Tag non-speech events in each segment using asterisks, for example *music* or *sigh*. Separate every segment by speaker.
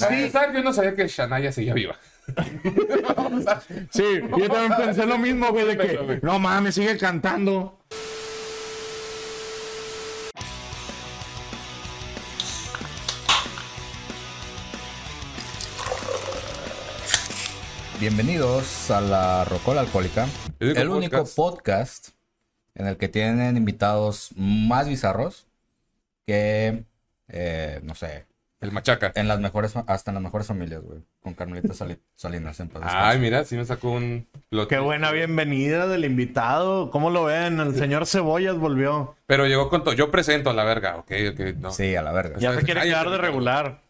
Speaker 1: Nadie sabe, yo no sabía que Shania seguía viva. Vamos a-
Speaker 2: Sí, yo también pensé lo mismo, güey, de que no mames, sigue cantando.
Speaker 3: Bienvenidos a la Rocola Alcohólica,
Speaker 1: El único
Speaker 3: el único
Speaker 1: podcast.
Speaker 3: podcast. en el que tienen invitados más bizarros que, eh, no sé,
Speaker 1: El machaca.
Speaker 3: en las mejores, fa- hasta en las mejores familias, güey, con
Speaker 1: *laughs*
Speaker 3: Carmelita Sali- Salinas en paz.
Speaker 1: Ay,
Speaker 3: descanse.
Speaker 1: mira, sí me sacó un plot.
Speaker 4: Qué buena bienvenida del invitado. ¿Cómo lo ven? El señor Cebollas volvió.
Speaker 1: Pero llegó con todo. Yo presento a la verga, ok, ok, no.
Speaker 3: Sí, a la verga.
Speaker 4: Ya se quiere
Speaker 1: Pues, Ay,
Speaker 4: quedar de
Speaker 1: Ricardo.
Speaker 4: regular.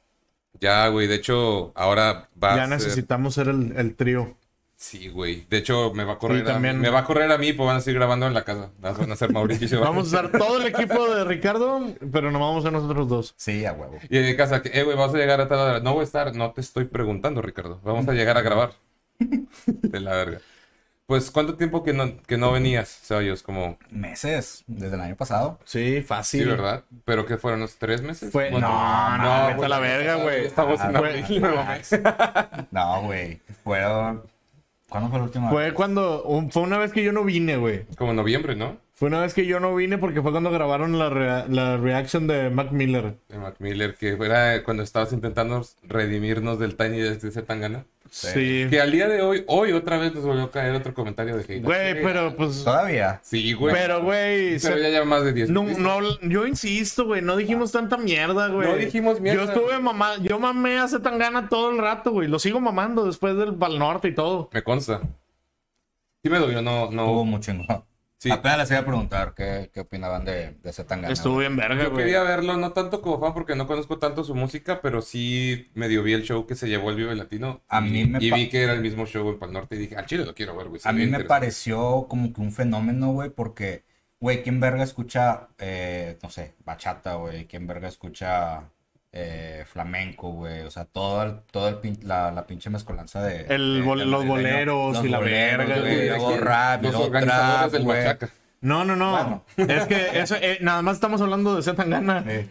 Speaker 1: Ya, güey, de hecho, ahora va
Speaker 4: Ya
Speaker 1: a ser-
Speaker 4: necesitamos ser el, el trío.
Speaker 1: Sí, güey. De hecho, me va a correr
Speaker 4: Sí,
Speaker 1: a
Speaker 4: también.
Speaker 1: mí. Me va a correr a mí, pues van a seguir grabando en la casa. Van a ser Mauricio. y Sebastián.
Speaker 4: Vamos a usar todo el equipo de Ricardo, pero nos vamos a nosotros dos.
Speaker 3: Sí, a huevo.
Speaker 1: Y en casa, que, eh, güey, vas a llegar a tal hora. No voy a estar, no te estoy preguntando, Ricardo. Vamos a llegar a
Speaker 4: *laughs*
Speaker 1: grabar. De la verga. Pues, ¿cuánto tiempo que no, que no venías, Ceballos? Como,
Speaker 3: Meses, desde el año pasado.
Speaker 4: Sí,
Speaker 1: sí,
Speaker 4: fácil.
Speaker 1: ¿verdad? ¿Pero que fueron unos tres meses?
Speaker 4: Fue-
Speaker 1: Bueno,
Speaker 3: no, no,
Speaker 4: vete
Speaker 1: güey,
Speaker 4: a la verga, güey.
Speaker 1: Estamos en
Speaker 4: Ah, *laughs*
Speaker 1: abril, no mames.
Speaker 3: No, güey, fueron... ¿Cuándo fue la última
Speaker 4: Fue cuando. un- fue una vez que yo no vine, güey.
Speaker 1: Como noviembre, ¿no?
Speaker 4: Fue una vez que yo no vine porque fue cuando grabaron la, rea- la reaction de Mac Miller.
Speaker 1: De Mac Miller, que era cuando estabas intentando redimirnos del Tiny Desk de ese Tangana.
Speaker 4: Sí.
Speaker 1: Que al día de hoy, hoy otra vez nos volvió a caer otro comentario de hate.
Speaker 4: Güey, pero pues.
Speaker 3: Todavía.
Speaker 1: Sí, Ah, güey.
Speaker 4: Pero, güey.
Speaker 1: Pero
Speaker 4: se-
Speaker 1: ya lleva más de 10
Speaker 4: No,
Speaker 1: vistas.
Speaker 4: no, habl- yo insisto, güey, no dijimos tanta mierda, güey.
Speaker 1: No dijimos mierda.
Speaker 4: Yo estuve mamá, yo mamé hace tan gana todo el rato, güey. Lo sigo mamando después del Val Norte y todo.
Speaker 1: Me consta. Sí me dolió, no,
Speaker 3: Estuvo
Speaker 1: no.
Speaker 3: muy chingón.
Speaker 1: Sí.
Speaker 3: Apenas les iba a preguntar qué, qué opinaban de, de ese tangana.
Speaker 4: Estuvo bien verga,
Speaker 1: Yo
Speaker 4: güey.
Speaker 1: quería verlo, no tanto como fan, porque no conozco tanto su música, pero sí medio vi el show que se llevó el Vive Latino.
Speaker 3: A mí me
Speaker 1: Y
Speaker 3: pa-
Speaker 1: vi que era el mismo show en Pal Norte y dije, al Chile lo quiero ver, güey. se
Speaker 3: A
Speaker 1: ve
Speaker 3: mí me
Speaker 1: interesante".
Speaker 3: pareció como que un fenómeno, güey, porque, güey, ¿quién verga escucha, eh, no sé, bachata, güey? ¿Quién verga escucha eh, flamenco, güey? O sea, todo el, todo el pin- la, la pinche mezcolanza de...
Speaker 4: El
Speaker 3: de-
Speaker 4: bol-
Speaker 3: de-
Speaker 4: los
Speaker 3: de-
Speaker 4: boleros
Speaker 3: los
Speaker 4: y la
Speaker 3: boleros,
Speaker 4: verga,
Speaker 3: güey,
Speaker 4: güey.
Speaker 3: Luego rap,
Speaker 1: Los
Speaker 3: luego
Speaker 1: organizadores
Speaker 3: trap,
Speaker 1: del
Speaker 3: güey.
Speaker 1: Machaca.
Speaker 4: No, no, no.
Speaker 3: Bueno.
Speaker 4: Es que eso, eh, nada más estamos hablando de Z Tangana.
Speaker 3: Eh,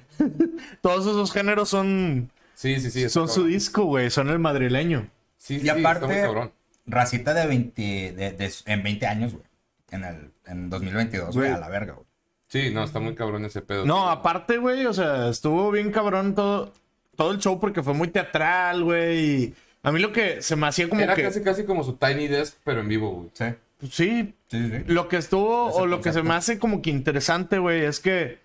Speaker 4: Todos esos géneros son,
Speaker 1: Sí, sí, sí. está
Speaker 4: son su
Speaker 1: cabrón.
Speaker 4: disco, güey. Son el madrileño.
Speaker 1: Sí, sí,
Speaker 3: Y
Speaker 1: sí, está muy
Speaker 3: aparte,
Speaker 1: cabrón.
Speaker 3: racita de 20, de- de- en 20 años, güey. En el en 2022, güey,
Speaker 4: Güey.
Speaker 3: a la verga, güey.
Speaker 1: Sí, no, está muy cabrón ese pedo.
Speaker 4: No,
Speaker 1: aparte.
Speaker 4: aparte, güey, o sea, estuvo bien cabrón todo, todo el show porque fue muy teatral, güey. y A mí lo que se me hacía como
Speaker 1: Era
Speaker 4: que.
Speaker 1: casi, casi como su Tiny Desk, pero en vivo, güey.
Speaker 3: Sí,
Speaker 4: Sí,
Speaker 3: sí, sí.
Speaker 4: Lo que estuvo
Speaker 3: Ese
Speaker 4: o lo que se
Speaker 3: concepto.
Speaker 4: me hace como que interesante, güey, es que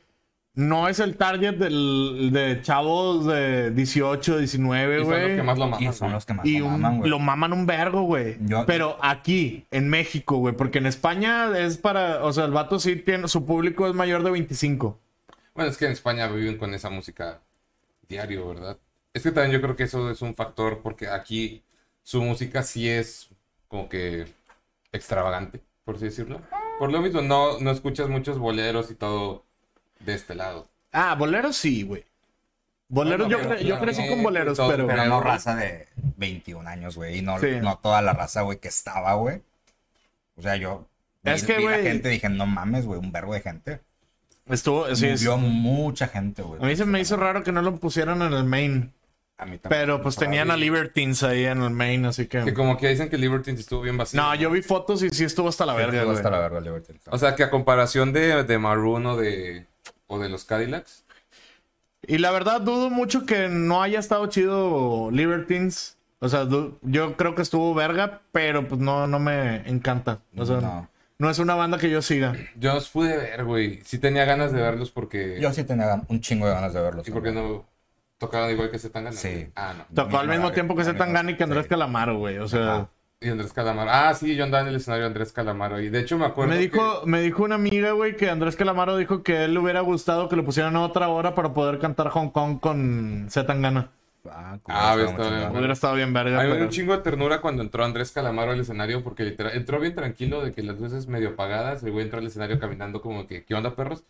Speaker 4: no es el target del, de chavos de 18, 19,
Speaker 1: Y son los que
Speaker 4: güey.
Speaker 1: más lo maman.
Speaker 3: Y son
Speaker 1: güey.
Speaker 3: los que más
Speaker 4: Y
Speaker 3: lo
Speaker 4: un-
Speaker 3: maman, güey.
Speaker 4: lo maman un vergo, güey.
Speaker 3: Yo-
Speaker 4: Pero aquí, en México, güey, porque en España es para, o sea, el vato sí tiene, su público es mayor de 25.
Speaker 1: Bueno, es que en España viven con esa música diario, ¿verdad? Es que también yo creo que eso es un factor porque aquí su música sí es como que extravagante, por así decirlo. Por lo mismo, no, no escuchas muchos boleros y todo de este lado.
Speaker 4: Ah, boleros sí, güey. Boleros,
Speaker 1: Bueno,
Speaker 4: yo,
Speaker 1: pero
Speaker 4: cre- yo
Speaker 1: claro,
Speaker 4: crecí
Speaker 1: eh,
Speaker 4: con boleros,
Speaker 1: todo,
Speaker 4: pero...
Speaker 3: Pero
Speaker 1: Pero,
Speaker 3: no
Speaker 1: güey.
Speaker 3: raza de 21 años, güey. Y no,
Speaker 4: Sí.
Speaker 3: no toda la raza, güey, que estaba, güey. O sea, yo vi-
Speaker 4: Es que,
Speaker 3: vi la
Speaker 4: güey-
Speaker 3: gente y dije, no mames, güey, un verbo de gente.
Speaker 4: Estuvo, sí, es-
Speaker 3: Vio mucha gente, güey.
Speaker 4: A mí se me hizo raro que no lo pusieran en el main.
Speaker 3: A mí también.
Speaker 4: Pero pues tenían a Libertines ahí en el main, así
Speaker 1: Que como que dicen que Libertines estuvo bien vacío.
Speaker 4: No, yo vi fotos y sí estuvo hasta la verga, güey.
Speaker 3: hasta la verga, Liberty.
Speaker 1: O sea, que a comparación de, de Maroon o de, o de los Cadillacs,
Speaker 4: Y la verdad dudo mucho que no haya estado chido Libertines. O sea, du- yo creo que estuvo verga, pero pues no, no me encanta. O sea, no.
Speaker 3: No.
Speaker 4: es una banda que yo siga.
Speaker 1: yo los pude ver, güey. Sí tenía ganas de verlos porque...
Speaker 3: Yo sí tenía gan- un chingo de ganas de verlos.
Speaker 1: ¿Y por qué no tocaban igual que se tan
Speaker 3: Sí.
Speaker 1: Ah, no.
Speaker 4: Tocó al mismo
Speaker 3: Madre,
Speaker 4: tiempo que
Speaker 3: madre,
Speaker 4: Zetangana y que Andrés
Speaker 3: sí.
Speaker 4: Calamaro, güey. O sea,
Speaker 3: Ajá.
Speaker 1: Y Andrés Calamaro. Ah, sí, yo andaba en el escenario de Andrés Calamaro. Y de hecho me acuerdo.
Speaker 4: me dijo, me dijo una amiga, güey, que Andrés Calamaro dijo que a él le hubiera gustado que le pusieran otra hora para poder cantar Hong Kong con Zetangana.
Speaker 3: Ah, culo,
Speaker 1: Ah,
Speaker 3: estaba
Speaker 1: ves,
Speaker 3: muy
Speaker 1: está
Speaker 3: chingón.
Speaker 1: bien.
Speaker 4: Hubiera estado bien
Speaker 1: que.
Speaker 4: verga,
Speaker 1: A mí me dio
Speaker 4: pero-
Speaker 1: un chingo de ternura cuando entró Andrés Calamaro al escenario porque literal entró bien tranquilo de que las luces medio apagadas. El güey entró al escenario caminando como que, ¿qué onda, perros?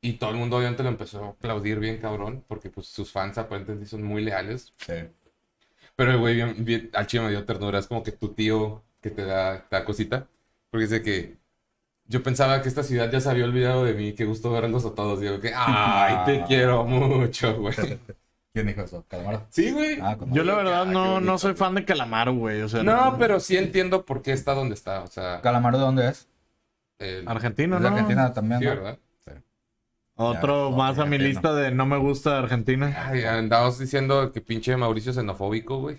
Speaker 1: Y todo el mundo obviamente lo empezó a aplaudir bien cabrón porque pues sus fans aparentemente son muy leales.
Speaker 3: Sí.
Speaker 1: Pero el güey bien, bien- al chile me dio ternura. Es como que tu tío que te da, te da cosita. Porque dice que yo pensaba que esta ciudad ya se
Speaker 4: Ah. *laughs*
Speaker 1: había olvidado de mí. Qué gusto verlos a todos. Digo que, ay, te quiero mucho, güey.
Speaker 3: ¿Quién dijo eso? ¿Calamaro?
Speaker 1: Sí, güey.
Speaker 3: Ah, con-
Speaker 4: Yo la verdad
Speaker 1: Ah, qué
Speaker 4: no,
Speaker 1: bonito.
Speaker 4: no soy fan de Calamaro, güey. O sea,
Speaker 1: No, pero sí entiendo por qué está donde está. O sea,
Speaker 3: ¿Calamaro de dónde es?
Speaker 1: el-
Speaker 4: Argentino,
Speaker 3: Es
Speaker 4: ¿no?
Speaker 3: de Argentina también,
Speaker 1: sí,
Speaker 3: ¿no?
Speaker 1: ¿verdad?
Speaker 4: Otro
Speaker 3: Ya,
Speaker 4: más a mi
Speaker 3: argentino.
Speaker 4: lista de no me gusta de Argentina.
Speaker 1: Ay, andabas diciendo que pinche Mauricio es
Speaker 4: *laughs*
Speaker 1: xenofóbico, güey.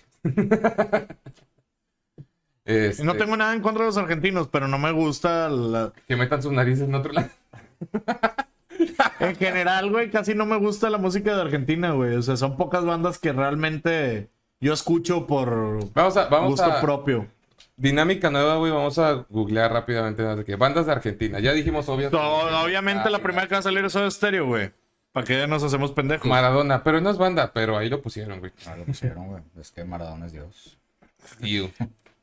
Speaker 1: Este,
Speaker 4: No tengo nada en contra de los argentinos, pero no me gusta la-
Speaker 1: Que metan sus narices en otro lado.
Speaker 4: En general, güey, casi no me gusta la música de Argentina, güey. O sea, son pocas bandas que realmente yo escucho por
Speaker 1: Vamos a, vamos
Speaker 4: gusto
Speaker 1: a.
Speaker 4: propio.
Speaker 1: Dinámica nueva, güey. Vamos a googlear rápidamente. no sé qué. Bandas de Argentina. Ya dijimos obvias.
Speaker 4: No, obviamente
Speaker 1: Ah,
Speaker 4: la
Speaker 1: sí,
Speaker 4: primera que va a salir es Soda Stereo, güey. ¿Para qué nos hacemos pendejos?
Speaker 1: Maradona, pero no es banda, pero ahí lo
Speaker 4: *laughs*
Speaker 1: pusieron, güey.
Speaker 3: Ah, lo pusieron, güey. Es que Maradona es Dios.
Speaker 1: Iu,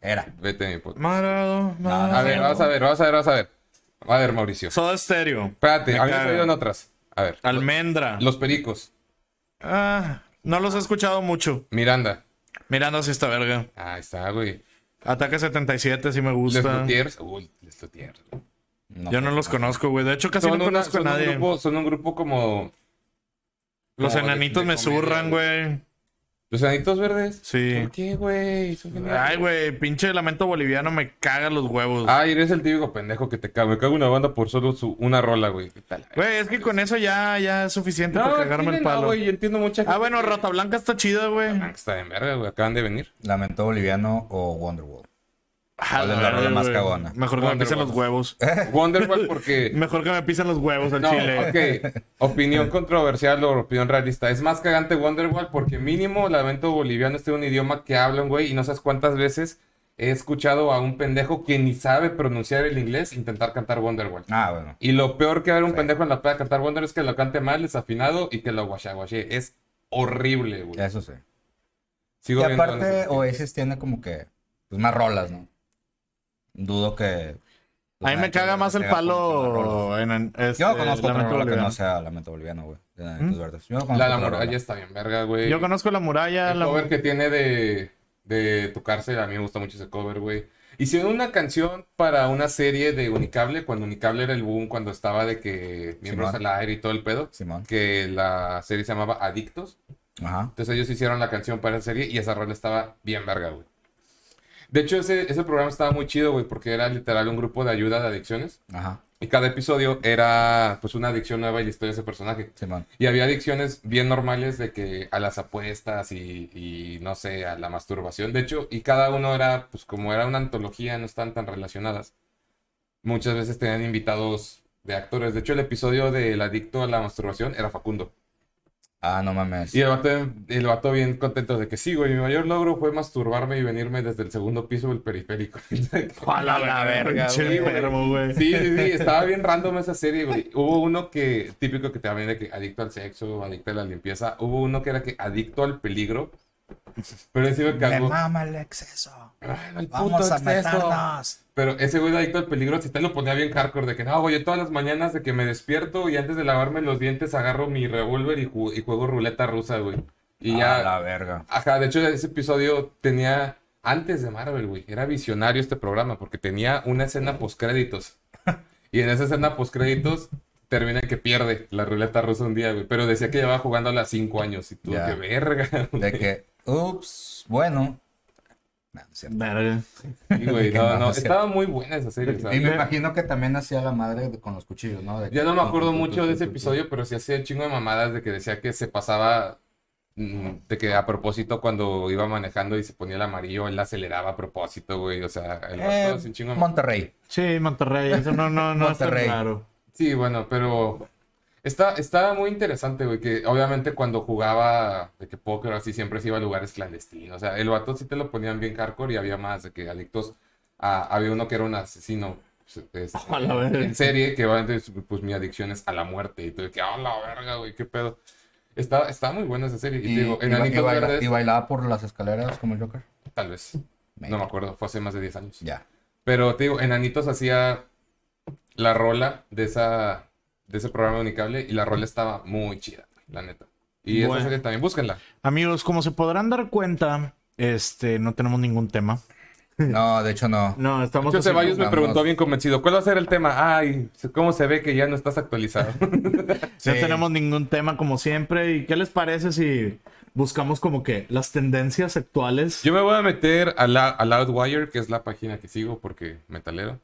Speaker 3: Era.
Speaker 1: vete mi puta.
Speaker 4: Marado,
Speaker 3: Nada,
Speaker 1: A ver, vamos a ver, vamos a ver, vamos a ver. A ver, Mauricio.
Speaker 4: Soda Stereo.
Speaker 1: Espérate,
Speaker 4: Me
Speaker 1: habían
Speaker 4: caga.
Speaker 1: salido en otras. A ver.
Speaker 4: Almendra.
Speaker 1: Los pericos.
Speaker 4: Ah, no los he escuchado mucho.
Speaker 1: Miranda.
Speaker 4: Mirando si esta verga.
Speaker 1: Ahí está, güey.
Speaker 4: Ataque 77 sí me
Speaker 1: Les
Speaker 4: gusta.
Speaker 1: Lutiers. Uy, Les Lutiers.
Speaker 4: Yo no los conozco, güey. De hecho, casi
Speaker 1: Son,
Speaker 4: no
Speaker 1: una-
Speaker 4: conozco a
Speaker 1: son un
Speaker 4: nadie.
Speaker 1: grupo, son un grupo como.
Speaker 4: Los
Speaker 1: como de-
Speaker 4: enanitos
Speaker 1: de
Speaker 4: me
Speaker 1: comedia,
Speaker 4: zurran, güey.
Speaker 1: ¿Los enanitos verdes?
Speaker 4: Sí.
Speaker 1: ¿Por qué, güey? Son geniales.
Speaker 4: Ay, güey, pinche lamento boliviano me caga los huevos.
Speaker 3: Ah.
Speaker 1: Ay, eres el típico pendejo que te cago. Me cago en una banda por solo su, una rola, güey. ¿Qué tal?
Speaker 4: Güey, es que con eso ya, ya es suficiente para cagarme el
Speaker 1: entienden, no,
Speaker 4: palo.
Speaker 1: güey, yo entiendo mucha
Speaker 4: ah, bueno, Rata Blanca está chida, güey.
Speaker 1: Ah, que Está en verga, güey. Acaban de venir.
Speaker 3: Lamento Boliviano o Wonderwall.
Speaker 4: Ah,
Speaker 3: ¿Cuál es la
Speaker 4: verga,
Speaker 3: rola más
Speaker 4: güey.
Speaker 3: cagona? Eh.
Speaker 4: Mejor que me
Speaker 1: Wonder
Speaker 4: pisen los huevos. *laughs*
Speaker 1: Wonderwall porque...
Speaker 4: Mejor que me pisen los huevos al
Speaker 1: No,
Speaker 4: chile.
Speaker 1: ok.
Speaker 3: *laughs*
Speaker 1: Opinión controversial o opinión realista. Es más cagante Wonderwall porque mínimo lamento boliviano este es un idioma que hablan, güey, y no sabes cuántas veces he escuchado a un pendejo que ni sabe pronunciar el inglés intentar cantar Wonderwall.
Speaker 3: Ah, bueno.
Speaker 1: Y lo peor que ver un pendejo en la peda cantar Wonder es que lo cante mal, desafinado y que lo guachaguache. Es horrible, güey.
Speaker 3: Eso sí.
Speaker 1: Sigo
Speaker 3: Y
Speaker 1: viendo
Speaker 3: aparte,
Speaker 1: Wonder-
Speaker 3: Oasis tiene como que pues, más rolas, ¿no? Dudo que.
Speaker 4: A mí me caga más el palo en, en- este,
Speaker 3: Yo no conozco otra
Speaker 4: Lamento
Speaker 3: rola que
Speaker 4: Boliviano.
Speaker 3: no sea Lamento Boliviano, güey. de Enanitos Verdes. Yo no conozco
Speaker 1: ¿Mm? La, la
Speaker 3: otra rola.
Speaker 1: muralla está bien, verga, güey.
Speaker 4: Yo conozco la muralla,
Speaker 1: El
Speaker 4: la...
Speaker 1: cover que tiene de, de tu cárcel, a mí me gusta mucho ese cover, güey. Hicieron una canción para una serie de Unicable, cuando Unicable era el boom, cuando estaba de que miembros
Speaker 3: Simón.
Speaker 1: al aire y todo el pedo,
Speaker 3: Simón.
Speaker 1: que la serie se llamaba Adictos.
Speaker 3: Ajá.
Speaker 1: Entonces ellos hicieron la canción para esa serie y esa rola estaba bien verga, güey. De hecho, ese, ese programa estaba muy chido, güey, porque era literal un grupo de ayuda de adicciones.
Speaker 3: Ajá.
Speaker 1: Y cada episodio era, pues, una adicción nueva y la historia de ese personaje.
Speaker 3: Simón.
Speaker 1: Y había adicciones bien normales de que a las apuestas y, y, no sé, a la masturbación. De hecho, y cada uno era, pues como era una antología, no están tan relacionadas. Muchas veces tenían invitados de actores. De hecho, el episodio del adicto a la masturbación era Facundo.
Speaker 3: Ah, no mames.
Speaker 1: Y el vato, el vato bien contento de que sí, güey, mi mayor logro fue masturbarme y venirme desde el segundo piso del periférico. *laughs*
Speaker 4: A la, la verga,
Speaker 1: Sí,
Speaker 4: güey.
Speaker 1: güey.
Speaker 4: enfermo, güey.
Speaker 1: Sí, sí, sí, estaba bien random esa serie, güey. Hubo uno que, típico que también de que adicto al sexo, adicto a la limpieza. Hubo uno que era que adicto al peligro. Pero ese güey que
Speaker 3: Me
Speaker 1: algo-
Speaker 3: mama el exceso.
Speaker 1: "Ay, el puto
Speaker 3: Vamos a
Speaker 1: exceso".
Speaker 3: meternos.
Speaker 1: Pero ese güey de adicto al peligro, si te lo ponía bien hardcore, de que no, güey, yo todas las mañanas de que me despierto y antes de lavarme los dientes agarro mi revólver y, ju- y juego ruleta rusa, güey. Y ya.
Speaker 3: A la verga.
Speaker 1: Ajá, de hecho ese episodio tenía antes de Marvel, güey. Era visionario este programa porque tenía una escena postcréditos. Y en esa escena postcréditos termina en que pierde la ruleta rusa un día, güey. Pero decía que llevaba jugándola cinco años y tú,
Speaker 3: Ya.
Speaker 1: qué
Speaker 3: *laughs*
Speaker 1: verga. güey.
Speaker 3: De que, ups, bueno. No, no es cierto.
Speaker 4: Verga.
Speaker 1: Sí, güey,
Speaker 3: que
Speaker 1: no,
Speaker 3: no,
Speaker 1: no.
Speaker 3: es
Speaker 1: Estaba muy buena esa serie. o sea,
Speaker 3: Y me imagino que también hacía la madre de- con los cuchillos, ¿no? De que-
Speaker 1: Ya no me acuerdo mucho de ese episodio, pero sí hacía el chingo de mamadas de que decía que se pasaba. mm, De que a propósito, cuando iba manejando y se ponía el amarillo, él aceleraba a propósito, güey. O sea, el vato
Speaker 3: Eh,
Speaker 1: hacía un chingo de mamadas.
Speaker 3: Monterrey.
Speaker 4: Sí, Monterrey, eso no, no, no está
Speaker 3: Monterrey.
Speaker 4: claro.
Speaker 1: Sí, bueno, pero está, está muy interesante, güey, que obviamente cuando jugaba de que póker o así siempre se iba a lugares clandestinos. O sea, el vato sí te lo ponían bien hardcore y había más de que adictos a... Había uno que era un asesino pues, este,
Speaker 4: A la verga.
Speaker 1: en serie, que obviamente pues mi adicción es a la muerte. Y tú de que, a la verga, güey, qué pedo. Está, está muy buena esa serie. Y, te
Speaker 3: Y,
Speaker 1: digo,
Speaker 3: y
Speaker 1: en
Speaker 3: ba- y
Speaker 1: Anitos
Speaker 3: baila-
Speaker 1: Verdes,
Speaker 3: y bailaba por las escaleras como el Joker.
Speaker 1: tal vez. No me acuerdo, fue hace más de 10 años.
Speaker 3: Ya.
Speaker 1: Pero te digo, Enanitos hacía la rola de esa de ese programa de Unicable y la rola estaba muy chida, la neta. Y esa
Speaker 4: Bueno.
Speaker 1: serie también, búsquenla.
Speaker 4: Amigos, como se podrán dar cuenta, este, no tenemos ningún tema.
Speaker 3: No, de hecho no.
Speaker 4: No, estamos...
Speaker 1: José
Speaker 4: haciendo-
Speaker 1: Ceballos me
Speaker 3: vámonos.
Speaker 1: preguntó bien convencido, ¿cuál va a ser el tema? Ay, ¿cómo se ve que ya no estás actualizado?
Speaker 4: No tenemos ningún tema como siempre. ¿Y qué les parece si buscamos como que las tendencias actuales.
Speaker 1: Yo me voy a meter a, la, a Loudwire, que es la página que sigo porque metalero.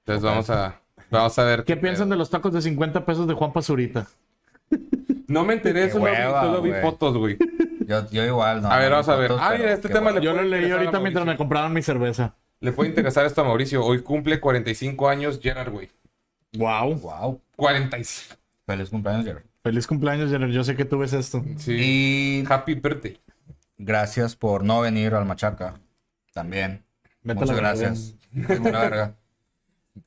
Speaker 1: Entonces vamos a vamos a ver
Speaker 4: ¿Qué piensan de los tacos de 50 pesos de Juan Pazurita?
Speaker 1: No me enteré,
Speaker 3: Qué
Speaker 1: solo, vi-
Speaker 3: hueva,
Speaker 1: solo vi
Speaker 3: güey.
Speaker 1: fotos, güey.
Speaker 3: Yo, yo igual, no.
Speaker 1: A ver,
Speaker 3: no,
Speaker 1: vamos a ver.
Speaker 3: fotos,
Speaker 1: Ah,
Speaker 3: pero
Speaker 1: mira, este
Speaker 3: qué
Speaker 1: tema
Speaker 3: bueno.
Speaker 1: le
Speaker 4: Yo
Speaker 1: puede
Speaker 4: lo leí
Speaker 1: interesar a
Speaker 4: ahorita mientras me
Speaker 1: Mauricio.
Speaker 4: compraban mi cerveza.
Speaker 1: Le puede interesar esto a Mauricio. Hoy cumple 45 años Gerard, güey.
Speaker 4: Wow.
Speaker 3: Wow.
Speaker 1: 45.
Speaker 3: Feliz cumpleaños, Jerry.
Speaker 4: Feliz cumpleaños, Jenner. Yo sé que tú ves esto.
Speaker 1: Sí.
Speaker 3: Y
Speaker 1: Happy birthday.
Speaker 3: gracias por no venir al Machaca. También.
Speaker 4: Vete a
Speaker 3: Muchas
Speaker 4: la
Speaker 3: gracias. Es una verga.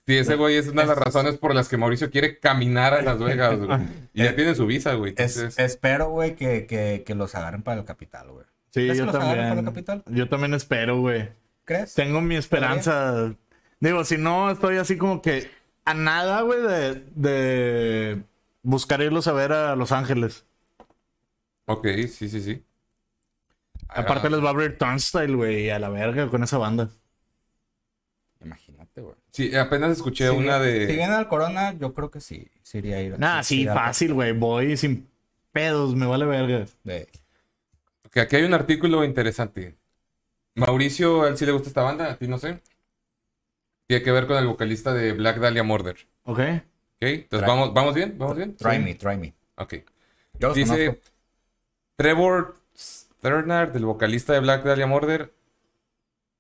Speaker 1: Sí, ese güey es una de las razones por las que Mauricio quiere caminar a Las Vegas,
Speaker 3: *laughs*
Speaker 1: güey. Y ya tiene su visa, güey. *laughs*
Speaker 3: Es-
Speaker 1: Entonces,
Speaker 3: espero, güey, que, que, que los agarren para el capital, güey.
Speaker 4: Sí,
Speaker 3: ¿Crees que
Speaker 4: yo
Speaker 3: los agarren para la
Speaker 4: también.
Speaker 3: capital?
Speaker 4: Yo también espero, güey.
Speaker 3: ¿Crees?
Speaker 4: Tengo mi esperanza. Digo, si no, estoy así como que a nada, güey, de, de buscar irlos a ver a Los Ángeles.
Speaker 1: Ok, sí, sí, sí.
Speaker 4: Aparte les va a abrir Turnstile, güey, a la verga con esa banda.
Speaker 3: Imagínate, güey.
Speaker 1: Sí, apenas escuché
Speaker 3: Si
Speaker 1: una
Speaker 3: vi- Si
Speaker 1: de.
Speaker 3: viene al Corona, yo creo que sí. Sí iría a ir.
Speaker 4: Nah, sí,
Speaker 3: iría al
Speaker 4: fácil, güey. Voy sin pedos, me vale verga.
Speaker 3: de-
Speaker 1: Que aquí hay un artículo interesante. Mauricio, a él sí le gusta esta banda, a ti no sé. Tiene que ver con el vocalista de Black Dahlia Murder.
Speaker 4: ¿Ok?
Speaker 1: ¿Ok? Entonces,
Speaker 3: Tra-
Speaker 1: ¿vamos, ¿vamos bien? ¿Vamos bien?
Speaker 3: Try
Speaker 1: Sí.
Speaker 3: me, try me.
Speaker 1: Ok.
Speaker 3: Yo los
Speaker 1: Dice
Speaker 3: conozco.
Speaker 1: Trevor Sternard, el vocalista de Black Dahlia Murder,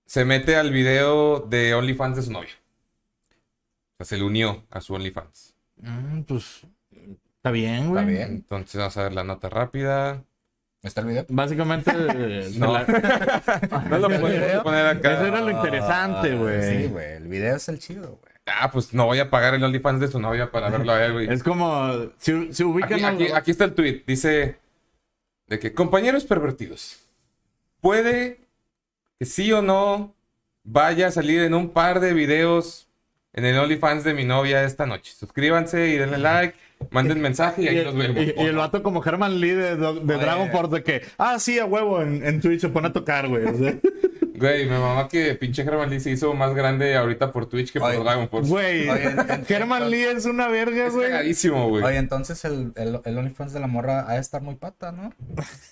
Speaker 1: se mete al video de OnlyFans de su novia. O sea, se le unió a su OnlyFans.
Speaker 4: Mm, pues, está bien,
Speaker 3: Está
Speaker 4: güey.
Speaker 3: bien.
Speaker 1: Entonces vamos a ver la nota rápida.
Speaker 3: ¿Está el video?
Speaker 1: *laughs*
Speaker 4: Básicamente, de
Speaker 1: No.
Speaker 4: la- *laughs*
Speaker 1: No lo podemos poner
Speaker 4: eso
Speaker 1: acá.
Speaker 4: era lo interesante, güey.
Speaker 3: Ah, Sí, güey. El video es el chido, güey.
Speaker 1: Ah, pues no voy a pagar el OnlyFans de su novia para verlo a él, güey.
Speaker 4: es como, si, si ubican
Speaker 1: Aquí,
Speaker 4: a-
Speaker 1: aquí- aquí está el tweet. Dice de que compañeros pervertidos, puede que sí o no vaya a salir en un par de videos en el OnlyFans de mi novia esta noche. Suscríbanse y denle like, manden mensaje y
Speaker 4: Y,
Speaker 1: ahí los vemos.
Speaker 4: *laughs* y- y el vato como Herman Lee de, Do- de
Speaker 3: Oye.
Speaker 4: Dragon Force de que, ah, sí, a huevo, en, en Twitch se pone a tocar, güey. O
Speaker 1: *laughs*
Speaker 4: sea,
Speaker 1: Güey, mi mamá que pinche Germán Lee se hizo más grande ahorita por Twitch que por
Speaker 3: Oye.
Speaker 1: Dragon Force.
Speaker 4: Güey,
Speaker 3: Oye, Pues,
Speaker 4: *laughs*
Speaker 3: en- en-
Speaker 4: Herman Lee es una verga,
Speaker 1: Es
Speaker 4: güey.
Speaker 1: cagadísimo, güey.
Speaker 3: Oye, entonces el, el, el OnlyFans de la morra ha de estar muy
Speaker 1: *laughs*
Speaker 3: pata, ¿no?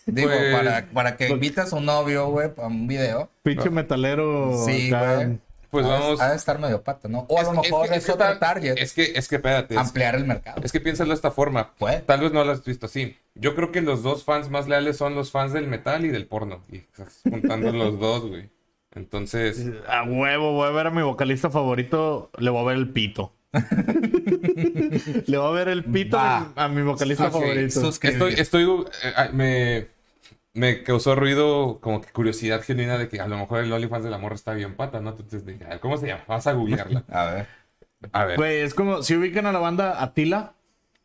Speaker 3: Digo,
Speaker 1: Pues-
Speaker 3: para, para que invite a su novio, güey, a un video.
Speaker 4: Pinche metalero.
Speaker 3: Sí,
Speaker 4: acá.
Speaker 3: güey.
Speaker 1: Pues
Speaker 3: ha de-
Speaker 1: vamos.
Speaker 3: Ha de estar medio pata, ¿no? O a
Speaker 1: Es-
Speaker 3: lo mejor es,
Speaker 1: que- que
Speaker 3: otro
Speaker 1: está-
Speaker 3: target.
Speaker 1: Es que, es que, espérate. es-
Speaker 3: ampliar el mercado.
Speaker 1: Es que piénsalo de esta forma.
Speaker 3: Puede.
Speaker 1: Tal vez no lo has visto así. Yo creo que los dos fans más leales son los fans del metal y del porno. Y estás juntando
Speaker 3: *laughs*
Speaker 1: los dos, güey. Entonces,
Speaker 4: A huevo, voy a ver a mi vocalista favorito, le voy a ver el pito. *laughs* le voy a ver el pito
Speaker 3: Va.
Speaker 4: a mi vocalista
Speaker 1: Ok,
Speaker 4: favorito.
Speaker 3: Ah, sus-
Speaker 1: estoy, estoy, eh, ah, me, me causó ruido, como que curiosidad genuina de que a lo mejor el OnlyFans de la morra está bien pata, ¿no? Entonces dije, a ver, ¿cómo se llama? Vas a
Speaker 3: *laughs*
Speaker 1: googlearla.
Speaker 3: A ver.
Speaker 1: A
Speaker 3: Pues,
Speaker 1: ver.
Speaker 4: Güey, es como si ubican a la banda Atila.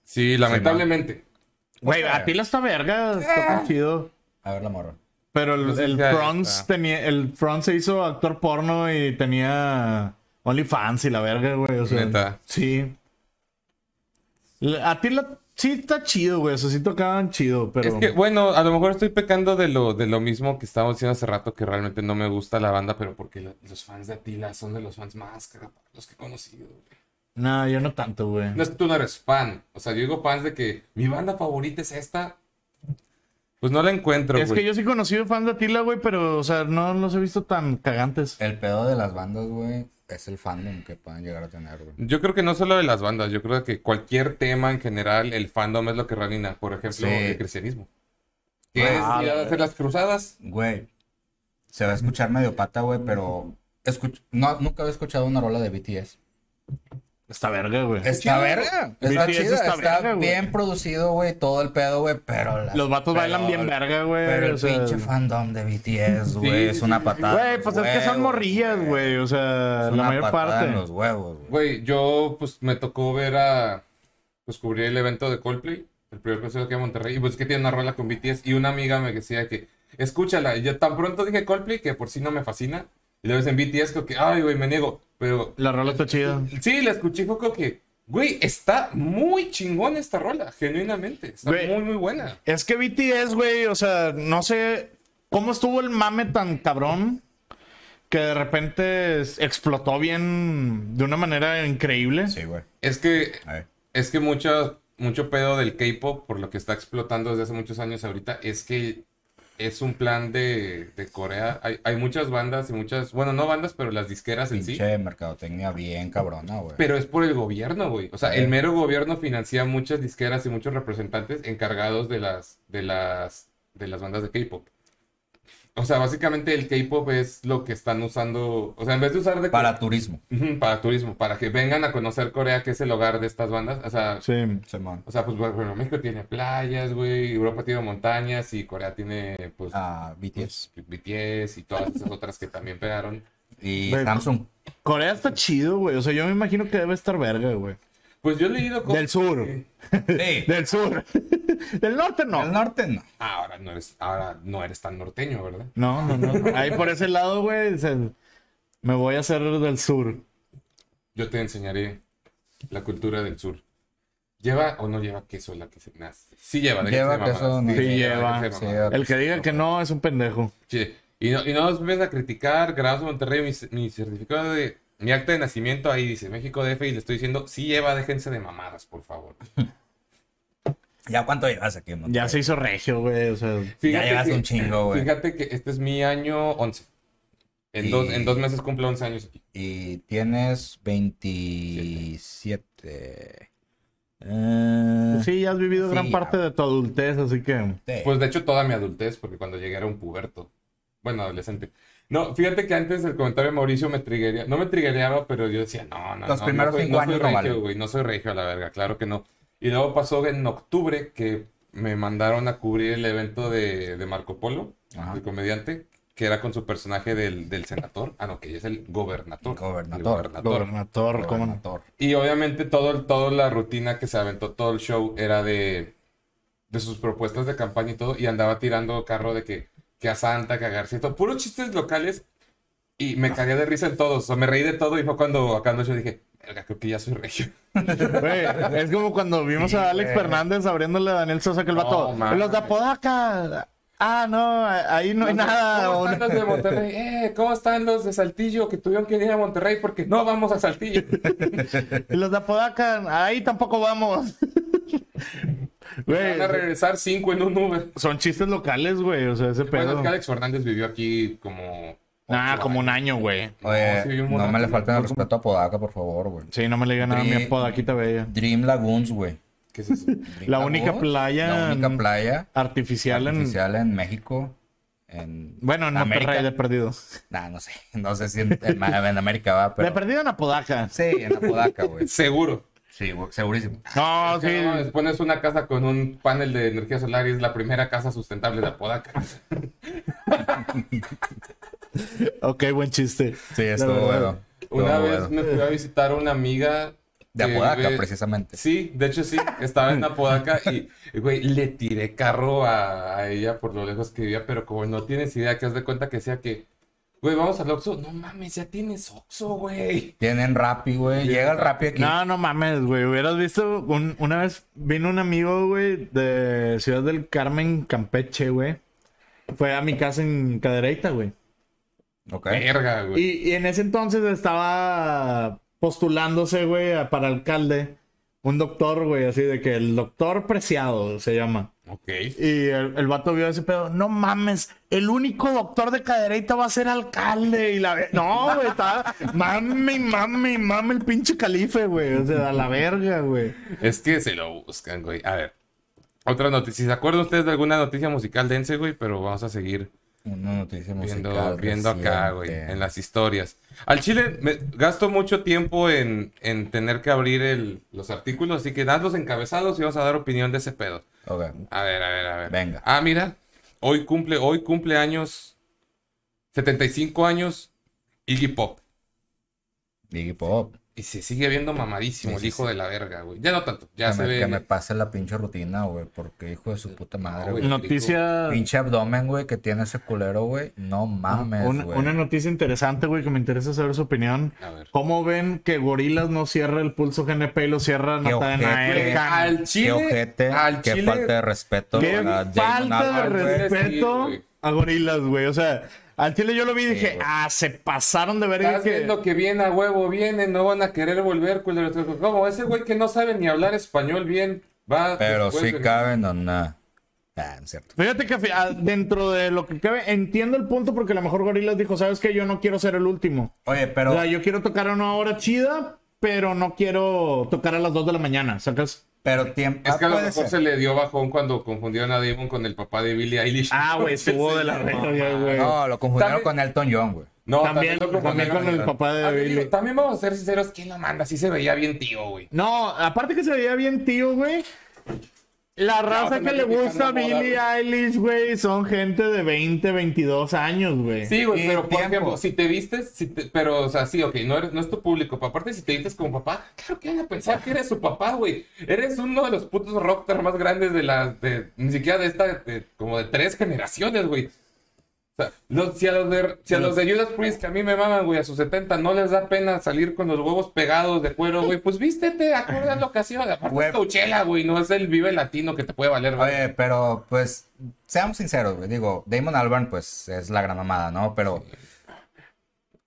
Speaker 1: Sí, lamentablemente.
Speaker 4: Güey,
Speaker 3: Ok. Eh.
Speaker 4: Atila está verga, está muy chido.
Speaker 3: A ver la morra.
Speaker 4: Pero el,
Speaker 1: No sé
Speaker 4: el
Speaker 1: si ya
Speaker 4: Franz
Speaker 1: está.
Speaker 4: tenía, el Franz se hizo actor porno y tenía OnlyFans y la verga, güey. O sea,
Speaker 1: Neta.
Speaker 4: Sí. La- A ti la, sí está chido, güey. O sea, sí tocaban chido, pero.
Speaker 1: Es que, bueno, a lo mejor estoy pecando de lo, de lo mismo que estábamos diciendo hace rato, que realmente no me gusta la banda, pero porque lo- los fans de Atila son de los fans más caros que he conocido. güey.
Speaker 4: No, yo no tanto, güey.
Speaker 1: No es que tú no eres fan. O sea, yo digo fans de que mi banda favorita es esta. Pues no la encuentro,
Speaker 4: es
Speaker 1: güey.
Speaker 4: que yo sí he conocido fans de Atila, güey, pero, o sea, no los he visto tan cagantes.
Speaker 1: Eh,
Speaker 3: El pedo de las bandas, güey, es el fandom que pueden llegar a tener, güey.
Speaker 1: Yo creo que no solo de las bandas, yo creo que cualquier tema en general, el fandom es lo que reina. Por ejemplo,
Speaker 3: Sí.
Speaker 1: el cristianismo. ¿Qué
Speaker 4: Ah,
Speaker 1: es ir a hacer las cruzadas?
Speaker 3: Güey, se va a escuchar medio pata, güey, pero escuch- no, nunca había escuchado una rola de BTS.
Speaker 4: Está verga, güey.
Speaker 3: Está verga. Está
Speaker 4: BTS
Speaker 3: chida.
Speaker 4: está
Speaker 3: Está,
Speaker 4: verga, güey.
Speaker 3: bien producido, güey, todo el pedo, güey, pero... las-
Speaker 4: Los vatos
Speaker 3: pero-
Speaker 4: bailan bien verga, güey.
Speaker 3: Pero el
Speaker 4: o sea,
Speaker 3: pinche fandom de BTS, güey, es una patada. en
Speaker 4: Güey,
Speaker 3: los
Speaker 4: pues es que son
Speaker 3: huevos,
Speaker 4: morrillas, güey. O
Speaker 3: Es
Speaker 4: sea, la
Speaker 3: una
Speaker 4: mayor
Speaker 3: patada
Speaker 4: parte.
Speaker 3: en los huevos, güey.
Speaker 1: Güey, yo pues me tocó ver a. Pues cubrí el evento de Coldplay, el primer concierto que iba a Monterrey, y pues que tiene una rola con BTS. Y una amiga me decía que, escúchala, y yo tan pronto dije Coldplay que por sí no me fascina. Y luego en BTS, como que, ay, güey, me niego. Pero
Speaker 4: La rola está chida.
Speaker 1: sí, la escuché, y fue como que, güey, está muy chingón esta rola, genuinamente. Está
Speaker 4: Güey.
Speaker 1: muy, muy buena.
Speaker 4: Es que BTS, güey, o sea, no sé cómo estuvo el mame tan cabrón que de repente es- explotó bien de una manera increíble.
Speaker 3: Sí, güey.
Speaker 1: Es que,
Speaker 3: A ver.
Speaker 1: es que mucho, mucho pedo del K-pop, por lo que está explotando desde hace muchos años ahorita, es que es un plan de, de Corea. Hay, hay muchas bandas y muchas, bueno, no bandas, pero las disqueras en sí.
Speaker 3: Pinche mercadotecnia bien cabrona, güey.
Speaker 1: Pero es por el gobierno, güey. O sea, el mero gobierno financia muchas disqueras y muchos representantes encargados de las, de las, de las bandas de K-pop. O sea, básicamente el K-pop es lo que están usando. O sea, en vez de usar de
Speaker 3: Para turismo.
Speaker 1: Ujú, para turismo, para que vengan a conocer Corea, que es el hogar de estas bandas. O sea,
Speaker 4: Sí.
Speaker 3: Simón.
Speaker 1: o sea pues bueno, México tiene playas, güey, Europa tiene montañas y Corea tiene, pues,
Speaker 3: Ah, BTS.
Speaker 1: pues, BTS y todas esas otras que también pegaron.
Speaker 3: Y
Speaker 4: Bueno. *laughs*
Speaker 3: Samsung.
Speaker 4: Corea está chido, güey. O sea, yo me imagino que debe estar verga, güey.
Speaker 1: Pues yo he leído cosas
Speaker 4: Del sur.
Speaker 1: que-
Speaker 3: Sí.
Speaker 4: Del sur. *laughs* Del norte
Speaker 3: Al
Speaker 4: no.
Speaker 3: norte no.
Speaker 1: Ahora no eres, ahora no eres tan norteño, ¿verdad?
Speaker 4: No, no, no. Ahí por ese lado, güey, dicen, me voy a hacer del sur.
Speaker 1: Yo te enseñaré la cultura del sur. ¿Lleva o no lleva queso la que se nace? Sí lleva, déjense
Speaker 3: Lleva
Speaker 1: de mamadas.
Speaker 3: queso, no.
Speaker 1: Sí,
Speaker 4: Sí
Speaker 1: lleva,
Speaker 4: lleva,
Speaker 1: déjense de
Speaker 3: sí,
Speaker 1: mamadas.
Speaker 4: El que diga que no es un pendejo.
Speaker 1: Sí. Y no, y no os ves a criticar, grabados en Monterrey, mi, mi certificado de... Mi acta de nacimiento ahí dice México DF y le estoy diciendo, sí lleva, déjense de mamadas, por favor.
Speaker 3: ¿Ya cuánto llevas aquí, Monterrey?
Speaker 4: Ya se hizo regio, güey. O sea,
Speaker 1: Fíjate
Speaker 3: llevas
Speaker 1: que-
Speaker 3: un chingo, güey.
Speaker 1: Fíjate que este es mi año 11. En,
Speaker 3: Y-
Speaker 1: dos, en dos meses cumplo 11 años aquí.
Speaker 3: Y tienes 27. Eh,
Speaker 4: Pues sí, ya has vivido
Speaker 3: Sí,
Speaker 4: gran parte
Speaker 3: ah.
Speaker 4: de tu adultez, así que.
Speaker 3: sí.
Speaker 1: Pues de hecho toda mi adultez, porque cuando llegué era un puberto. Bueno, adolescente. No, fíjate que antes el comentario de Mauricio me triguería. No me trigueaba, pero yo decía, no, no,
Speaker 3: Los
Speaker 1: no,
Speaker 3: primeros
Speaker 1: no soy,
Speaker 3: cinco
Speaker 1: no soy
Speaker 3: años no
Speaker 1: regio,
Speaker 3: valen.
Speaker 1: güey, no soy regio a la verga, claro que no. Y luego pasó en octubre que me mandaron a cubrir el evento de, de Marco Polo,
Speaker 3: Ajá.
Speaker 1: el comediante, que era con su personaje del, del senador. Ah, no, que ya es el gobernador.
Speaker 3: Gobernador.
Speaker 1: El gobernador.
Speaker 4: Gobernador, ¿cómo no?
Speaker 3: Gobernador.
Speaker 1: Y obviamente todo, el- toda la rutina que se aventó todo el show era de, de sus propuestas de campaña y todo, y andaba tirando carro de que, que a Santa, que a García, puros chistes locales, y
Speaker 4: Ah.
Speaker 1: me cagué de risa en todos, o sea, me reí de todo, y fue cuando acá yo dije, verga, creo que ya soy regio.
Speaker 4: Güey, es como cuando vimos a Alex Fernández abriéndole a Daniel Sosa que el
Speaker 1: No,
Speaker 4: vato.
Speaker 1: mames.
Speaker 4: Los de Apodaca. Ah, no, ahí no hay nada.
Speaker 1: *laughs* ¿Cómo
Speaker 4: o
Speaker 1: están
Speaker 4: no-
Speaker 1: los de Monterrey? Eh, ¿cómo están los de Saltillo que tuvieron que ir a Monterrey porque no vamos
Speaker 4: *laughs*
Speaker 1: a Saltillo?
Speaker 4: Los de Apodaca, ahí tampoco
Speaker 1: *laughs*
Speaker 4: vamos. Güey,
Speaker 1: Van a regresar cinco en un Uber.
Speaker 4: son chistes locales, güey. O sea, ese
Speaker 1: Bueno, es
Speaker 4: pedo.
Speaker 1: que Alex Fernández vivió aquí como...
Speaker 4: Ah,
Speaker 1: ocho
Speaker 4: como un año,
Speaker 1: años.
Speaker 4: güey.
Speaker 3: Oye,
Speaker 1: sí, bien
Speaker 3: no
Speaker 1: bonito.
Speaker 3: me le falten el respeto a Podaca, por favor, güey.
Speaker 4: Sí, no me le digan nada a mi
Speaker 3: Dri-
Speaker 4: Apodaquita bella.
Speaker 3: Dream Lagoons, güey.
Speaker 4: *laughs*
Speaker 1: ¿Qué es eso?
Speaker 3: Dream
Speaker 4: La única playa
Speaker 3: La única
Speaker 4: en-
Speaker 3: playa
Speaker 4: Artificial, en.
Speaker 3: artificial en México. En
Speaker 4: Bueno, en
Speaker 3: América.
Speaker 4: Monterrey de perdido.
Speaker 3: Nah, no sé. *laughs* No sé si en, en- en América va,
Speaker 4: De
Speaker 3: pero.
Speaker 4: perdido en Apodaca.
Speaker 3: Sí, en Apodaca, güey.
Speaker 1: Seguro.
Speaker 3: Sí, güey, segurísimo.
Speaker 4: No,
Speaker 1: Ah, Sí,
Speaker 4: sí.
Speaker 1: no mames, pones una casa con un panel de energía solar y es la primera casa sustentable de Apodaca.
Speaker 4: Ok, buen chiste.
Speaker 3: Sí,
Speaker 4: verdad.
Speaker 3: estuvo bueno.
Speaker 1: *laughs*
Speaker 3: Estuvo
Speaker 1: Una
Speaker 3: bueno.
Speaker 1: vez me fui a visitar a una amiga.
Speaker 3: De
Speaker 1: que
Speaker 3: Apodaca,
Speaker 1: vive-
Speaker 3: precisamente.
Speaker 1: Sí, de hecho sí, estaba en Apodaca y, güey, le tiré carro a, a ella por lo lejos que vivía, pero como no tienes idea, que has de cuenta que decía que, güey, vamos al Oxxo. No mames, ya tienes Oxxo, güey.
Speaker 3: Tienen Rappi, güey. Llega el Rappi aquí.
Speaker 4: No, no mames, güey. Hubieras visto. un- una vez vino un amigo, güey, de Ciudad del Carmen, Campeche, güey. Fue a mi casa en Cadereyta, güey.
Speaker 3: Ok.
Speaker 1: Verga, güey.
Speaker 4: Y, y en ese entonces estaba postulándose, güey, a- para alcalde. Un doctor, güey, así de que el doctor preciado se llama.
Speaker 1: Ok.
Speaker 4: Y el, el vato vio ese pedo. No mames, el único doctor de cadereita va a ser alcalde. Y la ve- No, güey, estaba. Mami, mami, mami, el pinche calife, güey. O sea, a la verga, güey.
Speaker 1: Es que se lo buscan, güey. A ver. Otra noticia. ¿Se acuerdan ustedes de alguna noticia musical? Dense, güey, pero vamos a seguir.
Speaker 3: Una noticia
Speaker 1: Viendo,
Speaker 3: musical.
Speaker 1: viendo acá, güey,
Speaker 3: reciente.
Speaker 1: en las historias. Al chile me gasto mucho tiempo en, en tener que abrir el, los artículos, así que das los encabezados y vamos a dar opinión de ese pedo.
Speaker 3: Ok.
Speaker 1: A ver, a ver, a ver.
Speaker 3: Venga.
Speaker 1: Ah, mira, hoy cumple, hoy cumple años, 75 años, Iggy Pop.
Speaker 3: Iggy Pop.
Speaker 1: Y se sigue viendo mamadísimo
Speaker 3: Sí,
Speaker 1: el
Speaker 3: sí,
Speaker 1: hijo
Speaker 3: sí.
Speaker 1: de la verga, güey. Ya no tanto, ya
Speaker 3: Que
Speaker 1: se
Speaker 3: me, que
Speaker 1: ve.
Speaker 3: me pase la pinche rutina, güey. Porque hijo de su puta madre, güey.
Speaker 4: Noticia.
Speaker 3: Pues, Pinche abdomen, güey, que tiene ese culero, güey. No mames,
Speaker 4: una,
Speaker 3: güey.
Speaker 4: una noticia interesante, güey, que me interesa saber su opinión.
Speaker 1: A ver.
Speaker 4: ¿Cómo ven que Gorilas no cierra el pulso GNP y lo cierra
Speaker 3: Qué
Speaker 4: Natanael
Speaker 3: ojete.
Speaker 4: Cano?
Speaker 1: Al
Speaker 3: Qué
Speaker 1: chile,
Speaker 3: ojete,
Speaker 1: al
Speaker 3: qué
Speaker 1: chile,
Speaker 3: falta de respeto.
Speaker 4: Qué
Speaker 3: a Damon
Speaker 4: falta de
Speaker 3: Albarn, güey.
Speaker 1: güey.
Speaker 4: respeto
Speaker 1: Sí, güey.
Speaker 4: a gorilas, güey. O sea, al chile yo lo vi y dije,
Speaker 3: güey.
Speaker 4: ah, se pasaron de verga
Speaker 1: Estás
Speaker 4: que...
Speaker 1: viendo que viene a huevo, vienen, no van a querer volver, culero. Como ese güey que no sabe ni hablar español bien, va.
Speaker 3: Pero
Speaker 1: después
Speaker 3: sí
Speaker 1: de-
Speaker 3: caben o no. Nah, Ah, no es cierto.
Speaker 4: Fíjate que fi- ah, dentro de lo que cabe, entiendo el punto porque a lo mejor Gorilas dijo, ¿sabes qué? Yo no quiero ser el último.
Speaker 3: Oye, pero.
Speaker 4: O sea, yo quiero tocar a una hora chida, pero no quiero tocar a las 2 de la mañana, ¿sacas?
Speaker 3: Pero tiempo.
Speaker 1: Es que a lo mejor
Speaker 3: Ah, ser.
Speaker 1: se le dio bajón cuando confundieron a Damon con el papá de Billie Eilish.
Speaker 4: Ah,
Speaker 1: *laughs*
Speaker 4: güey, estuvo de la verga, güey.
Speaker 3: No, lo confundieron
Speaker 1: También-
Speaker 3: con Elton John, güey.
Speaker 1: No,
Speaker 4: también,
Speaker 1: lo confundieron
Speaker 4: también con el
Speaker 1: a-
Speaker 4: papá de
Speaker 1: Ah,
Speaker 4: Billie.
Speaker 1: digo, También vamos a ser sinceros, ¿quién lo manda? Sí se veía bien tío, güey.
Speaker 4: No, aparte que se veía bien tío, güey. La
Speaker 1: vas a
Speaker 4: raza que
Speaker 1: andar
Speaker 4: le gusta a
Speaker 1: criticando moda,
Speaker 4: Billie
Speaker 1: güey.
Speaker 4: Eilish, güey, son gente de 20, 22 años, güey.
Speaker 1: Sí, güey,
Speaker 3: Y
Speaker 1: pero por
Speaker 3: tiempo.
Speaker 1: ejemplo, si te vistes, si te- pero, o sea, sí, ok, no, eres, no es tu público, pero aparte si te vistes como papá, claro que van a pensar que eres su papá, güey. Eres uno de los putos rockstars más grandes de las, de, ni siquiera de esta, de- como de tres generaciones, güey. O sea, los- si a los de, si a los de Judas Priest, que a mí me maman, güey, a sus 70, no les da pena salir con los huevos pegados de cuero, güey, pues vístete, acorde a la ocasión, aparte
Speaker 3: Güey.
Speaker 1: es Coachella, güey, no es el vive latino que te puede valer, güey.
Speaker 3: Oye, pero pues, seamos sinceros, güey. Digo, Damon Albarn, pues, es la gran mamada, ¿no? Pero.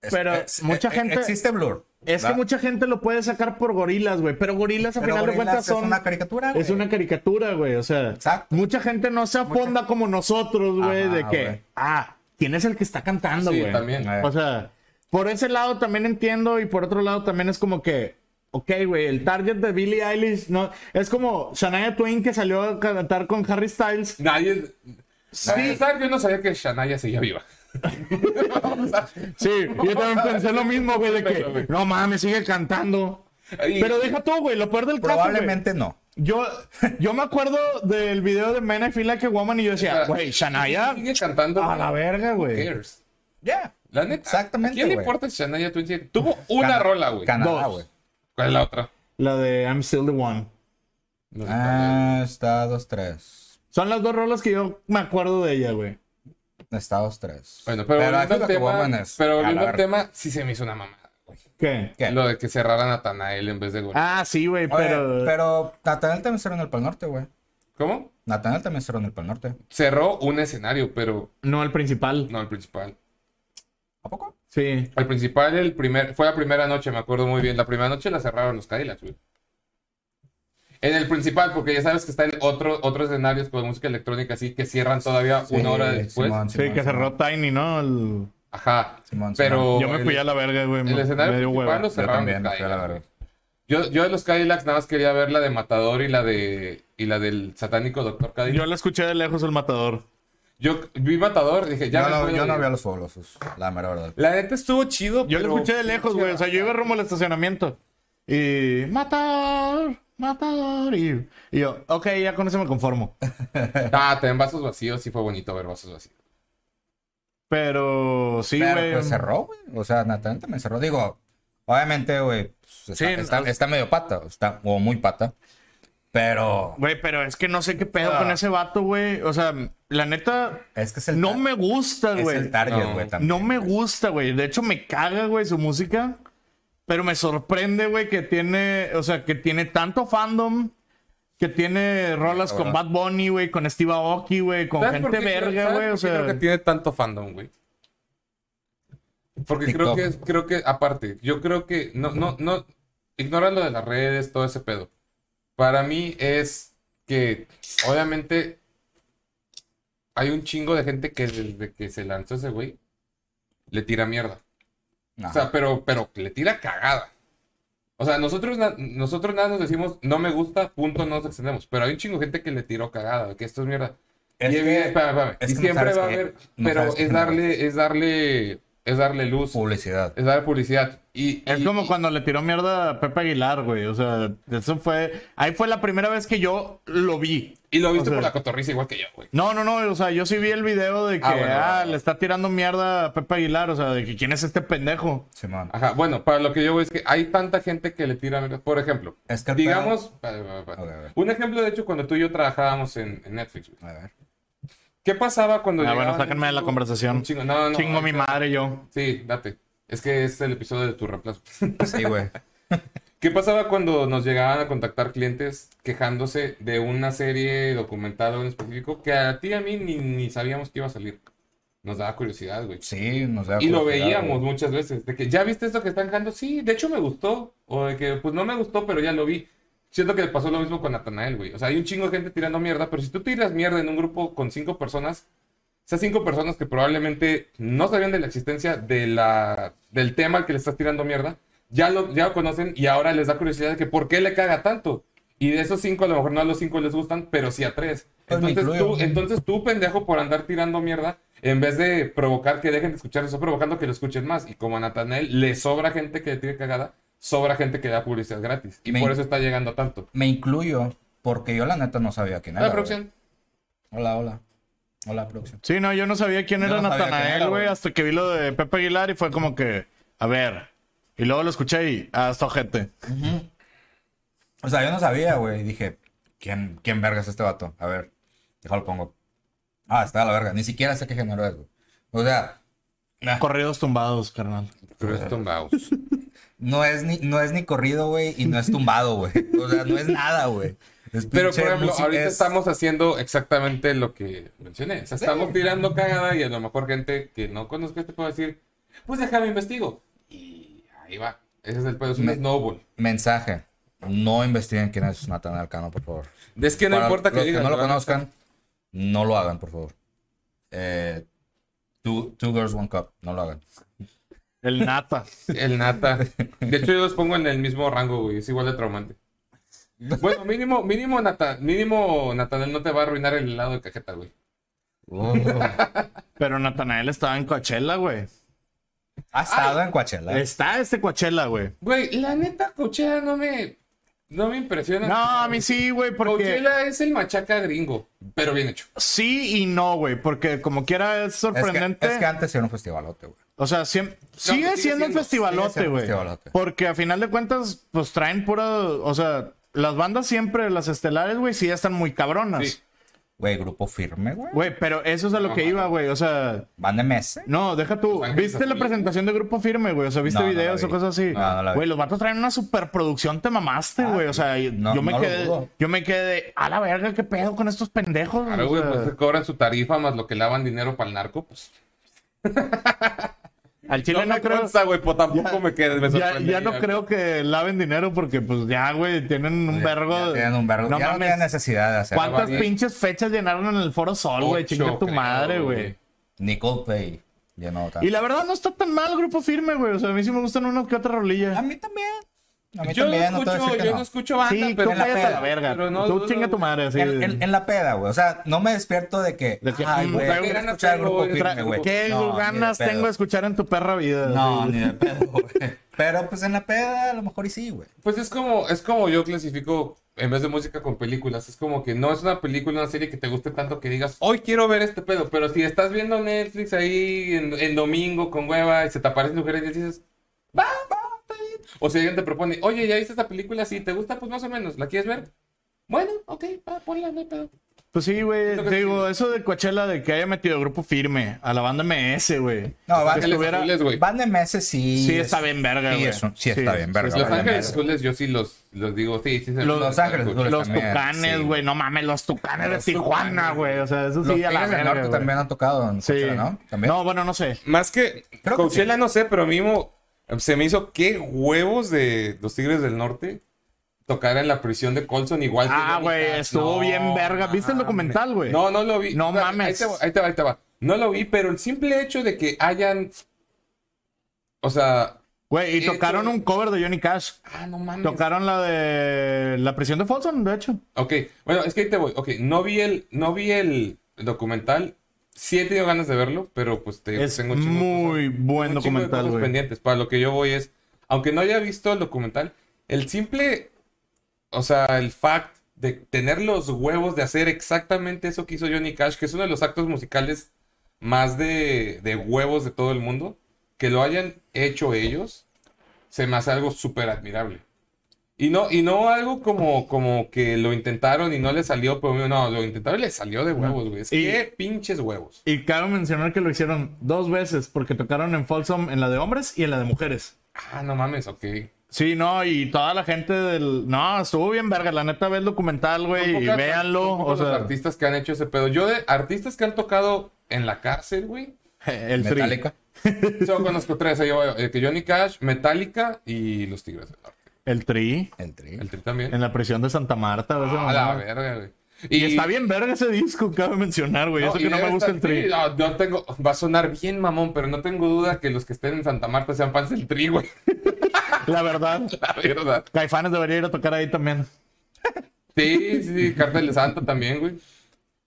Speaker 3: es-
Speaker 4: Pero
Speaker 3: es-
Speaker 4: mucha
Speaker 3: e- e-
Speaker 4: gente-
Speaker 3: Existe Blur.
Speaker 4: Es que
Speaker 3: ¿verdad?
Speaker 4: mucha gente lo puede sacar por gorilas, güey. Pero gorilas, a
Speaker 3: Pero
Speaker 4: final de
Speaker 3: Gorillaz
Speaker 4: cuentas, son.
Speaker 3: Es una caricatura, güey.
Speaker 4: Es una caricatura, güey. O sea,
Speaker 3: Exacto.
Speaker 4: mucha gente no se afonda como nosotros, güey,
Speaker 3: Ajá,
Speaker 4: de que,
Speaker 3: güey.
Speaker 4: ah, ¿quién es el que está cantando,
Speaker 1: Sí,
Speaker 4: güey?
Speaker 1: también.
Speaker 3: Eh,
Speaker 4: O sea, por ese lado también entiendo y por otro lado también es como que, ok, güey, el target de Billie Eilish no es como Shania Twain que salió a cantar con Harry Styles.
Speaker 1: Nadie, nadie
Speaker 4: Sí,
Speaker 1: sabe, yo no sabía que Shania seguía viva.
Speaker 4: *laughs*
Speaker 2: Sí, yo también pensé lo mismo, güey, de que no mames, sigue cantando.
Speaker 1: Y-
Speaker 4: pero deja tú, güey, lo peor del caso, güey.
Speaker 3: Probablemente no.
Speaker 4: Yo, yo me acuerdo del video de Men I Feel Like a Woman y yo decía,
Speaker 1: *laughs* Espera.
Speaker 4: güey, Shania,
Speaker 1: sigue cantando.
Speaker 4: a la verga,
Speaker 1: Who
Speaker 4: güey.
Speaker 1: cares?
Speaker 3: Ya.
Speaker 1: La neta.
Speaker 3: Exactamente,
Speaker 1: ¿A quién le
Speaker 3: güey.
Speaker 1: importa si Shania Twain sigue- Tuvo una
Speaker 3: Cana-
Speaker 1: rola, güey.
Speaker 3: Canadá,
Speaker 4: Dos.
Speaker 3: güey.
Speaker 1: ¿Cuál es la otra?
Speaker 4: La de I'm Still the One.
Speaker 1: No,
Speaker 3: Ah, Estados 3.
Speaker 4: Son las dos rolas que yo me acuerdo de ella, güey.
Speaker 3: Estados 3.
Speaker 1: Bueno, pero, volviendo al tema, pero volviendo al tema, sí se me hizo una mamada. güey.
Speaker 4: ¿Qué?
Speaker 3: ¿Qué?
Speaker 1: Lo de que cerraran a Tanael en vez de Gorillaz.
Speaker 4: Ah, sí, güey,
Speaker 3: pero...
Speaker 4: pero...
Speaker 3: pero Natanel también cerró en el Pal Norte, güey.
Speaker 1: ¿Cómo?
Speaker 3: Natanel también cerró en el Pal Norte.
Speaker 1: Cerró un escenario, pero
Speaker 4: No el principal.
Speaker 1: no el principal.
Speaker 3: ¿A poco?
Speaker 4: Sí.
Speaker 1: El principal el primer, fue la primera noche, me acuerdo muy bien. La primera noche la cerraron los Cadillacs, güey. En el principal, porque ya sabes que está el otro, otros escenarios con música electrónica así que cierran todavía una hora
Speaker 3: Sí,
Speaker 1: después.
Speaker 3: Simón,
Speaker 4: Sí,
Speaker 3: Simón,
Speaker 4: que
Speaker 3: Simón.
Speaker 4: cerró Tiny, ¿no? El-
Speaker 1: Ajá.
Speaker 3: Simón, Simón.
Speaker 1: Pero
Speaker 4: Yo me fui a la verga, güey.
Speaker 1: el,
Speaker 4: me-
Speaker 1: el escenario
Speaker 4: me dio
Speaker 1: principal
Speaker 4: hueva.
Speaker 1: lo
Speaker 3: Yo
Speaker 1: cerraron
Speaker 3: también,
Speaker 1: los
Speaker 3: me fui a la
Speaker 1: Cadillacs,
Speaker 3: verga.
Speaker 1: güey. Yo, yo de los Cadillacs nada más quería ver la de Matador y la de y la del satánico Doctor
Speaker 4: Yo
Speaker 1: Cadillac.
Speaker 4: lo escuché de lejos, El Matador.
Speaker 1: Yo, vi Matador y dije, ya
Speaker 3: Yo
Speaker 1: me
Speaker 3: no,
Speaker 1: puedo
Speaker 3: yo no
Speaker 1: ir.
Speaker 3: vi a los fabulosos, la mera verdad.
Speaker 1: La neta estuvo chido,
Speaker 4: Yo
Speaker 1: pero-
Speaker 4: lo escuché de lejos, güey. O sea, yo iba rumbo al estacionamiento. Y... Matador, matador. Y, y yo, ok, ya con eso me conformo.
Speaker 1: *laughs* Ah, también vasos vacíos, sí fue bonito ver vasos vacíos.
Speaker 4: Pero sí,
Speaker 3: pero
Speaker 4: güey.
Speaker 3: pues cerró, güey. O sea, Natanel también cerró. Digo, obviamente, güey, pues, está,
Speaker 4: Sí,
Speaker 3: está-
Speaker 4: no-
Speaker 3: está medio pata, está, o muy pata. Pero
Speaker 4: Güey, pero es que no sé qué pedo con ese vato, güey. O sea, la neta,
Speaker 3: es que Ah. es el,
Speaker 4: no
Speaker 3: tar-
Speaker 4: me gusta,
Speaker 3: es
Speaker 4: güey.
Speaker 3: el target,
Speaker 1: No.
Speaker 3: güey, también.
Speaker 4: No me gusta, güey. De hecho, me caga, güey, su música. Pero me sorprende, güey, que tiene, o sea, que tiene tanto fandom, que tiene rolas con Bad Bunny, güey, con Steve Aoki, güey, con
Speaker 1: ¿Sabes
Speaker 4: gente
Speaker 1: por qué creo-
Speaker 4: verga,
Speaker 1: sabes
Speaker 4: güey. O
Speaker 1: por qué creo
Speaker 4: sea,
Speaker 1: que tiene tanto fandom, güey. Porque creo
Speaker 3: TikTok.
Speaker 1: que, es- creo que, aparte, yo creo que, no, no, no, ignora lo de las redes, todo ese pedo. Para mí es que, obviamente, hay un chingo de gente que desde que se lanzó ese güey, le tira mierda.
Speaker 3: Ajá.
Speaker 1: O sea, pero, pero le tira cagada. O sea, nosotros, na- nosotros nada nos decimos, no me gusta, punto, no nos extendemos. Pero hay un chingo de gente que le tiró cagada, que esto es mierda.
Speaker 3: Es
Speaker 1: y
Speaker 3: que-
Speaker 1: evi- espérame, espérame.
Speaker 3: es
Speaker 1: Y
Speaker 3: que no
Speaker 1: siempre
Speaker 3: sabes
Speaker 1: va a
Speaker 3: qué-
Speaker 1: haber,
Speaker 3: no
Speaker 1: pero
Speaker 3: sabes
Speaker 1: es
Speaker 3: qué
Speaker 1: darle, es darle, es darle luz,
Speaker 3: publicidad.
Speaker 1: es darle publicidad. Y,
Speaker 4: es
Speaker 1: y-
Speaker 4: como
Speaker 1: y-
Speaker 4: cuando le tiró mierda a Pepe Aguilar, güey. O sea, eso fue. Ahí fue la primera vez que yo lo vi.
Speaker 1: Y lo viste
Speaker 4: o sea-
Speaker 1: por la cotorriza igual que yo, güey.
Speaker 4: No, no, no, o sea, yo sí vi el video de que
Speaker 1: Ah, bueno,
Speaker 4: ah,
Speaker 1: bueno.
Speaker 4: le está tirando mierda a Pepe Aguilar, o sea, de que quién es este pendejo.
Speaker 3: Simón.
Speaker 1: Ajá, bueno, para lo que yo veo es que hay tanta gente que le tira mierda. Por ejemplo,
Speaker 3: Es que el
Speaker 1: digamos, espérame, espérame, espérame.
Speaker 3: Ok, ok.
Speaker 1: un ejemplo de hecho cuando tú y yo trabajábamos en, en Netflix, güey.
Speaker 3: A ver.
Speaker 1: ¿Qué pasaba cuando
Speaker 4: Ah,
Speaker 1: llegaban
Speaker 4: bueno, sáquenme de la
Speaker 1: un-
Speaker 4: conversación.
Speaker 1: un chingo- no, no,
Speaker 4: Chingo mi
Speaker 1: ahorita-
Speaker 4: madre yo.
Speaker 1: Sí, date. Es que es el episodio de tu reemplazo.
Speaker 3: Pues Sí, güey.
Speaker 1: ¿Qué pasaba cuando nos llegaban a contactar clientes quejándose de una serie documentada en específico que a ti y a mí ni, ni sabíamos que iba a salir? Nos daba curiosidad, güey.
Speaker 3: Sí, nos da
Speaker 1: Y lo
Speaker 3: publicidad,
Speaker 1: veíamos
Speaker 3: güey.
Speaker 1: muchas veces, de que ya viste esto que están dejando, sí, de hecho me gustó, o de que pues no me gustó, pero ya lo vi. Siento que pasó lo mismo con Natanael, güey. O sea, hay un chingo de gente tirando mierda, pero si tú tiras mierda en un grupo con cinco personas, esas cinco personas que probablemente no sabían de la existencia de la, del tema al que le estás tirando mierda, ya lo, ya lo conocen y ahora les da curiosidad de que por qué le caga tanto. Y de esos cinco, a lo mejor no a los cinco les gustan, pero sí a tres.
Speaker 3: Pues me
Speaker 1: Entonces
Speaker 3: incluyo.
Speaker 1: tú, entonces tú, pendejo, por andar tirando mierda, en vez de provocar que dejen de escuchar, estás provocando que lo escuchen más. Y como a Nathanael le sobra gente que le tire cagada, sobra gente que le da publicidad gratis. Y
Speaker 3: Me-
Speaker 1: por eso está llegando a tanto.
Speaker 3: Me incluyo porque yo la neta no sabía quién era.
Speaker 1: Hola,
Speaker 3: güey.
Speaker 1: producción.
Speaker 3: Hola, hola. Hola, producción.
Speaker 4: Sí, no, yo no sabía quién
Speaker 3: Yo
Speaker 4: era
Speaker 3: no sabía quién
Speaker 4: Natanael,
Speaker 3: era,
Speaker 4: güey,
Speaker 3: güey.
Speaker 4: hasta que vi lo de Pepe Aguilar y fue como que, a ver. Y luego lo escuché y, ah, está ojete.
Speaker 3: O sea, yo no sabía, güey. Dije, ¿quién, quién verga es este vato? A ver, déjalo pongo. Ah, está a la verga. Ni siquiera sé qué género es, güey. O sea, ah,
Speaker 4: Corridos tumbados, carnal.
Speaker 1: Pero es tumbao.
Speaker 3: no es ni, no es ni corrido, güey, y no es tumbado, güey. O sea, no es nada, güey.
Speaker 1: *laughs*
Speaker 3: Es
Speaker 1: Pero,
Speaker 3: pinche
Speaker 1: por ejemplo,
Speaker 3: música-
Speaker 1: ahorita
Speaker 3: es-
Speaker 1: estamos haciendo exactamente lo que mencioné. O sea, estamos tirando cagada y a lo mejor gente que no conozca te puede decir, pues déjame investigo. Y ahí va. Ese es el pedo, es un
Speaker 3: Me-
Speaker 1: snowball.
Speaker 3: Mensaje. No investiguen quién es Nathan Alcano, por favor.
Speaker 1: Es que no
Speaker 3: Para
Speaker 1: importa que
Speaker 3: los
Speaker 1: digas.
Speaker 3: no lo
Speaker 1: ¿verdad?
Speaker 3: conozcan, no lo hagan, por favor. Eh, two, two Girls, One Cup. No lo hagan.
Speaker 4: El Nata.
Speaker 1: El nata. De hecho, yo los pongo en el mismo rango, güey. Es igual de traumante. Bueno, mínimo, mínimo, Nata, mínimo, Natanael no te va a arruinar el helado de cajeta, güey.
Speaker 4: Pero Natanael estaba en Coachella, güey.
Speaker 3: Ha estado en Coachella.
Speaker 4: Está este Coachella, güey.
Speaker 1: Güey, la neta, cochera no me, no me impresiona.
Speaker 4: No, a mí sí, güey, porque...
Speaker 1: Coachella es el machaca gringo, pero bien hecho.
Speaker 4: Sí y no, güey, porque como quiera es
Speaker 3: Es que,
Speaker 4: sorprendente.
Speaker 3: es que antes era un festivalote, güey.
Speaker 4: O sea, siem- sigue,
Speaker 1: sigue
Speaker 4: siendo un
Speaker 1: siendo,
Speaker 3: sigue
Speaker 4: festivalote,
Speaker 3: siendo
Speaker 4: güey.
Speaker 3: festivalote.
Speaker 4: Porque a final de cuentas, pues traen pura. O sea, las bandas siempre, las estelares, güey, sí ya están muy cabronas.
Speaker 1: Sí.
Speaker 3: Güey, grupo firme, güey.
Speaker 4: Güey, pero eso es a lo
Speaker 1: No,
Speaker 4: que iba,
Speaker 1: mano.
Speaker 4: güey. O sea,
Speaker 3: Van de mesa.
Speaker 4: no, deja tú.
Speaker 1: Los Ángeles
Speaker 4: ¿Viste la
Speaker 1: Azules.
Speaker 4: presentación de Grupo Firme, güey? O sea, ¿viste
Speaker 3: No, no la
Speaker 4: videos o
Speaker 3: vi.
Speaker 4: cosas así?
Speaker 3: No, no la vi.
Speaker 4: Güey, los vatos traen una superproducción, te mamaste,
Speaker 3: Ah,
Speaker 4: güey. O sea, yo-
Speaker 3: no,
Speaker 4: yo, me
Speaker 3: no lo
Speaker 4: quedé,
Speaker 3: dudo.
Speaker 4: yo me quedé, a la verga, ¿qué pedo con estos pendejos?
Speaker 1: Claro,
Speaker 4: O
Speaker 1: güey,
Speaker 4: sea,
Speaker 1: pues se cobran su tarifa más lo que lavan dinero para el narco, pues.
Speaker 4: al chile no,
Speaker 1: me
Speaker 4: creo.
Speaker 1: consta, güey, pues tampoco
Speaker 4: Ya-
Speaker 1: me quedes, me
Speaker 4: Ya, ya no
Speaker 1: sorprendería.
Speaker 4: creo que laven dinero porque, pues, ya, güey, tienen un
Speaker 3: Ya-
Speaker 4: vergo.
Speaker 3: ya tienen un vergo.
Speaker 4: No
Speaker 3: ya no
Speaker 4: mames.
Speaker 3: tienen necesidad de hacerlo.
Speaker 4: ¿Cuántas
Speaker 1: Barbier.
Speaker 4: pinches fechas llenaron en el Foro Sol, güey?
Speaker 1: Ocho,
Speaker 4: Chinga tu
Speaker 1: creo,
Speaker 4: madre, güey.
Speaker 3: Ni Coldplay llenó tanto.
Speaker 4: Y la verdad no está tan mal Grupo Firme, güey. O sea, a mí sí me gustan unos que otra
Speaker 3: A
Speaker 4: rolilla.
Speaker 3: mí también. A mí
Speaker 1: Yo no
Speaker 3: también, no te voy a
Speaker 1: escucho,
Speaker 3: decir que
Speaker 1: yo
Speaker 3: no.
Speaker 1: no escucho banda,
Speaker 4: Sí, tú
Speaker 1: pero
Speaker 3: en la
Speaker 4: cállate a la
Speaker 3: peda,
Speaker 4: verga.
Speaker 1: pero no
Speaker 4: tú
Speaker 1: dudo-
Speaker 4: chinga tu madre, sí.
Speaker 3: En, en- en la peda, güey. O sea, no me despierto de que.
Speaker 4: De que,
Speaker 3: ay,
Speaker 4: mm,
Speaker 3: güey,
Speaker 4: traigo
Speaker 3: quiero
Speaker 1: ganas,
Speaker 3: escuchar
Speaker 1: traigo-
Speaker 3: grupo firme,
Speaker 1: traigo-
Speaker 3: güey.
Speaker 4: Qué
Speaker 3: No, ni de
Speaker 4: ganas
Speaker 3: pedo.
Speaker 4: tengo de escuchar en tu perra vida.
Speaker 3: No,
Speaker 4: sí.
Speaker 3: ni de pedo, *laughs* güey. Pero pues en la peda, a lo mejor y sí, güey.
Speaker 1: Pues es como, es como yo clasifico, en vez de música con películas, es como que no es una película, una serie que te guste tanto que digas, hoy quiero ver este pedo, pero si estás viendo Netflix ahí en, en domingo con hueva y se te aparecen mujeres y dices, va, va, está bien. O si alguien te propone, oye, ya viste esta película, si te gusta, pues más o menos, ¿la quieres ver? Bueno, ok, va, ponla, no hay pedo.
Speaker 4: Pues sí, güey.
Speaker 1: Siento
Speaker 4: Te
Speaker 1: que
Speaker 4: digo, eso de Coachella de que haya metido Grupo Firme a la banda MS, güey.
Speaker 3: No, van,
Speaker 1: Ángeles
Speaker 4: estuviera-
Speaker 1: Azules, güey.
Speaker 3: van de meses sí.
Speaker 4: Sí,
Speaker 3: es-
Speaker 4: está bien verga,
Speaker 3: sí
Speaker 4: güey.
Speaker 3: es un- sí está bien verga,
Speaker 4: sí
Speaker 1: Los
Speaker 4: está bien
Speaker 1: Ángeles
Speaker 4: verga.
Speaker 1: Azules, yo sí los, los digo, sí, sí. se-
Speaker 4: Los-
Speaker 3: Los Ángeles Azules.
Speaker 4: Los
Speaker 3: también,
Speaker 4: tucanes,
Speaker 3: sí.
Speaker 4: güey. No mames, los tucanes de
Speaker 1: Los
Speaker 4: Tijuana,
Speaker 1: Tucanes,
Speaker 4: güey. O sea, eso
Speaker 3: Los
Speaker 4: sí a la
Speaker 3: Tigres del
Speaker 4: verga,
Speaker 3: Norte
Speaker 4: güey.
Speaker 3: también han tocado en
Speaker 4: Sí.
Speaker 3: Coachella, ¿no? También.
Speaker 4: No, bueno, no sé.
Speaker 1: Más que
Speaker 3: Creo que
Speaker 1: Coachella no sé, pero mismo se me hizo qué huevos de los Tigres del Norte tocar en la prisión de Colson igual que
Speaker 4: Ah,
Speaker 1: Johnny
Speaker 4: güey,
Speaker 1: Cash.
Speaker 4: estuvo
Speaker 3: no,
Speaker 4: bien verga. ¿Viste el documental, güey?
Speaker 1: No, no lo vi.
Speaker 4: No
Speaker 1: O sea,
Speaker 4: mames.
Speaker 1: Ahí te, va, ahí te va, ahí te va. No lo vi, pero el simple hecho de que hayan o sea,
Speaker 4: Güey, y
Speaker 1: hecho-
Speaker 4: tocaron un cover de Johnny Cash.
Speaker 1: ah, no mames.
Speaker 4: Tocaron la de la prisión de Folsom, de hecho.
Speaker 1: Ok, bueno, es que ahí te voy. Ok, no vi el no vi el documental. Sí he tenido ganas de verlo, pero pues te
Speaker 4: es
Speaker 1: tengo un chingo de cosas.
Speaker 4: muy buen
Speaker 1: un chingo de
Speaker 4: documental,
Speaker 1: cosas
Speaker 4: güey.
Speaker 1: pendientes. Para lo que yo voy es, aunque no haya visto el documental, el simple, o sea, el fact de tener los huevos de hacer exactamente eso que hizo Johnny Cash, que es uno de los actos musicales más de, de huevos de todo el mundo, que lo hayan hecho ellos, se me hace algo súper admirable. Y no, y no algo como, como que lo intentaron y no le salió, pero no, lo intentaron y le salió de huevos, güey. Es
Speaker 4: Y-
Speaker 1: que pinches huevos.
Speaker 4: Y cabe mencionar que lo hicieron dos veces, porque tocaron en Folsom en la de hombres y en la de mujeres.
Speaker 1: Ah, no mames, ok.
Speaker 4: Sí, no, y toda la gente del. No, estuvo bien verga. La neta, ve el documental,
Speaker 1: Son
Speaker 4: güey, y
Speaker 1: pocas-
Speaker 4: véanlo.
Speaker 1: son
Speaker 4: O
Speaker 1: pocos los
Speaker 4: sea,
Speaker 1: artistas que han hecho ese pedo. Yo de artistas que han tocado en la cárcel, güey.
Speaker 4: el tri.
Speaker 3: Metallica.
Speaker 1: eh, Solo conozco tres. ahí voy, eh, que Johnny Cash, Metallica y Los Tigres del Norte.
Speaker 4: El tri.
Speaker 3: El tri.
Speaker 1: El trip también.
Speaker 4: En la prisión de Santa Marta. güey, esa
Speaker 1: A
Speaker 4: mamada.
Speaker 1: Ah, la verga, güey.
Speaker 4: y... está bien verga ese disco, cabe mencionar, güey. Eso
Speaker 1: y
Speaker 4: que no
Speaker 1: debe
Speaker 4: me gusta
Speaker 1: estar-
Speaker 4: el tri.
Speaker 1: sí, No, no tengo, va a sonar bien mamón, pero no tengo duda que los que estén en Santa Marta sean fans del tri, güey. *laughs*
Speaker 4: La verdad.
Speaker 1: La verdad.
Speaker 4: Caifanes debería ir a tocar ahí también.
Speaker 1: Sí, sí, Cartel de Santa también, güey.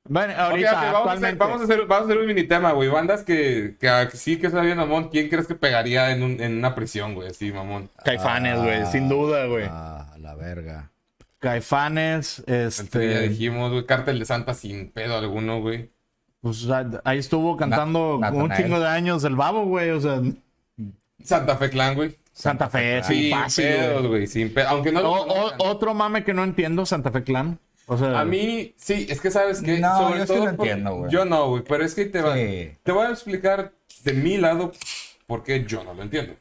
Speaker 4: Bueno,
Speaker 1: Ok,
Speaker 4: ahorita,
Speaker 1: ok, vamos, a hacer,
Speaker 4: actualmente.
Speaker 1: vamos, a hacer, vamos a hacer un mini tema, güey. Bandas que, que ah, que sí que está bien, mamón. ¿Quién crees que pegaría en, un- en una prisión, güey? Así, mamón.
Speaker 4: Caifanes, güey, sin duda, güey.
Speaker 3: Ah, la verga.
Speaker 4: Caifanes,
Speaker 1: El tri ya
Speaker 4: este.
Speaker 1: dijimos, güey. Cartel de Santa sin pedo alguno, güey.
Speaker 4: Pues a- ahí estuvo cantando
Speaker 3: Na-
Speaker 4: un
Speaker 3: Natanael.
Speaker 4: chingo de años el babo, güey. O sea,
Speaker 1: Santa Fe Clan, güey.
Speaker 4: Santa
Speaker 3: Ah,
Speaker 4: Fe, sí,
Speaker 1: Sin
Speaker 4: fácil. güey.
Speaker 1: pedos, güey. Sin pedos. Aunque no lo
Speaker 4: O- o-
Speaker 1: conozcan.
Speaker 4: otro mame que no entiendo, Santa Fe Clan. O sea,
Speaker 1: A mí, sí, es que sabes que.
Speaker 3: No, yo sí lo
Speaker 1: por-
Speaker 3: entiendo, güey.
Speaker 1: Yo no, güey, pero es que te, va-
Speaker 3: Sí.
Speaker 1: te voy a explicar de mi lado por qué yo no lo entiendo.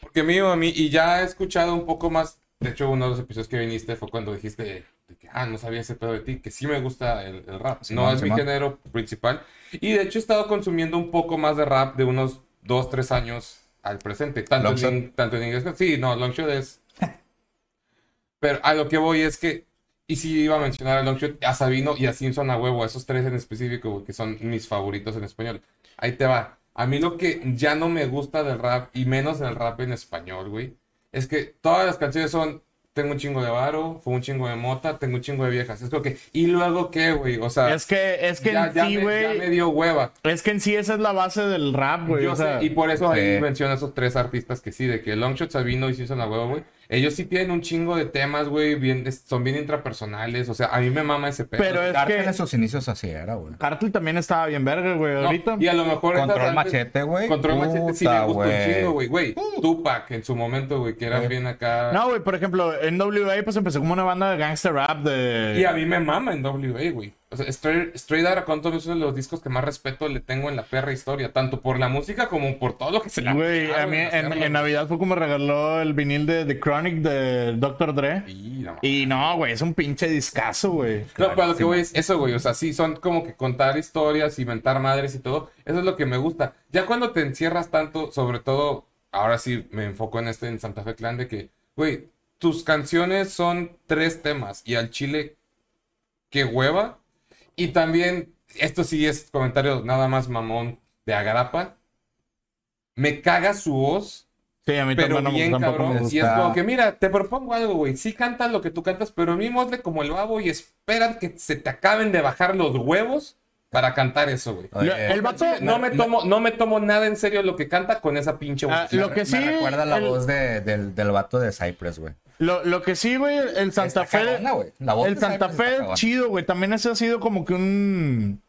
Speaker 1: Porque mío, a mí, y ya he escuchado un poco más. De hecho, uno de los episodios que viniste fue cuando dijiste de que, ah, no sabía ese pedo de ti, que sí me gusta el, el rap. no
Speaker 3: Simón,
Speaker 1: es mi
Speaker 3: Simón.
Speaker 1: género principal. Y de hecho, he estado consumiendo un poco más de rap de unos 2, 3 años al presente. Tanto,
Speaker 3: Longshot.
Speaker 1: en, tanto en inglés. Sí, no, Longshot es *laughs* pero a lo que voy es que, y sí iba a mencionar a Longshot, a Sabino y a Simpson a huevo, a esos tres en específico, güey, que son mis favoritos en español. Ahí te va. A mí lo que ya no me gusta del rap, y menos del rap en español, güey, es que todas las canciones son, tengo un chingo de varo, fue un chingo de mota, tengo un chingo de viejas. Es lo que, y luego qué, güey, o sea,
Speaker 4: es que, es que
Speaker 1: ya,
Speaker 4: en
Speaker 1: ya
Speaker 4: sí,
Speaker 1: me, ya me
Speaker 4: güey.
Speaker 1: dio hueva.
Speaker 4: Es que en sí esa es la base del rap, güey.
Speaker 1: Yo
Speaker 4: O sea,
Speaker 1: sé, y por eso ahí
Speaker 3: Sí.
Speaker 1: menciona esos tres artistas que sí, de que Longshot, Sabino y Simpson a huevo, güey. Ellos sí tienen un chingo de temas, güey, bien, es- son bien intrapersonales, o sea, a mí me mama ese pedo.
Speaker 4: Pero es
Speaker 3: Cartel
Speaker 4: que-
Speaker 3: en sus inicios así era, güey.
Speaker 4: Cartel también estaba bien verga, güey.
Speaker 1: No,
Speaker 4: Ahorita.
Speaker 1: y a lo mejor... esta
Speaker 3: Control
Speaker 1: tal vez-
Speaker 3: Machete, güey.
Speaker 1: Control Machete sí me
Speaker 3: Puta,
Speaker 1: gusta un
Speaker 3: güey.
Speaker 1: chingo, güey. Güey, Tupac en su momento, güey, que era
Speaker 3: Güey.
Speaker 1: bien acá...
Speaker 4: Uh. No, güey, por ejemplo, NWA pues empezó como una banda de gangster rap de...
Speaker 1: Y a mí me mama en WA, güey. O sea, Straight, Straight Outta Compton es uno de los discos que más respeto le tengo en la perra historia, tanto por la música como por todo lo que *laughs* se le ha
Speaker 4: Güey,
Speaker 1: pegado
Speaker 4: a mí en,
Speaker 1: hacerlo,
Speaker 4: en
Speaker 1: güey.
Speaker 4: Navidad fue como regaló el vinil de The Chronic de Dr. Dre.
Speaker 1: Y la
Speaker 4: Y no, güey, es un pinche discazo, güey.
Speaker 1: No, pero lo que voy es eso, güey. O sea, sí, son como que contar historias, inventar madres y todo. Eso es lo que me gusta. Ya cuando te encierras tanto, sobre todo, ahora sí me enfoco en este, en Santa Fe Clan, de que, güey, tus canciones son tres temas y al chile, qué hueva. Y también, esto sí es comentario nada más mamón de Agarapa. Me caga su voz
Speaker 4: Sí, a mí
Speaker 1: pero
Speaker 4: tampoco no me-
Speaker 1: bien
Speaker 4: tampoco me
Speaker 1: cabrón.
Speaker 4: gusta.
Speaker 1: Y es como que, mira, te propongo algo, güey. Sí cantas lo que tú cantas, pero a mí mosle como el babo y esperan que se te acaben de bajar los huevos para cantar eso, güey.
Speaker 3: Oye,
Speaker 4: Lo- el vato...
Speaker 3: eh,
Speaker 1: No me tomo, no me tomo nada en serio lo que canta con esa pinche
Speaker 4: Ah,
Speaker 1: voz.
Speaker 4: lo que sí...
Speaker 3: me recuerda la
Speaker 4: el-
Speaker 3: voz de- del, del vato de Cypress, güey.
Speaker 4: Lo, lo que sí, güey, el Santa
Speaker 3: Está
Speaker 4: Fe...
Speaker 3: cagona, güey. La voz
Speaker 4: el
Speaker 3: de
Speaker 4: Santa
Speaker 3: Cypress
Speaker 4: Fe
Speaker 3: está cagona.
Speaker 4: chido, güey. También ese ha sido como que un...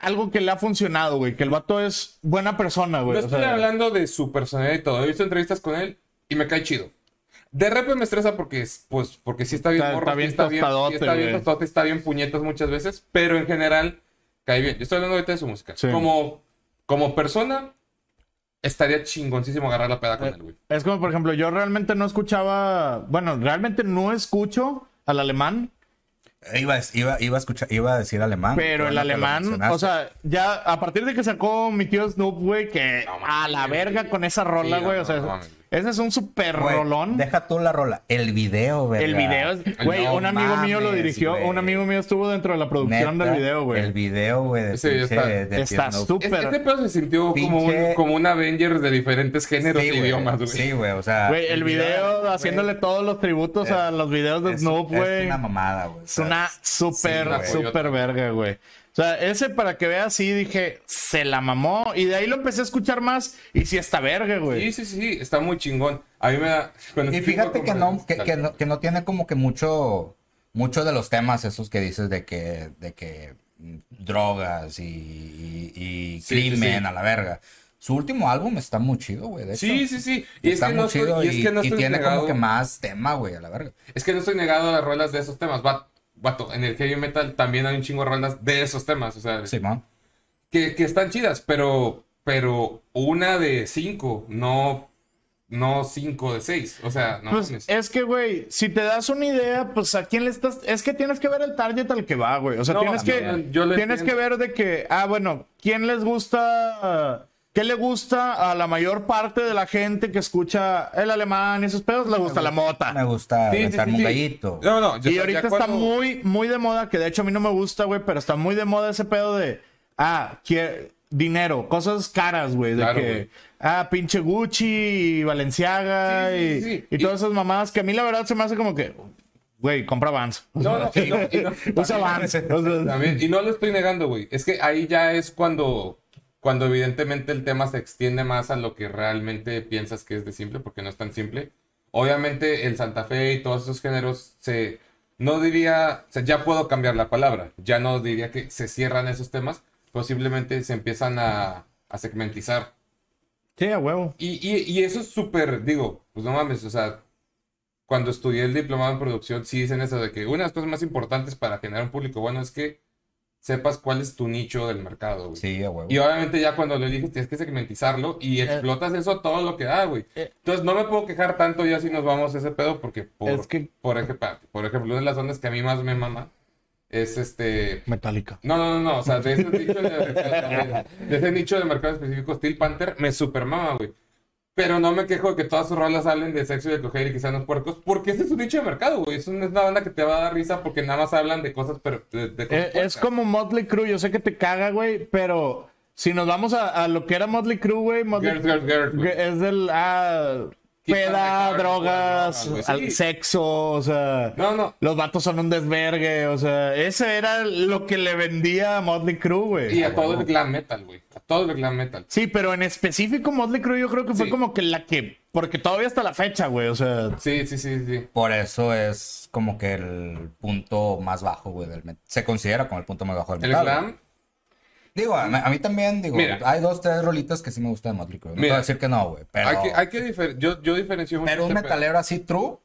Speaker 4: Algo que le ha funcionado, güey. Que el vato es buena persona, güey.
Speaker 1: No
Speaker 4: Pues, o
Speaker 1: estoy
Speaker 4: sea,
Speaker 1: hablando de su personalidad y todo. He visto entrevistas con él y me cae chido. De repente me estresa porque, es- pues, porque sí está bien
Speaker 4: Está-
Speaker 1: morro,
Speaker 4: está
Speaker 1: sí
Speaker 4: bien
Speaker 1: está bien, sí
Speaker 4: tostadote,
Speaker 1: está bien
Speaker 4: güey.
Speaker 1: tostadote, está bien puñetas muchas veces, pero en general cae bien. Yo estoy hablando ahorita de su música.
Speaker 4: Sí.
Speaker 1: Como, como persona, estaría chingoncísimo agarrar la
Speaker 4: Eh,
Speaker 1: peda con él, güey.
Speaker 4: Es como, por ejemplo, yo realmente no escuchaba... Bueno, realmente no escucho al alemán.
Speaker 3: Eh, Iba, a- iba, iba, a escuchar, iba a decir alemán.
Speaker 4: Pero
Speaker 3: qué
Speaker 4: el
Speaker 3: bueno que lo
Speaker 4: alemán,
Speaker 3: mencionaste.
Speaker 4: o sea, ya a partir de que sacó mi tío Snoop, güey, que
Speaker 1: No, mames,
Speaker 4: a la
Speaker 1: sí,
Speaker 4: verga
Speaker 1: sí.
Speaker 4: con esa rola,
Speaker 1: Sí,
Speaker 4: güey,
Speaker 1: no,
Speaker 4: o sea,
Speaker 1: no mames.
Speaker 4: ese es un super
Speaker 3: Güey,
Speaker 4: rolón.
Speaker 3: Deja tú la rola. El video, güey.
Speaker 4: El video, es- güey,
Speaker 1: No
Speaker 4: un amigo mío lo
Speaker 3: mames,
Speaker 4: dirigió,
Speaker 3: güey.
Speaker 4: un amigo mío estuvo dentro de la producción del video,
Speaker 3: El
Speaker 4: güey.
Speaker 3: video, güey. de
Speaker 1: Ese video
Speaker 3: pinche-
Speaker 1: está-
Speaker 3: de
Speaker 4: Está
Speaker 3: Snoop.
Speaker 1: Es-
Speaker 4: súper.
Speaker 1: este pedo se sintió como un,
Speaker 3: Pinche-
Speaker 1: como un Avengers de diferentes géneros
Speaker 3: Sí,
Speaker 1: y
Speaker 3: güey.
Speaker 1: idiomas, güey.
Speaker 3: Sí, güey, o sea.
Speaker 4: Güey, el video
Speaker 3: güey,
Speaker 4: haciéndole todos los tributos
Speaker 3: Es-
Speaker 4: a los videos de
Speaker 3: es-
Speaker 4: Snoop,
Speaker 3: Es
Speaker 4: güey.
Speaker 3: una mamada, güey. o
Speaker 4: Es
Speaker 3: sea,
Speaker 4: una súper,
Speaker 1: güey.
Speaker 4: súper verga, güey. O sea, ese para que veas, sí dije, se la mamó. Y de ahí lo empecé a escuchar más. Y sí, está verga, güey.
Speaker 1: Sí, sí, sí, sí, está muy chingón. A mí me da... cuando
Speaker 3: Y
Speaker 1: escucho
Speaker 3: fíjate que
Speaker 1: como-
Speaker 3: no, que, que
Speaker 1: Dale.
Speaker 3: no, que no tiene como que mucho, mucho de los temas esos que dices de que, de que mm, drogas y, y- y
Speaker 1: Sí, sí,
Speaker 3: crimen
Speaker 1: sí.
Speaker 3: a la verga. Su último álbum está muy chido, güey. de hecho.
Speaker 1: Sí, sí, sí. Y es
Speaker 3: está
Speaker 1: que
Speaker 3: muy
Speaker 1: no estoy,
Speaker 3: chido
Speaker 1: y es que no
Speaker 3: y
Speaker 1: estoy
Speaker 3: tiene
Speaker 1: negado.
Speaker 3: como que más tema, güey, a la verga.
Speaker 1: Es que no estoy negado a las rolas de esos temas. va- Vato, en el heavy metal también hay un chingo de rolas de esos temas. O sea,
Speaker 3: Simón.
Speaker 1: que, que están chidas, pero, pero una de cinco, no, no cinco de seis. O sea, no
Speaker 4: Pues
Speaker 1: mames.
Speaker 4: es que, güey, si te das una idea, pues a quién le estás. Es que tienes que ver el target al que va, güey. O sea,
Speaker 1: No,
Speaker 4: tienes que.
Speaker 1: también, yo lo
Speaker 4: tienes que
Speaker 1: entiendo.
Speaker 4: ver de que. Ah, bueno, ¿quién les gusta. ah, ¿Qué le gusta a la mayor parte de la gente que escucha el alemán y esos pedos? Le gusta la mota.
Speaker 3: Me gusta
Speaker 1: Sí, sí,
Speaker 3: aventarme
Speaker 1: sí,
Speaker 3: un
Speaker 1: sí.
Speaker 3: gallito.
Speaker 1: No, no, yo
Speaker 4: Y
Speaker 1: ya
Speaker 4: ahorita está
Speaker 1: cuando-
Speaker 4: muy, muy de moda, que de hecho a mí no me gusta, güey, pero está muy de moda ese pedo de, ah, quie- dinero, cosas caras, güey, de
Speaker 1: Claro,
Speaker 4: que,
Speaker 1: güey.
Speaker 4: ah, pinche Gucci y Valenciaga
Speaker 1: Sí,
Speaker 4: y,
Speaker 1: sí, sí, sí.
Speaker 4: y
Speaker 1: Y-
Speaker 4: todas esas mamadas que a mí la verdad se me hace como que, güey, compra Vans.
Speaker 1: No, no, y no, y
Speaker 3: *laughs*
Speaker 4: *laughs*
Speaker 1: no.
Speaker 4: Usa Vans. o sea,
Speaker 1: También, y *laughs* no lo estoy negando, güey. Es que ahí ya es cuando, cuando evidentemente el tema se extiende más a lo que realmente piensas que es de simple, porque no es tan simple. Obviamente el Santa Fe y todos esos géneros se, no diría, o sea, ya puedo cambiar la palabra, ya no diría que se cierran esos temas, posiblemente se empiezan a, a segmentizar.
Speaker 4: sí, a huevo.
Speaker 1: Y, y- y eso es súper, digo, pues no mames, o sea, cuando estudié el diplomado en producción, sí dicen eso de que una de las cosas más importantes para generar un público bueno es que sepas cuál es tu nicho del mercado, güey.
Speaker 3: Sí, a huevo.
Speaker 1: Y obviamente ya cuando lo eliges tienes que segmentizarlo y explotas eso todo lo que da, güey.
Speaker 4: eh.
Speaker 1: Entonces no me puedo quejar tanto ya si nos vamos a ese pedo porque, por,
Speaker 4: Es que-
Speaker 1: por, ejemplo, por ejemplo, una de las ondas que a mí más me mama es este,
Speaker 4: Metallica.
Speaker 1: no, no, no, no, o sea, de ese nicho de mercado, de ese nicho de mercado específico, Steel Panther me supermama, güey. Pero no me quejo de que todas sus rolas hablen de sexo y de coger y quizás no puercos, porque ese es un nicho de mercado, güey. Es una es una banda que te va a dar risa porque nada más hablan de cosas, pero de, de cosas
Speaker 4: Eh, es
Speaker 1: puercas.
Speaker 4: como Motley Crue, yo sé que te caga, güey, pero si nos vamos a, a lo que era Motley Crue, güey, Motley
Speaker 1: Girls, girls, girls, güey.
Speaker 4: Es del ah,
Speaker 1: Keep on
Speaker 4: peda,
Speaker 1: record,
Speaker 4: drogas,
Speaker 1: güey,
Speaker 4: al-
Speaker 1: sí.
Speaker 4: sexo, o sea,
Speaker 1: No, no.
Speaker 4: los vatos son un desvergue, o sea, ese era lo que le vendía a Motley Crue,
Speaker 1: Y
Speaker 4: güey.
Speaker 1: a todo el glam metal, güey. A todo el glam metal.
Speaker 4: Sí, pero en específico Motley Crue yo creo que fue
Speaker 1: Sí.
Speaker 4: como que la que, porque todavía hasta la fecha, güey, o sea,
Speaker 1: Sí, sí, sí, sí.
Speaker 3: Por eso es como que el punto más bajo, güey, del met- Se considera como el punto más bajo del
Speaker 1: El
Speaker 3: metal, güey.
Speaker 1: glam,
Speaker 3: Digo, a, a mí también, digo,
Speaker 1: Mira.
Speaker 3: hay dos, tres rolitas que sí me gustan de Motley Crue. No te
Speaker 1: Mira.
Speaker 3: voy a decir que no, güey, pero,
Speaker 1: hay que, hay que difer- yo, yo diferencio mucho
Speaker 3: pero un
Speaker 1: este pedo.
Speaker 3: metalero así true,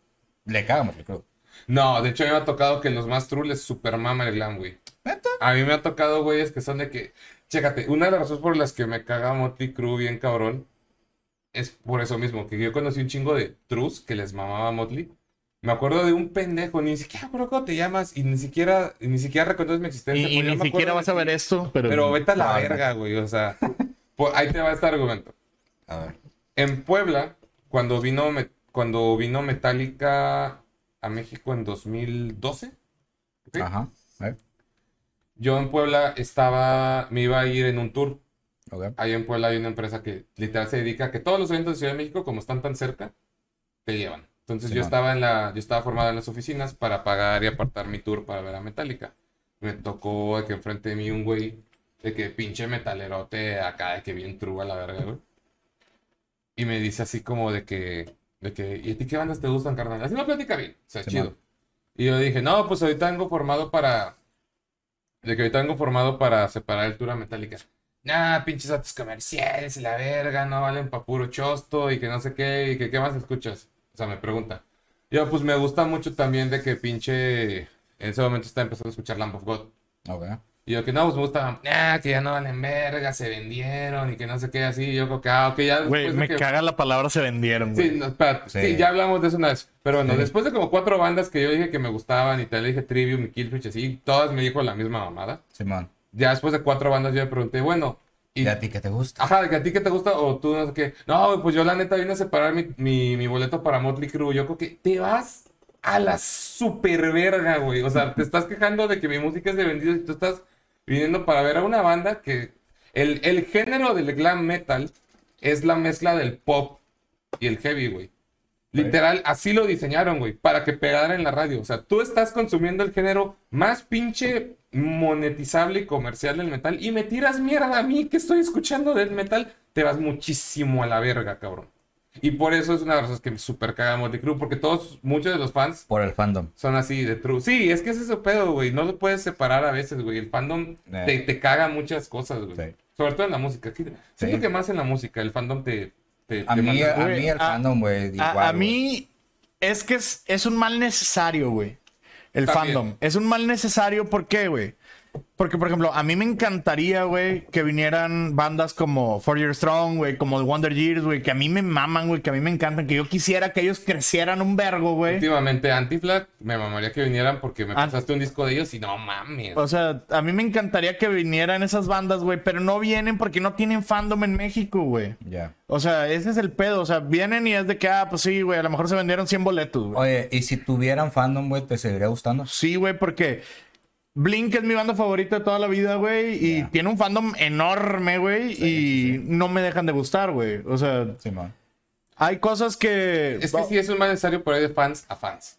Speaker 3: le caga Motley Crue.
Speaker 1: No, de hecho a mí me ha tocado que los más true les super mama el glam, güey.
Speaker 3: ¿Neta?
Speaker 1: A mí me ha tocado, güey, es que son de que. Chécate, una de las razones por las que me caga Motley Crue bien cabrón es por eso mismo, que yo conocí un chingo de trus que les mamaba Motley. Me acuerdo de un pendejo, ni siquiera creo cómo te llamas y ni siquiera, y ni siquiera reconoces mi
Speaker 4: y,
Speaker 1: existencia.
Speaker 4: y
Speaker 1: pues, yo
Speaker 4: ni
Speaker 1: me
Speaker 4: siquiera
Speaker 1: acuerdo
Speaker 4: vas
Speaker 1: de
Speaker 4: a ver
Speaker 1: ti.
Speaker 4: esto, pero...
Speaker 1: Pero vete a la
Speaker 3: Ah,
Speaker 1: verga, güey, o sea. pues, ahí te va este argumento.
Speaker 3: A ver.
Speaker 1: En Puebla, cuando vino, Me- cuando vino Metallica a México en 2012. ¿ok?
Speaker 3: Ajá. ¿eh?
Speaker 1: Yo en Puebla estaba, me iba a ir en un tour.
Speaker 3: Ok.
Speaker 1: Ahí en Puebla hay una empresa que literal se dedica a que todos los eventos de Ciudad de México, como están tan cerca, te llevan. Entonces yo
Speaker 3: Simón.
Speaker 1: estaba en la, yo estaba formado en las oficinas para pagar y apartar mi tour para ver a Metallica. Me tocó de que enfrente de mí un güey de que pinche metalerote acá de que bien true a la verga, güey. Y me dice así como de que, de que, ¿y a ti qué bandas te gustan, carnal? Así no platica bien, o sea,
Speaker 3: Simón.
Speaker 1: chido. Y yo dije, no, pues ahorita vengo formado para, de que ahorita vengo formado para separar el tour a Metallica. Nah, pinches datos comerciales y la verga, no valen pa' puro chosto y que no sé qué, y que qué más escuchas. O sea, me pregunta. Yo, pues me gusta mucho también de que pinche. En ese momento está empezando a escuchar Lamb of God.
Speaker 3: Ok.
Speaker 1: Y yo, que no, pues me gusta. Nah, que ya no valen verga, se vendieron y que no sé qué, así. Yo, creo que, ah, ok, ya después.
Speaker 4: Güey,
Speaker 1: de
Speaker 4: me
Speaker 1: que-
Speaker 4: caga la palabra se vendieron, güey.
Speaker 1: Sí, no, espérate.
Speaker 3: Sí.
Speaker 1: Sí, ya hablamos de eso una vez. Pero bueno,
Speaker 3: Sí.
Speaker 1: después de como cuatro bandas que yo dije que me gustaban y tal, dije Trivium y Killswitch, así, todas me dijo la misma mamada.
Speaker 3: Simón,
Speaker 1: Ya después de cuatro bandas yo le pregunté, bueno.
Speaker 3: ¿y a ti qué te gusta?
Speaker 1: Ajá, de que a ti que te gusta o tú no sé qué. No, güey, pues yo la neta vine a separar mi, mi, mi boleto para Motley Crue. Yo creo que te vas a la super verga, güey. O sea, te estás quejando de que mi música es de vendidos y tú estás viniendo para ver a una banda que... El, el género del glam metal es la mezcla del pop y el heavy, güey. Literal, así lo diseñaron, güey, para que pegara en la radio. O sea, tú estás consumiendo el género más pinche monetizable y comercial del metal y me tiras mierda a mí que estoy escuchando del metal, te vas muchísimo a la verga, cabrón. Y por eso es una de las cosas que me super cagamos de crew, porque todos, muchos de los fans
Speaker 3: Por el fandom.
Speaker 1: son así de true. Sí, es que es ese pedo, güey. No lo puedes separar a veces, güey. El fandom
Speaker 3: Eh.
Speaker 1: te, te caga muchas cosas, güey.
Speaker 3: Sí.
Speaker 1: Sobre todo en la música. Sí, Siento que más en la música, el fandom te. te,
Speaker 3: A
Speaker 1: te
Speaker 3: mí,
Speaker 1: manda-
Speaker 3: a
Speaker 4: Güey,
Speaker 3: mí el
Speaker 4: a-
Speaker 3: fandom, güey, igual.
Speaker 4: A, a
Speaker 3: güey.
Speaker 4: mí es que es, es un mal necesario, güey. El
Speaker 1: También.
Speaker 4: fandom. Es un mal necesario, ¿por qué, güey? Porque, por ejemplo, a mí me encantaría, güey, que vinieran bandas como Four Year Strong, güey, como The Wonder Years, güey, que a mí me maman, güey, que a mí me encantan, que yo quisiera que ellos crecieran un vergo, güey.
Speaker 1: Últimamente Antiflat, me mamaría que vinieran porque me
Speaker 4: Ah.
Speaker 1: pasaste un disco de ellos y no mames.
Speaker 3: Pues,
Speaker 4: O sea, a mí me encantaría que vinieran esas bandas, güey, pero no vienen porque no tienen fandom en México, güey.
Speaker 3: Ya.
Speaker 4: O sea, ese es el pedo. O sea, vienen y es de que, ah, pues sí, güey, a lo mejor se vendieron 100 boletos, güey.
Speaker 3: Oye, ¿y si tuvieran fandom, güey, te seguiría gustando?
Speaker 4: Sí, güey, porque Blink es mi banda favorita de toda la vida, güey, y
Speaker 3: Ya.
Speaker 4: tiene un fandom enorme, güey, y no me dejan de gustar, güey. O sea,
Speaker 3: Simón.
Speaker 4: hay cosas que...
Speaker 1: es que sí, eso es más necesario por ahí de fans a fans.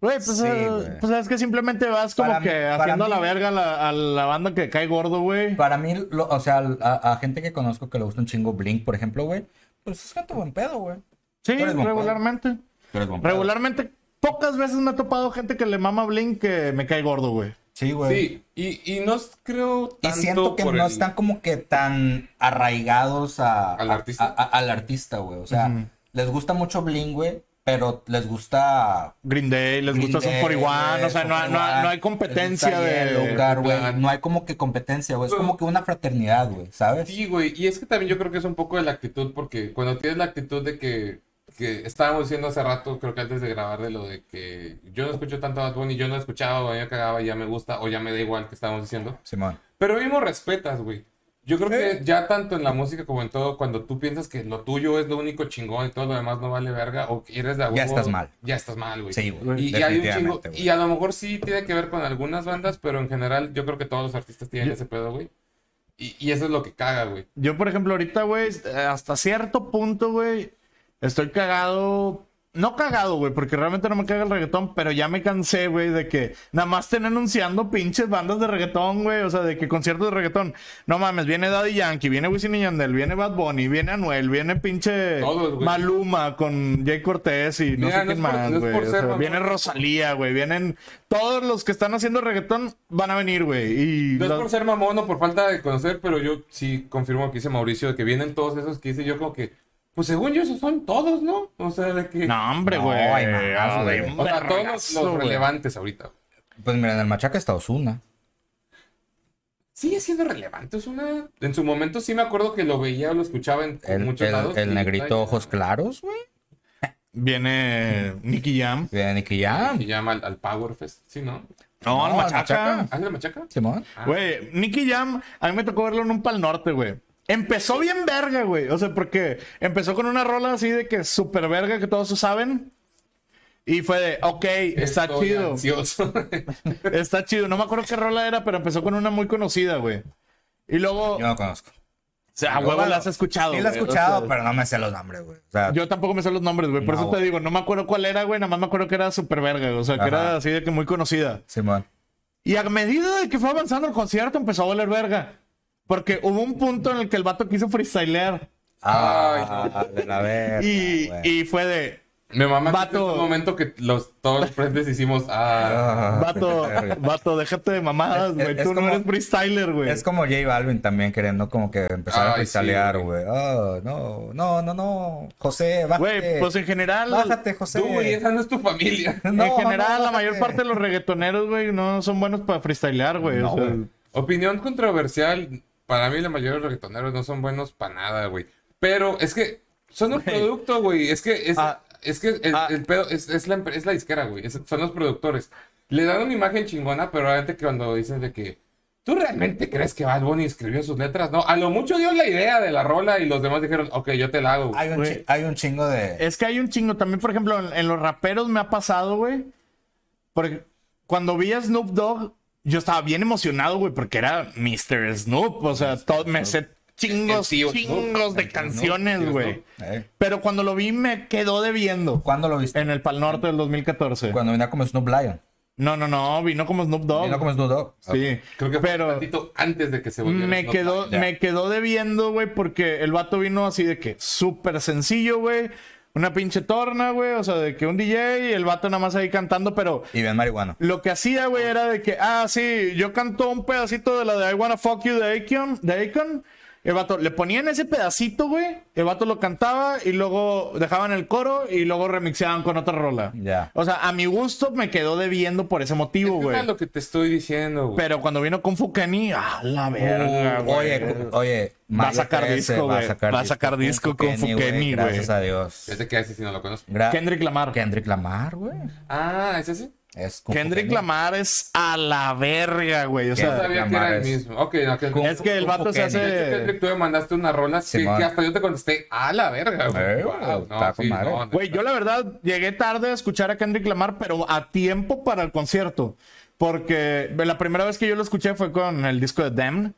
Speaker 4: Güey, pues,
Speaker 3: Sí,
Speaker 4: eh,
Speaker 3: güey.
Speaker 4: pues es que simplemente vas como
Speaker 3: Para mí-
Speaker 4: que
Speaker 3: para
Speaker 4: haciendo
Speaker 3: mí-
Speaker 4: la verga la- a la banda que cae gordo, güey.
Speaker 3: Para mí, lo- o sea, a, a gente que conozco que le gusta un chingo Blink, por ejemplo, güey, pues es gente buen pedo, güey.
Speaker 4: Sí,
Speaker 3: eres buen
Speaker 4: regularmente.
Speaker 3: Tú eres buen pedo.
Speaker 4: Regularmente, pocas veces me ha topado gente que le mama Blink que me cae gordo, güey.
Speaker 3: Sí, güey.
Speaker 1: Sí, y, y no es- creo
Speaker 3: Pues. Y
Speaker 1: tanto
Speaker 3: siento que
Speaker 1: por
Speaker 3: no
Speaker 1: el-
Speaker 3: están como que tan arraigados a,
Speaker 1: ¿Al
Speaker 3: a-
Speaker 1: artista?
Speaker 3: a- a- al artista, güey. O sea,
Speaker 4: Ujú.
Speaker 3: les gusta mucho Blink, güey, pero les gusta...
Speaker 4: Green Day, les
Speaker 3: Green
Speaker 4: gusta Son
Speaker 3: Day,
Speaker 4: 41,
Speaker 3: güey,
Speaker 4: o sea, no,
Speaker 3: Son
Speaker 4: no-
Speaker 3: 41,
Speaker 4: no hay competencia
Speaker 3: les gusta
Speaker 4: de...
Speaker 3: Yellowcard, güey.
Speaker 1: Plan.
Speaker 3: No hay como que competencia, güey. Es
Speaker 1: Pero-
Speaker 3: como que una fraternidad, güey, ¿sabes?
Speaker 1: Sí, güey, y es que también yo creo que es un poco de la actitud, porque cuando tienes la actitud de que, que estábamos diciendo hace rato, creo que antes de grabar, de lo de que yo no escucho tanto a Bad Bunny, yo no escuchaba, o a mí me cagaba, ya me gusta, o ya me da igual que estábamos diciendo.
Speaker 3: Simón.
Speaker 1: Pero mismo respetas, güey. Yo creo que ya tanto en la música como en todo, cuando tú piensas que lo tuyo es lo único chingón y todo lo demás no vale verga, o que eres de a
Speaker 3: Ya
Speaker 1: huevo,
Speaker 3: estás mal.
Speaker 1: Ya estás mal, güey.
Speaker 3: Sí, güey,
Speaker 1: Y, y hay un chingo.
Speaker 3: definitivamente, güey.
Speaker 1: Y a lo mejor sí tiene que ver con algunas bandas, pero en general yo creo que todos los artistas tienen ese pedo, güey. Y, y eso es lo que caga, güey.
Speaker 4: Yo, por ejemplo, ahorita, güey, hasta cierto punto, güey, estoy cagado. No cagado, güey, porque realmente no me caga el reggaetón, pero ya me cansé, güey, de que nada más estén anunciando pinches bandas de reggaetón, güey, o sea, de que conciertos de reggaetón. No mames, viene Daddy Yankee, viene Wisin y Yandel, viene Bad Bunny, viene Anuel, viene pinche
Speaker 1: Todos, güey.
Speaker 4: Maluma con Jay Cortés y no
Speaker 1: Mira,
Speaker 4: sé
Speaker 1: no es
Speaker 4: quién
Speaker 1: por-
Speaker 4: más,
Speaker 1: no es
Speaker 4: güey.
Speaker 1: por
Speaker 4: o
Speaker 1: ser
Speaker 4: sea,
Speaker 1: mamón.
Speaker 4: viene Rosalía, güey, vienen todos los que están haciendo reggaetón van a venir, güey. Y
Speaker 1: No es
Speaker 4: los-
Speaker 1: por ser mamón o por falta de conocer, pero yo sí confirmo lo que dice Mauricio, de que vienen todos esos que dice yo como que, pues según yo esos son todos, ¿no? O sea, de que...
Speaker 4: No, hombre,
Speaker 3: No,
Speaker 4: güey.
Speaker 3: hay más,
Speaker 4: Ah,
Speaker 3: güey.
Speaker 4: de un
Speaker 1: o sea, todos los,
Speaker 4: vergazo,
Speaker 1: los
Speaker 4: güey.
Speaker 1: relevantes ahorita. güey.
Speaker 3: Pues mira, en el Machaca está Osuna.
Speaker 1: Sigue siendo relevante, es una... En su momento sí me acuerdo que lo veía o lo escuchaba en en
Speaker 3: El,
Speaker 1: muchos
Speaker 3: el-
Speaker 1: lados.
Speaker 3: el
Speaker 1: y-
Speaker 3: negrito
Speaker 1: ay,
Speaker 3: ojos claros, güey.
Speaker 4: Viene Nicky Jam.
Speaker 3: De Nicky Jam.
Speaker 1: Y llama al, al Power Fest, ¿sí, no?
Speaker 4: No,
Speaker 3: No,
Speaker 4: la machaca.
Speaker 3: machaca.
Speaker 1: ¿Ah, es la machaca?
Speaker 3: Simón.
Speaker 1: Ah.
Speaker 4: Güey, Nicky Jam, a mí me tocó verlo en un pal norte, güey. Empezó bien verga, güey. O sea, porque empezó con una rola así de que super verga que todos saben. Y fue de, ok, está
Speaker 1: Estoy
Speaker 4: chido.
Speaker 1: ansioso. *laughs*
Speaker 4: Está chido. No me acuerdo qué rola era, pero empezó con una muy conocida, güey. Y luego,
Speaker 3: Yo no conozco.
Speaker 4: o sea, a huevo la has escuchado.
Speaker 3: Sí la he
Speaker 4: güey. O
Speaker 3: escuchado,
Speaker 4: sea,
Speaker 3: pero no me sé los nombres, güey. O sea,
Speaker 4: Yo tampoco me sé los nombres, güey. Por
Speaker 3: No,
Speaker 4: eso te
Speaker 3: güey.
Speaker 4: digo, no me acuerdo cuál era, güey. Nada más me acuerdo que era super verga. O sea, que era
Speaker 3: Ajá.
Speaker 4: así de que muy conocida.
Speaker 3: Simón.
Speaker 4: Y a medida de que fue avanzando el concierto, empezó a valer verga. Porque hubo un punto en el que el vato quiso freestylear.
Speaker 3: Ah, de la verga,
Speaker 4: Y,
Speaker 3: güey.
Speaker 4: y fue de,
Speaker 1: Me mamá
Speaker 4: Vato.
Speaker 1: en un momento que los, todos los presentes hicimos... Ah,
Speaker 3: Ah, *laughs*
Speaker 4: *laughs* vato,
Speaker 3: verga.
Speaker 4: vato, déjate de mamadas,
Speaker 3: Es-
Speaker 4: güey.
Speaker 3: es
Speaker 4: Tú no
Speaker 3: como-
Speaker 4: eres freestyler, güey.
Speaker 3: Es como J Balvin también queriendo como que empezar
Speaker 1: Ay,
Speaker 3: a cristalear,
Speaker 1: sí,
Speaker 3: güey. Ah, no, no, no, no. José, bájate.
Speaker 4: Güey, pues en general,
Speaker 3: Bájate, José.
Speaker 1: tú, güey,
Speaker 3: *laughs*
Speaker 1: esa no es tu familia.
Speaker 3: No,
Speaker 4: en general,
Speaker 3: no,
Speaker 4: la mayor
Speaker 3: bájate.
Speaker 4: parte de los reggaetoneros, güey, no son buenos para freestylear, güey.
Speaker 3: No,
Speaker 4: o sea,
Speaker 3: güey.
Speaker 1: Opinión controversial. Para mí, la mayoría de los reggaetoneros no son buenos para nada, güey. Pero es que son un
Speaker 4: Güey.
Speaker 1: producto, güey. Es que es,
Speaker 4: Ah.
Speaker 1: es que el,
Speaker 4: Ah.
Speaker 1: el pedo es, es la, empre- es la disquera, güey. Es- son los productores. Le dan una imagen chingona, pero realmente cuando dicen de que tú realmente crees que Bad Bunny escribió sus letras, no. A lo mucho dio la idea de la rola y los demás dijeron, ok, yo te la hago. güey".
Speaker 3: Hay un,
Speaker 4: Güey. Eh,
Speaker 3: chi- hay un chingo de.
Speaker 4: Es que hay un chingo. También, por ejemplo, en, en los raperos me ha pasado, güey. Porque cuando vi a Snoop Dogg, yo estaba bien emocionado, güey, porque era Mr. Snoop. O sea, todo, me sé chingos,
Speaker 1: El tío Snoop.
Speaker 4: chingos de
Speaker 1: tío
Speaker 4: canciones,
Speaker 1: Snoop.
Speaker 4: güey.
Speaker 3: Eh,
Speaker 4: Pero cuando lo vi, me quedó debiendo.
Speaker 3: ¿Cuándo lo viste?
Speaker 4: En el Pal Norte del 2014.
Speaker 3: Cuando venía como Snoop Lion.
Speaker 4: No, no, no, vino como Snoop Dogg.
Speaker 3: Vino como Snoop Dogg.
Speaker 4: Oh. Sí,
Speaker 1: Creo que fue un
Speaker 4: pero
Speaker 1: tantito antes de que se volviera.
Speaker 4: me
Speaker 1: Snoop
Speaker 4: quedó,
Speaker 1: Dogg.
Speaker 3: ya.
Speaker 4: me quedó debiendo, güey, porque el vato vino así de que súper sencillo, güey. Una pinche torna, güey. O sea, de que un DJ y el vato nada más ahí cantando, pero
Speaker 3: Y bien marihuano.
Speaker 4: lo que hacía, güey, era de que, ah, sí, yo canto un pedacito de la de I Wanna Fuck You de Akon, de Akon El vato, le ponían ese pedacito, güey. El vato lo cantaba y luego dejaban el coro y luego remixeaban con otra rola.
Speaker 3: Ya.
Speaker 4: O sea, a mi gusto me quedó debiendo por ese motivo,
Speaker 1: Es que
Speaker 4: güey.
Speaker 1: es lo que te estoy diciendo, güey.
Speaker 4: Pero cuando vino con Kenny, ah, la verga, güey.
Speaker 3: Uh, Oye, cu- oye,
Speaker 4: Va a
Speaker 3: Mario
Speaker 4: sacar
Speaker 3: 13,
Speaker 4: disco, güey. Va a sacar disco con Fukeni, güey.
Speaker 3: Gracias a Dios.
Speaker 1: Ya te quedaste si no lo conozco.
Speaker 3: Gra-
Speaker 4: Kendrick Lamar.
Speaker 3: Kendrick Lamar, güey.
Speaker 1: Ah, ¿es ese?
Speaker 3: Es con
Speaker 4: Kendrick
Speaker 3: Fukeni.
Speaker 4: Lamar es a la verga, güey. O
Speaker 1: No
Speaker 4: sea,
Speaker 3: Kendrick.
Speaker 1: sabía que
Speaker 3: Lamar
Speaker 1: era el
Speaker 3: es-
Speaker 1: mismo. Ok, no, que...
Speaker 3: Con-
Speaker 4: es que el
Speaker 3: con
Speaker 4: vato se
Speaker 3: Fukeni.
Speaker 1: De hecho,
Speaker 4: hace.
Speaker 1: Kendrick, tú me mandaste unas rolas que,
Speaker 3: Simón.
Speaker 1: que hasta yo te contesté a la verga, güey.
Speaker 3: Eh,
Speaker 1: Wow, no,
Speaker 3: está con
Speaker 1: sí,
Speaker 3: madre.
Speaker 1: no,
Speaker 4: Güey, yo la verdad llegué tarde a escuchar a Kendrick Lamar, pero a tiempo para el concierto. Porque la primera vez que yo lo escuché fue con el disco de Damn.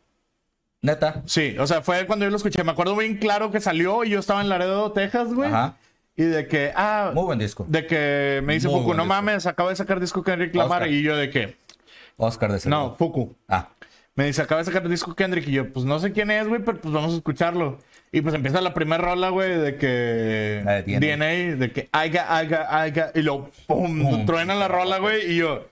Speaker 3: Neta.
Speaker 4: Sí, o sea, fue cuando yo lo escuché. Me acuerdo bien claro que salió y yo estaba en Laredo, Texas, güey.
Speaker 3: Ajá.
Speaker 4: Y de que, ah,
Speaker 3: Muy buen disco.
Speaker 4: de que me dice
Speaker 3: Muy
Speaker 4: Fuku,
Speaker 3: buen
Speaker 4: no
Speaker 3: disco.
Speaker 4: mames, acaba de sacar disco Kendrick Lamar.
Speaker 3: Oscar.
Speaker 4: Y yo de que,
Speaker 3: Oscar de seguro.
Speaker 4: no, Fuku.
Speaker 3: Ah.
Speaker 4: Me dice, acaba de sacar el disco Kendrick. Y yo, pues no sé quién es, güey, pero pues vamos a escucharlo. Y pues empieza la primera rola, güey, de que.
Speaker 3: La de DNA.
Speaker 4: DNA, de que I got, I got, I got. Y lo, pum, truena la rola, güey. Y yo,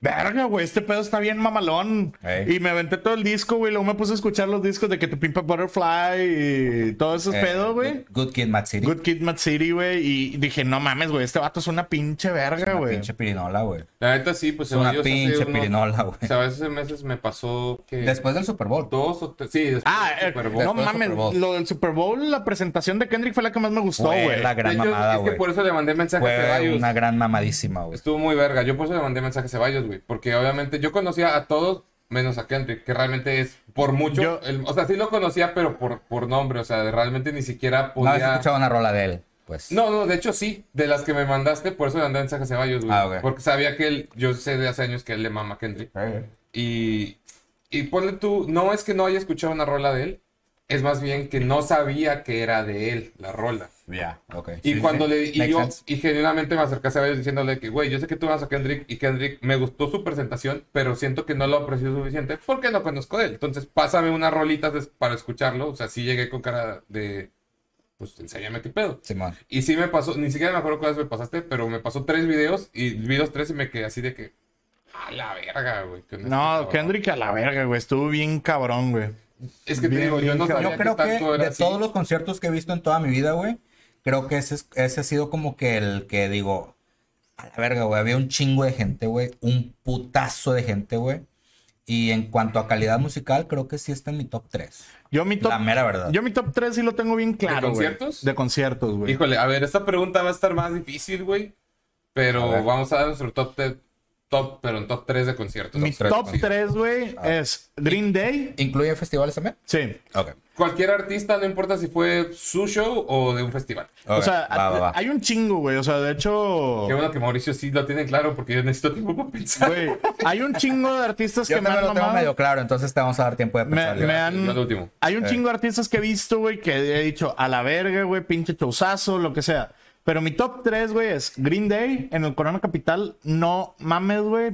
Speaker 4: verga, güey, este pedo está bien mamalón.
Speaker 3: Ey.
Speaker 4: Y me aventé todo el disco, güey. Luego me puse a escuchar los discos de que te pimpa Butterfly y todos esos
Speaker 3: eh,
Speaker 4: pedos, güey.
Speaker 3: Good, Good Kid, Mad City.
Speaker 4: Good Kid Mad City, güey. Y dije, no mames, güey, este vato es una pinche verga,
Speaker 3: Una
Speaker 4: güey.
Speaker 3: pinche pirinola, güey.
Speaker 1: La neta sí, pues
Speaker 3: Es una
Speaker 1: según yo, hace
Speaker 3: pinche
Speaker 1: unos-
Speaker 3: pirinola, güey.
Speaker 1: O sea, hace meses me pasó que
Speaker 3: Después del Super Bowl.
Speaker 1: dos o tres, sí, después
Speaker 4: Ah,
Speaker 1: del
Speaker 4: eh,
Speaker 1: Super Bowl.
Speaker 4: no
Speaker 3: Después del
Speaker 4: mames,
Speaker 3: Super Bowl.
Speaker 4: lo del Super Bowl, la presentación de Kendrick fue la que más me gustó,
Speaker 3: Fue
Speaker 4: güey.
Speaker 3: la gran
Speaker 1: De hecho,
Speaker 3: mamada,
Speaker 1: es que
Speaker 3: güey.
Speaker 1: por eso le mandé mensaje a
Speaker 3: Fue
Speaker 1: Ceballos.
Speaker 3: una gran mamadísima, güey.
Speaker 1: Estuvo muy verga. Yo por eso le mandé mensaje a Ceballos, güey. Porque obviamente yo conocía a todos menos a Kendrick, que realmente es por mucho.
Speaker 4: Yo-
Speaker 1: el- o sea, sí lo conocía, pero por, por nombre. O sea, realmente ni siquiera
Speaker 3: No habías
Speaker 1: podía.
Speaker 3: escuchado una rola de él, pues.
Speaker 1: No, no, de hecho sí, de las que me mandaste, por eso le mandé mensaje a Ceballos, güey.
Speaker 3: Ah, ok.
Speaker 1: Porque sabía que él, yo sé de hace años que él le mama a Kendrick.
Speaker 3: Eh,
Speaker 1: Y, y ponle tú, no es que no haya escuchado una rola de él, es más bien que no sabía que era de él la rola.
Speaker 3: Ya, ok.
Speaker 1: Y
Speaker 3: Sí,
Speaker 1: cuando
Speaker 3: sí.
Speaker 1: le y
Speaker 3: Makes
Speaker 1: yo
Speaker 3: sense.
Speaker 1: y genuinamente me acerqué a Ceballos diciéndole que, güey, yo sé que tú vas a Kendrick y Kendrick me gustó su presentación, pero siento que no lo aprecio suficiente porque no conozco de él. Entonces, pásame unas rolitas des- para escucharlo. O sea, sí llegué con cara de, pues, enséñame qué pedo.
Speaker 3: Simón.
Speaker 1: Y sí me pasó, ni siquiera me acuerdo cuáles me pasaste, pero me pasó tres videos y vi los tres y me quedé así de que, a la verga, güey. con este
Speaker 4: No,
Speaker 1: cabrón".
Speaker 4: Kendrick a la verga, güey. Estuvo bien cabrón, güey.
Speaker 1: Es que te
Speaker 4: Bien,
Speaker 1: digo, yo
Speaker 4: bien,
Speaker 1: no
Speaker 4: cabrón.
Speaker 1: sabía
Speaker 3: Yo creo
Speaker 1: que
Speaker 3: que
Speaker 1: tanto era
Speaker 3: de
Speaker 1: así.
Speaker 3: todos los conciertos que he visto en toda mi vida, güey, creo que ese, es- ese ha sido como que el que digo, a la verga, güey, había un chingo de gente, güey, un putazo de gente, güey. Y en cuanto a calidad musical, creo que sí está en mi top 3.
Speaker 4: Yo mi top,
Speaker 3: La mera verdad.
Speaker 4: yo mi top 3 sí lo tengo bien claro, güey.
Speaker 1: conciertos?
Speaker 4: De conciertos, güey.
Speaker 1: Híjole, a ver, esta pregunta va a estar más difícil, güey.
Speaker 3: A
Speaker 1: Pero
Speaker 3: ver.
Speaker 1: vamos a dar nuestro top, te- top, pero en top 3 de conciertos.
Speaker 4: Mi
Speaker 1: Top tres de
Speaker 4: top
Speaker 1: conciertos.
Speaker 4: 3, güey,
Speaker 3: Ah.
Speaker 4: es Dream Day.
Speaker 3: ¿Incluye festivales también?
Speaker 4: Sí.
Speaker 3: Ok.
Speaker 1: Cualquier artista, no importa si fue su show o de un festival.
Speaker 4: O sea,
Speaker 3: va, va, va.
Speaker 4: hay un chingo, güey. O sea, de hecho,
Speaker 1: Qué bueno que Mauricio sí lo tiene claro porque yo necesito tiempo para pensar.
Speaker 4: güey, hay un chingo de artistas
Speaker 3: Yo
Speaker 4: que me
Speaker 3: también
Speaker 4: han
Speaker 3: lo tengo
Speaker 4: mamado.
Speaker 3: medio claro, entonces te vamos a dar tiempo de
Speaker 4: Me-
Speaker 3: pensar.
Speaker 4: me han-
Speaker 1: Yo lo último.
Speaker 4: Hay un chingo de artistas que he visto, güey, que he dicho a la verga, güey, pinche chousazo, lo que sea. Pero mi top 3, güey, es Green Day en el Corona Capital. No mames, güey.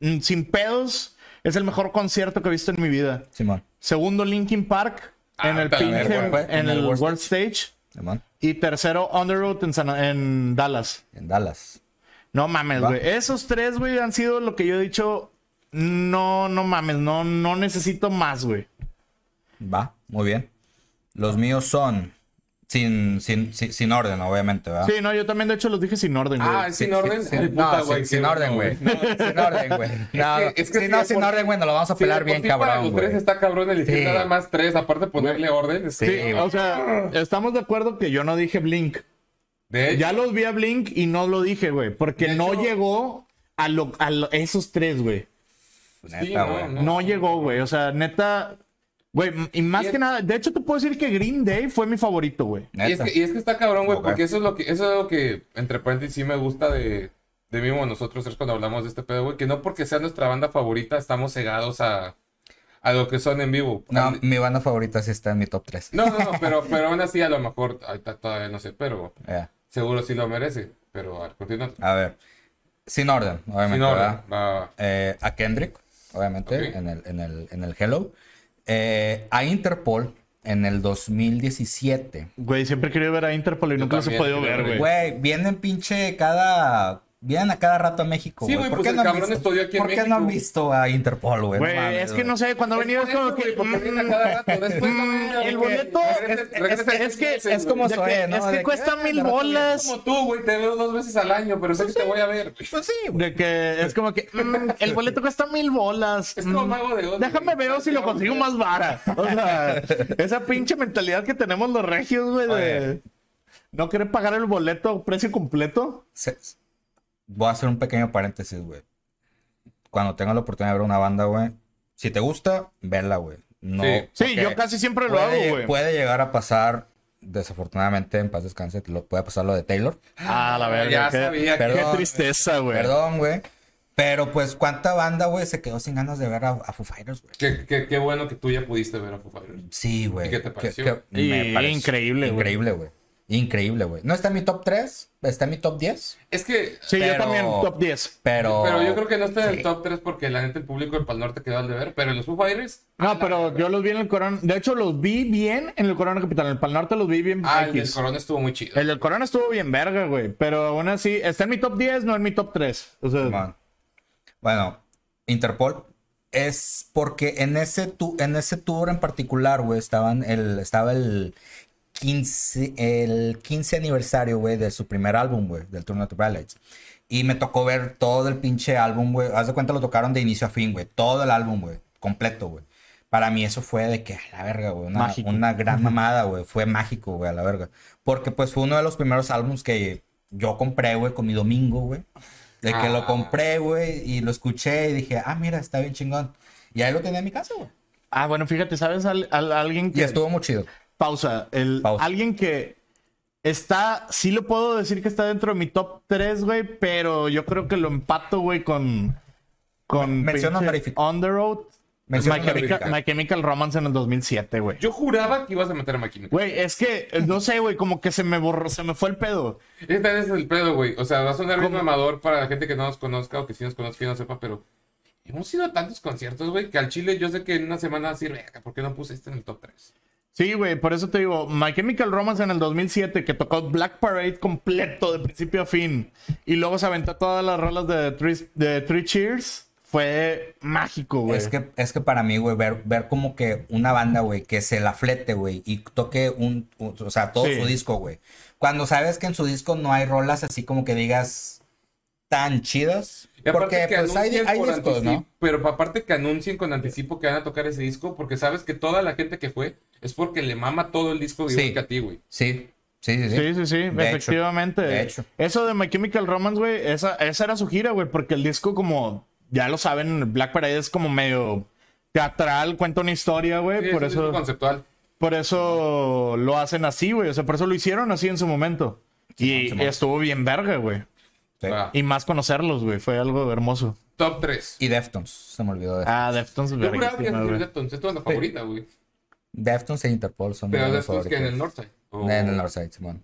Speaker 4: Mm, Sin pedos. Es el mejor concierto que he visto en mi vida.
Speaker 3: Simón.
Speaker 4: Segundo, Linkin Park
Speaker 1: Ah,
Speaker 4: en el
Speaker 1: está la
Speaker 4: pinche-
Speaker 1: verga,
Speaker 3: güey.
Speaker 4: en el World Stage.
Speaker 3: Simón.
Speaker 4: Y tercero, Underwood en, San- en Dallas.
Speaker 3: En Dallas.
Speaker 4: No mames,
Speaker 3: Va.
Speaker 4: güey. Esos tres, güey, han sido lo que yo he dicho. No, no mames, no, no necesito más, güey.
Speaker 3: Va, muy bien. Los míos son sin, sin, sin, sin orden, obviamente, ¿verdad?
Speaker 4: Sí, no, yo también, de hecho, los dije sin orden, güey.
Speaker 1: Ah, ¿es sin
Speaker 3: Sí,
Speaker 1: orden?
Speaker 3: sí,
Speaker 1: Ay,
Speaker 3: eh, no,
Speaker 1: puta,
Speaker 3: sin-
Speaker 1: güey,
Speaker 3: sin
Speaker 1: qué
Speaker 3: orden,
Speaker 1: bueno,
Speaker 3: güey.
Speaker 1: güey.
Speaker 3: *laughs* sin
Speaker 1: *laughs*
Speaker 3: orden, güey. No,
Speaker 1: Es que- es que
Speaker 3: si
Speaker 1: sí,
Speaker 3: no,
Speaker 1: de
Speaker 3: sin
Speaker 1: por-
Speaker 3: orden, güey, nos lo vamos a
Speaker 1: Sí, de
Speaker 3: pelar
Speaker 1: por
Speaker 3: bien,
Speaker 1: sí Para
Speaker 3: cabrón,
Speaker 1: los tres
Speaker 3: güey.
Speaker 1: está cabrón elegir
Speaker 3: Sí.
Speaker 1: nada más tres, aparte ponerle orden. es-
Speaker 3: Sí,
Speaker 4: Sí, o sea, estamos de acuerdo que yo no dije Blink.
Speaker 1: De hecho,
Speaker 4: Ya los vi a Blink y no lo dije, güey, porque
Speaker 1: De
Speaker 4: no
Speaker 1: hecho-
Speaker 4: llegó a, lo, a lo- esos tres, güey.
Speaker 1: sí,
Speaker 3: Neta,
Speaker 1: no,
Speaker 3: güey.
Speaker 1: no.
Speaker 4: No, llegó, güey. O sea, neta, güey, m- y más
Speaker 1: Y es-
Speaker 4: que nada, de hecho te puedo decir que Green Day fue mi favorito, güey.
Speaker 1: Y es,
Speaker 3: Neta.
Speaker 1: que, y es que está cabrón, güey,
Speaker 3: Ok.
Speaker 1: porque eso es lo que, eso es lo que, entre paréntesis, sí me gusta de, de mismo nosotros tres cuando hablamos de este pedo, güey, que no porque sea nuestra banda favorita estamos cegados a, a lo que son en vivo.
Speaker 3: No,
Speaker 1: Al-
Speaker 3: mi banda favorita sí está en mi top 3.
Speaker 1: no, no, no, pero, pero aún así a lo mejor, ahorita todavía no sé, pero seguro sí lo merece, pero a ver, continúa.
Speaker 3: A ver. Sin orden, obviamente,
Speaker 1: Si no,
Speaker 3: ¿verdad?
Speaker 1: va-
Speaker 3: Eh, a Kendrick, obviamente,
Speaker 1: Ok.
Speaker 3: en, el, en, el, en el Hello. Eh, a Interpol en el 2017.
Speaker 4: Güey, siempre he querido ver a Interpol y
Speaker 1: Yo
Speaker 4: nunca los he
Speaker 1: también,
Speaker 4: podido
Speaker 1: yo
Speaker 4: ver,
Speaker 1: también.
Speaker 4: güey.
Speaker 3: Güey, vienen pinche cada Vienen a cada rato a México,
Speaker 1: Sí, güey,
Speaker 3: güey. ¿Por
Speaker 1: pues
Speaker 3: qué
Speaker 1: el
Speaker 3: no han
Speaker 1: cabrón
Speaker 3: visto-
Speaker 1: estudió aquí en
Speaker 3: ¿Por qué no han
Speaker 1: México?
Speaker 3: visto a Interpol, güey?
Speaker 4: Güey,
Speaker 3: mames,
Speaker 4: es que
Speaker 3: güey.
Speaker 4: no sé, cuando venía es como que.
Speaker 1: porque
Speaker 4: *laughs*
Speaker 1: viene a cada rato. Después,
Speaker 4: mm,
Speaker 1: no,
Speaker 4: el
Speaker 1: güey.
Speaker 4: boleto
Speaker 1: Regresa-
Speaker 4: es-
Speaker 1: regresa
Speaker 4: es-
Speaker 1: seis
Speaker 4: es que-
Speaker 1: meses,
Speaker 3: es como
Speaker 1: güey.
Speaker 4: de
Speaker 3: Zoé,
Speaker 4: que-
Speaker 3: ¿no?
Speaker 4: es
Speaker 3: De
Speaker 4: que cuesta
Speaker 3: ah,
Speaker 4: mil
Speaker 3: de rato
Speaker 4: bolas.
Speaker 1: Es como tú, güey. Te veo dos veces al año, pero sé que te voy a ver. güey.
Speaker 4: Pues sí, de que es como que mm, el boleto cuesta mil bolas.
Speaker 1: Es como
Speaker 4: mm,
Speaker 1: mago de Oz,
Speaker 4: Déjame
Speaker 1: güey.
Speaker 4: ver si lo consigo más vara. *laughs* O sea, esa pinche mentalidad que tenemos los regios, güey, de
Speaker 3: Oye.
Speaker 4: no querer pagar el boleto a precio completo.
Speaker 3: Se- Voy a hacer un pequeño paréntesis, güey. Cuando tenga la oportunidad de ver una banda, güey. Si te gusta, vela, güey. No,
Speaker 1: Sí.
Speaker 4: Sí,
Speaker 3: porque
Speaker 4: yo casi siempre lo
Speaker 3: puede,
Speaker 4: hago, güey.
Speaker 3: puede llegar a pasar, desafortunadamente, en paz descanse, lo, puede pasar lo de Taylor.
Speaker 4: Ah, la verga.
Speaker 1: Ya
Speaker 4: qué,
Speaker 1: sabía que.
Speaker 4: qué
Speaker 3: Perdón.
Speaker 4: tristeza, güey.
Speaker 3: Perdón, güey. Pero pues, ¿cuánta banda, güey, se quedó sin ganas de ver a, a Foo Fighters, güey?
Speaker 1: Qué, qué- qué bueno que tú ya pudiste ver a Foo Fighters.
Speaker 3: Sí, güey.
Speaker 1: ¿Y qué te
Speaker 3: Que-
Speaker 1: pareció?
Speaker 3: que
Speaker 4: Y-
Speaker 3: me pareció
Speaker 4: increíble, güey.
Speaker 3: Increíble, güey. Increíble, güey. No está en mi top 3, está en mi top 10.
Speaker 1: Es que.
Speaker 4: Sí, yo
Speaker 3: Pero-
Speaker 4: también, top 10.
Speaker 3: Pero,
Speaker 1: Pero yo creo que no está en el
Speaker 3: Sí.
Speaker 1: top 3 porque la gente, el público del Pal Norte quedó al deber. Pero los Foo Fighters.
Speaker 4: No, pero yo los vi en el Corona. De hecho, los vi bien en el Corona Capital. En el Pal Norte los vi bien.
Speaker 1: Ah, el del
Speaker 4: X.
Speaker 1: Corona estuvo muy chido.
Speaker 4: El del Corona estuvo bien verga, güey. Pero aún así, está en mi top 10, no en mi top 3. O sea,
Speaker 3: Man. Bueno, Interpol es porque en ese, tu- en ese tour en particular, güey, estaban el, estaba el 15, el 15 aniversario, güey, de su primer álbum, güey, del Turn of the Ballads. Y me tocó ver todo el pinche álbum, güey. Haz de cuenta, lo tocaron de inicio a fin, güey. Todo el álbum, güey. Completo, güey. Para mí eso fue de que, a la verga, güey. Una,
Speaker 4: Mágico.
Speaker 3: una gran mamada, güey. Fue mágico, güey, a la verga. Porque pues fue uno de los primeros álbums que yo compré, güey, con mi domingo, güey. De que
Speaker 1: Ah.
Speaker 3: lo compré, güey, y lo escuché y dije, ah, mira, está bien chingón. Y ahí lo tenía en mi casa, güey.
Speaker 4: Ah, bueno, fíjate, ¿sabes? Al, al- alguien
Speaker 3: Y
Speaker 4: que.
Speaker 3: estuvo muy chido.
Speaker 4: Pausa. El,
Speaker 3: Pausa.
Speaker 4: Alguien que está. Sí lo puedo decir que está dentro de mi top 3, güey. Pero yo creo que lo empato, güey, con. Con.
Speaker 3: Mención
Speaker 4: pinche
Speaker 3: honorífica.
Speaker 4: On the Road.
Speaker 3: Mención
Speaker 4: My Chemical,
Speaker 3: honorífica.
Speaker 4: My Chemical Romance en el 2007, güey.
Speaker 1: Yo juraba que ibas a meter a Maquina.
Speaker 4: Güey, es que. eh, No sé, güey. Como que se me borró. Se me fue el pedo.
Speaker 1: Este es el pedo, güey. O sea, va a sonar bien mamador para la gente que no nos conozca o que sí nos conozca y no sepa, pero hemos ido a tantos conciertos, güey, que al Chile yo sé que en una semana así, verga, ¿por qué no puse este en el top 3?
Speaker 4: Sí, güey, por eso te digo, My Chemical Romance en el 2007, que tocó Black Parade completo de principio a fin, y luego se aventó todas las rolas de Three, de Three Cheers, fue mágico, güey.
Speaker 3: Es que, es que para mí, güey, ver, ver como que una banda, güey, que se la flete, güey, y toque un, un- o sea, todo
Speaker 4: Sí.
Speaker 3: su disco, güey. Cuando sabes que en su disco no hay rolas así como que digas tan chidas.
Speaker 1: Y aparte
Speaker 3: Porque
Speaker 1: que
Speaker 3: pues hay,
Speaker 1: anuncien
Speaker 3: hay
Speaker 1: por
Speaker 3: discos,
Speaker 1: anticipo-
Speaker 3: ¿no?
Speaker 1: Pero aparte que anuncien con anticipo que van a tocar ese disco, porque sabes que toda la gente que fue es porque le mama todo el disco igual
Speaker 3: Sí.
Speaker 1: que a ti, güey.
Speaker 3: Sí, sí, sí.
Speaker 4: Sí, sí, sí,
Speaker 3: De hecho,
Speaker 4: efectivamente.
Speaker 3: de hecho.
Speaker 4: Eso de My Chemical Romance, güey, esa, esa era su gira, güey, porque el disco, como ya lo saben, Black Parade es como medio teatral, cuenta una historia, güey,
Speaker 1: Sí,
Speaker 4: por
Speaker 1: es un disco
Speaker 4: eso...
Speaker 1: conceptual.
Speaker 4: Por eso lo hacen así, güey. O sea, por eso lo hicieron así en su momento. Y
Speaker 3: Simón.
Speaker 4: estuvo bien verga, güey.
Speaker 3: Sí.
Speaker 1: Va.
Speaker 4: Y más conocerlos, güey. Fue algo hermoso.
Speaker 1: Top 3.
Speaker 3: Y Deftones, se me olvidó de
Speaker 4: Ah, Deftones,
Speaker 1: Yo juraba que
Speaker 4: verguísima, güey.
Speaker 1: era entonces tu banda favorita, güey.
Speaker 3: Deftones e Interpol son
Speaker 1: Pero
Speaker 3: mis
Speaker 1: de
Speaker 3: bandas
Speaker 1: estos que en el
Speaker 3: favoritas.
Speaker 1: Northside.
Speaker 3: En el
Speaker 1: norte.
Speaker 3: Northside, Simón.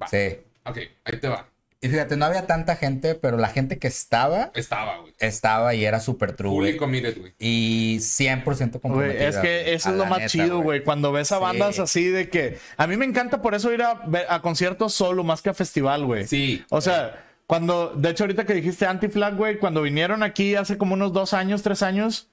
Speaker 1: Va.
Speaker 3: Sí.
Speaker 1: Ok, ahí te va.
Speaker 3: Y fíjate, no había tanta gente, pero la gente que estaba,
Speaker 1: Estaba, güey.
Speaker 3: estaba y era súper true. güey.
Speaker 1: Público, mire, güey.
Speaker 3: Y 100%
Speaker 4: Güey,
Speaker 3: comprometida.
Speaker 4: es que
Speaker 3: güey,
Speaker 4: eso
Speaker 3: a
Speaker 4: es lo
Speaker 3: la
Speaker 4: más
Speaker 3: neta,
Speaker 4: chido, güey. Cuando ves a
Speaker 3: Sí.
Speaker 4: bandas así de que. A mí me encanta por eso ir a, ver- a conciertos solo más que a festival, güey.
Speaker 1: Sí.
Speaker 4: O sea, cuando. De hecho, ahorita que dijiste Anti-Flag, güey, cuando vinieron aquí hace como unos dos años, tres años.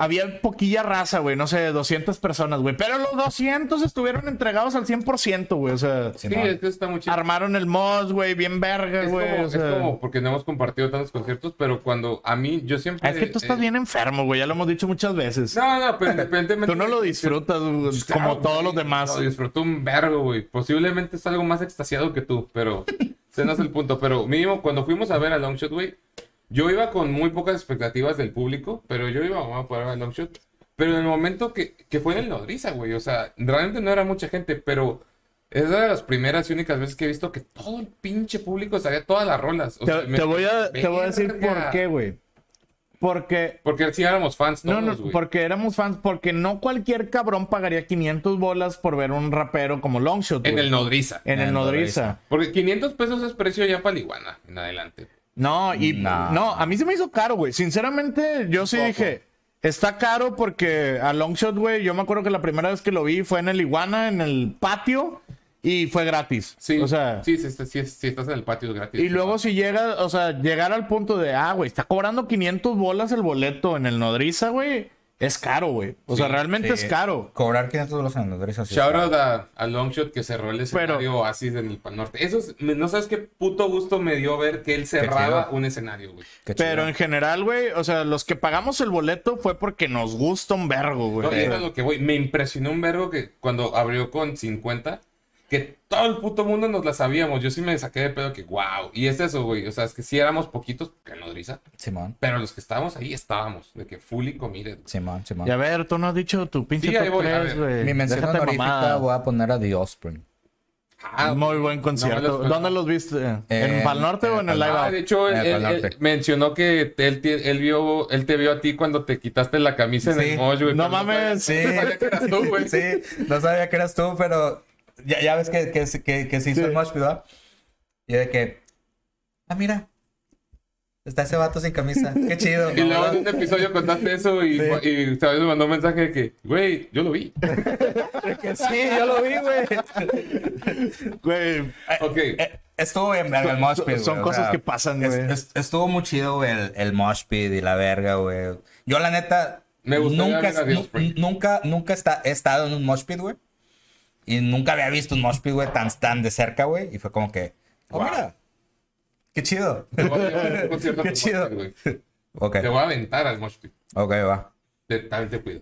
Speaker 4: Había poquilla raza, güey, no sé, 200 personas, güey. Pero los 200 estuvieron entregados al 100%, güey. O sea,
Speaker 1: Sí,
Speaker 3: Simón.
Speaker 1: es que está muy chido.
Speaker 4: armaron el mod, güey, bien verga,
Speaker 1: Es,
Speaker 4: güey.
Speaker 1: como,
Speaker 4: o sea.
Speaker 1: es como porque no hemos compartido tantos conciertos, pero cuando a mí, yo siempre.
Speaker 4: Ah, es que tú estás
Speaker 1: eh,
Speaker 4: bien enfermo, güey, ya lo hemos dicho muchas veces.
Speaker 1: No, no, pero independientemente.
Speaker 4: Tú no lo disfrutas güey,
Speaker 1: Pues, claro,
Speaker 4: como todos
Speaker 1: güey,
Speaker 4: los demás.
Speaker 1: Lo disfruto un vergo, güey. Posiblemente es algo más extasiado que tú,
Speaker 4: *laughs*
Speaker 1: pero ese no es el punto. Pero mínimo, cuando fuimos a ver a Longshot, güey, yo iba con muy pocas expectativas del público, pero yo iba vamos a poder ver a Longshot. Pero en el momento que, que fue en el Nodriza, güey, o sea, realmente no era mucha gente, pero es una de las primeras y únicas veces que he visto que todo el pinche público sabía todas las rolas. O
Speaker 4: Te,
Speaker 1: sea, me-
Speaker 4: te voy a, te voy a decir
Speaker 1: Verga.
Speaker 4: por qué, güey. Porque.
Speaker 1: Porque si éramos fans
Speaker 4: No,
Speaker 1: todos,
Speaker 4: no,
Speaker 1: güey.
Speaker 4: porque éramos fans, porque no cualquier cabrón pagaría 500 bolas por ver un rapero como Longshot.
Speaker 1: En
Speaker 4: güey.
Speaker 1: el Nodriza.
Speaker 4: En el
Speaker 3: En
Speaker 4: Nodriza.
Speaker 1: Porque 500 pesos es precio ya para Liguana en adelante.
Speaker 4: No, y
Speaker 3: Nah.
Speaker 4: no, a mí se me hizo caro, güey. Sinceramente, yo sí
Speaker 1: Poco.
Speaker 4: dije, está caro porque a Longshot, güey, yo me acuerdo que la primera vez que lo vi fue en el Iguana, en el patio, y fue gratis.
Speaker 1: Sí,
Speaker 4: O sea,
Speaker 1: sí, sí, sí, sí, sí, estás en el patio es gratis.
Speaker 4: y luego si llega, o sea, llegar al punto de, ah, güey, está cobrando 500 bolas el boleto en el Nodriza, güey, es caro, güey. O sea, realmente
Speaker 3: Sí,
Speaker 4: es caro.
Speaker 3: Cobrar 500 dólares en los dólares así.
Speaker 1: Shout out a, a Longshot que cerró el escenario
Speaker 4: Pero-
Speaker 1: Oasis en el Pan Norte. Eso es- me- no sabes qué puto gusto me dio ver que él cerraba
Speaker 3: chido.
Speaker 1: un escenario, güey.
Speaker 4: Pero en general, güey, o sea, los que pagamos el boleto fue porque nos gusta un vergo, güey.
Speaker 1: No, y eso es lo que voy. Me impresionó un verbo que cuando abrió con 50, que todo el puto mundo nos la sabíamos. Yo sí me saqué de pedo que, wow. Y es eso, güey. O sea, es que sí éramos poquitos, que nodriza.
Speaker 3: Simón,
Speaker 1: Pero los que estábamos ahí estábamos, de que fully committed.
Speaker 3: Simón, Simón.
Speaker 4: Y a ver, tú no has dicho tu pinche
Speaker 1: Sí, ahí
Speaker 4: top
Speaker 1: voy, a
Speaker 4: tres,
Speaker 1: ver.
Speaker 4: güey.
Speaker 3: Mi mención
Speaker 4: Déjate
Speaker 3: honorífica
Speaker 4: mamadas.
Speaker 3: voy a poner a The Offspring.
Speaker 1: Ah,
Speaker 4: Muy buen
Speaker 1: No
Speaker 4: concierto.
Speaker 1: me los-
Speaker 4: ¿Dónde los viste? ¿En
Speaker 3: En-
Speaker 4: Pal Norte o en
Speaker 3: en
Speaker 4: el
Speaker 3: Pal
Speaker 4: Live
Speaker 1: ah,
Speaker 4: Out?
Speaker 1: de hecho, él,
Speaker 3: Eh,
Speaker 1: él-
Speaker 3: adelante.
Speaker 1: él mencionó que él, ti- él vio, él te vio a ti cuando te quitaste la camisa en
Speaker 3: Sí.
Speaker 1: el mosh, güey.
Speaker 4: No
Speaker 1: pero
Speaker 4: mames,
Speaker 1: sabía- no sabía que eras tú, güey.
Speaker 3: Sí, no sabía que eras tú, pero ya, ya ves que, que, que, que se hizo el mosh, pit, ¿verdad? Y de que, ah, mira, está ese vato sin camisa, qué chido.
Speaker 1: Y luego
Speaker 3: ¿verdad?
Speaker 1: en un episodio contaste eso y, y Isabel me mandó un mensaje de que, güey, yo lo vi.
Speaker 3: Que sí, yo lo vi, güey.
Speaker 4: Güey,
Speaker 1: Ok.
Speaker 3: Eh, Estuvo bien verga el mosh pit,
Speaker 4: son
Speaker 3: güey,
Speaker 4: cosas que pasan,
Speaker 3: es-
Speaker 4: güey.
Speaker 3: es- estuvo muy chido, güey, el, el mosh pit y la verga, güey. Yo, la neta,
Speaker 1: Me gustaría
Speaker 3: nunca,
Speaker 1: ver a The
Speaker 3: nu-
Speaker 1: Offspring.
Speaker 3: nunca, nunca esta- he estado en un mosh pit, güey. Y nunca había visto un mosh pit, güey, tan, tan de cerca, güey. Y fue como que, oh, mira, qué chido. *laughs*
Speaker 1: Te voy a llevar a un concierto
Speaker 3: Qué
Speaker 1: con
Speaker 3: chido.
Speaker 1: Mosh Pit, güey.
Speaker 3: Ok,
Speaker 1: Te voy a aventar al mosh pit.
Speaker 3: ok, va.
Speaker 1: Te- También te cuido.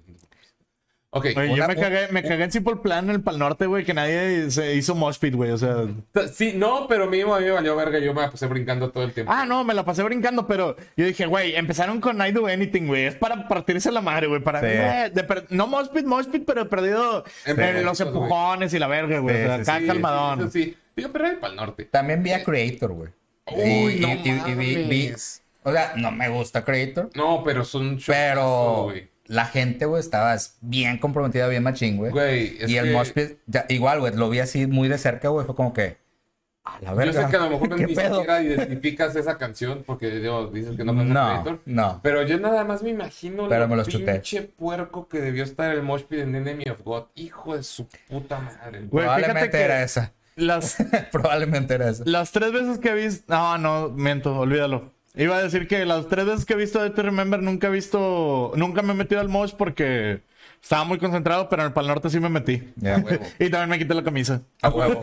Speaker 1: Ok.
Speaker 4: Güey, yo
Speaker 3: una-
Speaker 4: me cagué, me cagué en Simple Plan en el Pal Norte, güey, que nadie se hizo mosh pit, güey. O sea,
Speaker 1: T- Sí, no, pero mismo a mí me valió verga. Yo me la pasé brincando todo el tiempo.
Speaker 4: ah, no, me la pasé brincando, pero yo dije, güey, empezaron con I Do Anything, güey. Es para partirse la madre, güey. Para
Speaker 3: Sí.
Speaker 4: eh, de per- no mosh pit, mosh pit, pero he perdido
Speaker 1: En
Speaker 4: eh, los
Speaker 1: momentos, güey.
Speaker 4: empujones y la verga, güey.
Speaker 3: Sí,
Speaker 4: o sea,
Speaker 3: sí,
Speaker 4: acá
Speaker 1: Sí,
Speaker 4: calmadón.
Speaker 1: eso Sí, Digo, pero era para el norte.
Speaker 3: También vi a Creator, güey.
Speaker 1: Uy, no
Speaker 3: vi- vi- O sea, no me gusta Creator,
Speaker 1: No, pero son shows,
Speaker 3: pero
Speaker 1: güey.
Speaker 3: la gente, güey, estaba bien comprometida, bien machín, güey.
Speaker 1: Güey, es
Speaker 3: y el
Speaker 1: que-
Speaker 3: mosh pit, ya- igual, güey, lo vi así muy de cerca, güey. Fue como que, a la
Speaker 1: Yo
Speaker 3: verga.
Speaker 1: sé que a lo mejor
Speaker 3: ¿qué
Speaker 1: ni
Speaker 3: pedo?
Speaker 1: siquiera identificas esa canción porque digo, dices que no conoces
Speaker 3: No,
Speaker 1: Creator.
Speaker 3: no.
Speaker 1: Pero yo nada más me imagino
Speaker 3: Pero
Speaker 1: lo
Speaker 3: me los chuté.
Speaker 1: pinche puerco que debió estar el mosh pit en Enemy of God. Hijo de su puta madre.
Speaker 4: Güey, fíjate
Speaker 3: Probablemente
Speaker 4: que-
Speaker 3: era esa. *laughs*
Speaker 4: Las,
Speaker 3: Probablemente era esa.
Speaker 4: Las tres veces que he visto. No, no, miento, olvídalo. Iba a decir que las tres veces que he visto de To Remember nunca he visto. Nunca me he metido al mosh porque estaba muy concentrado, pero en el Pal Norte sí me metí.
Speaker 3: Ya, güey.
Speaker 4: Y también me quité la camisa.
Speaker 3: A huevo.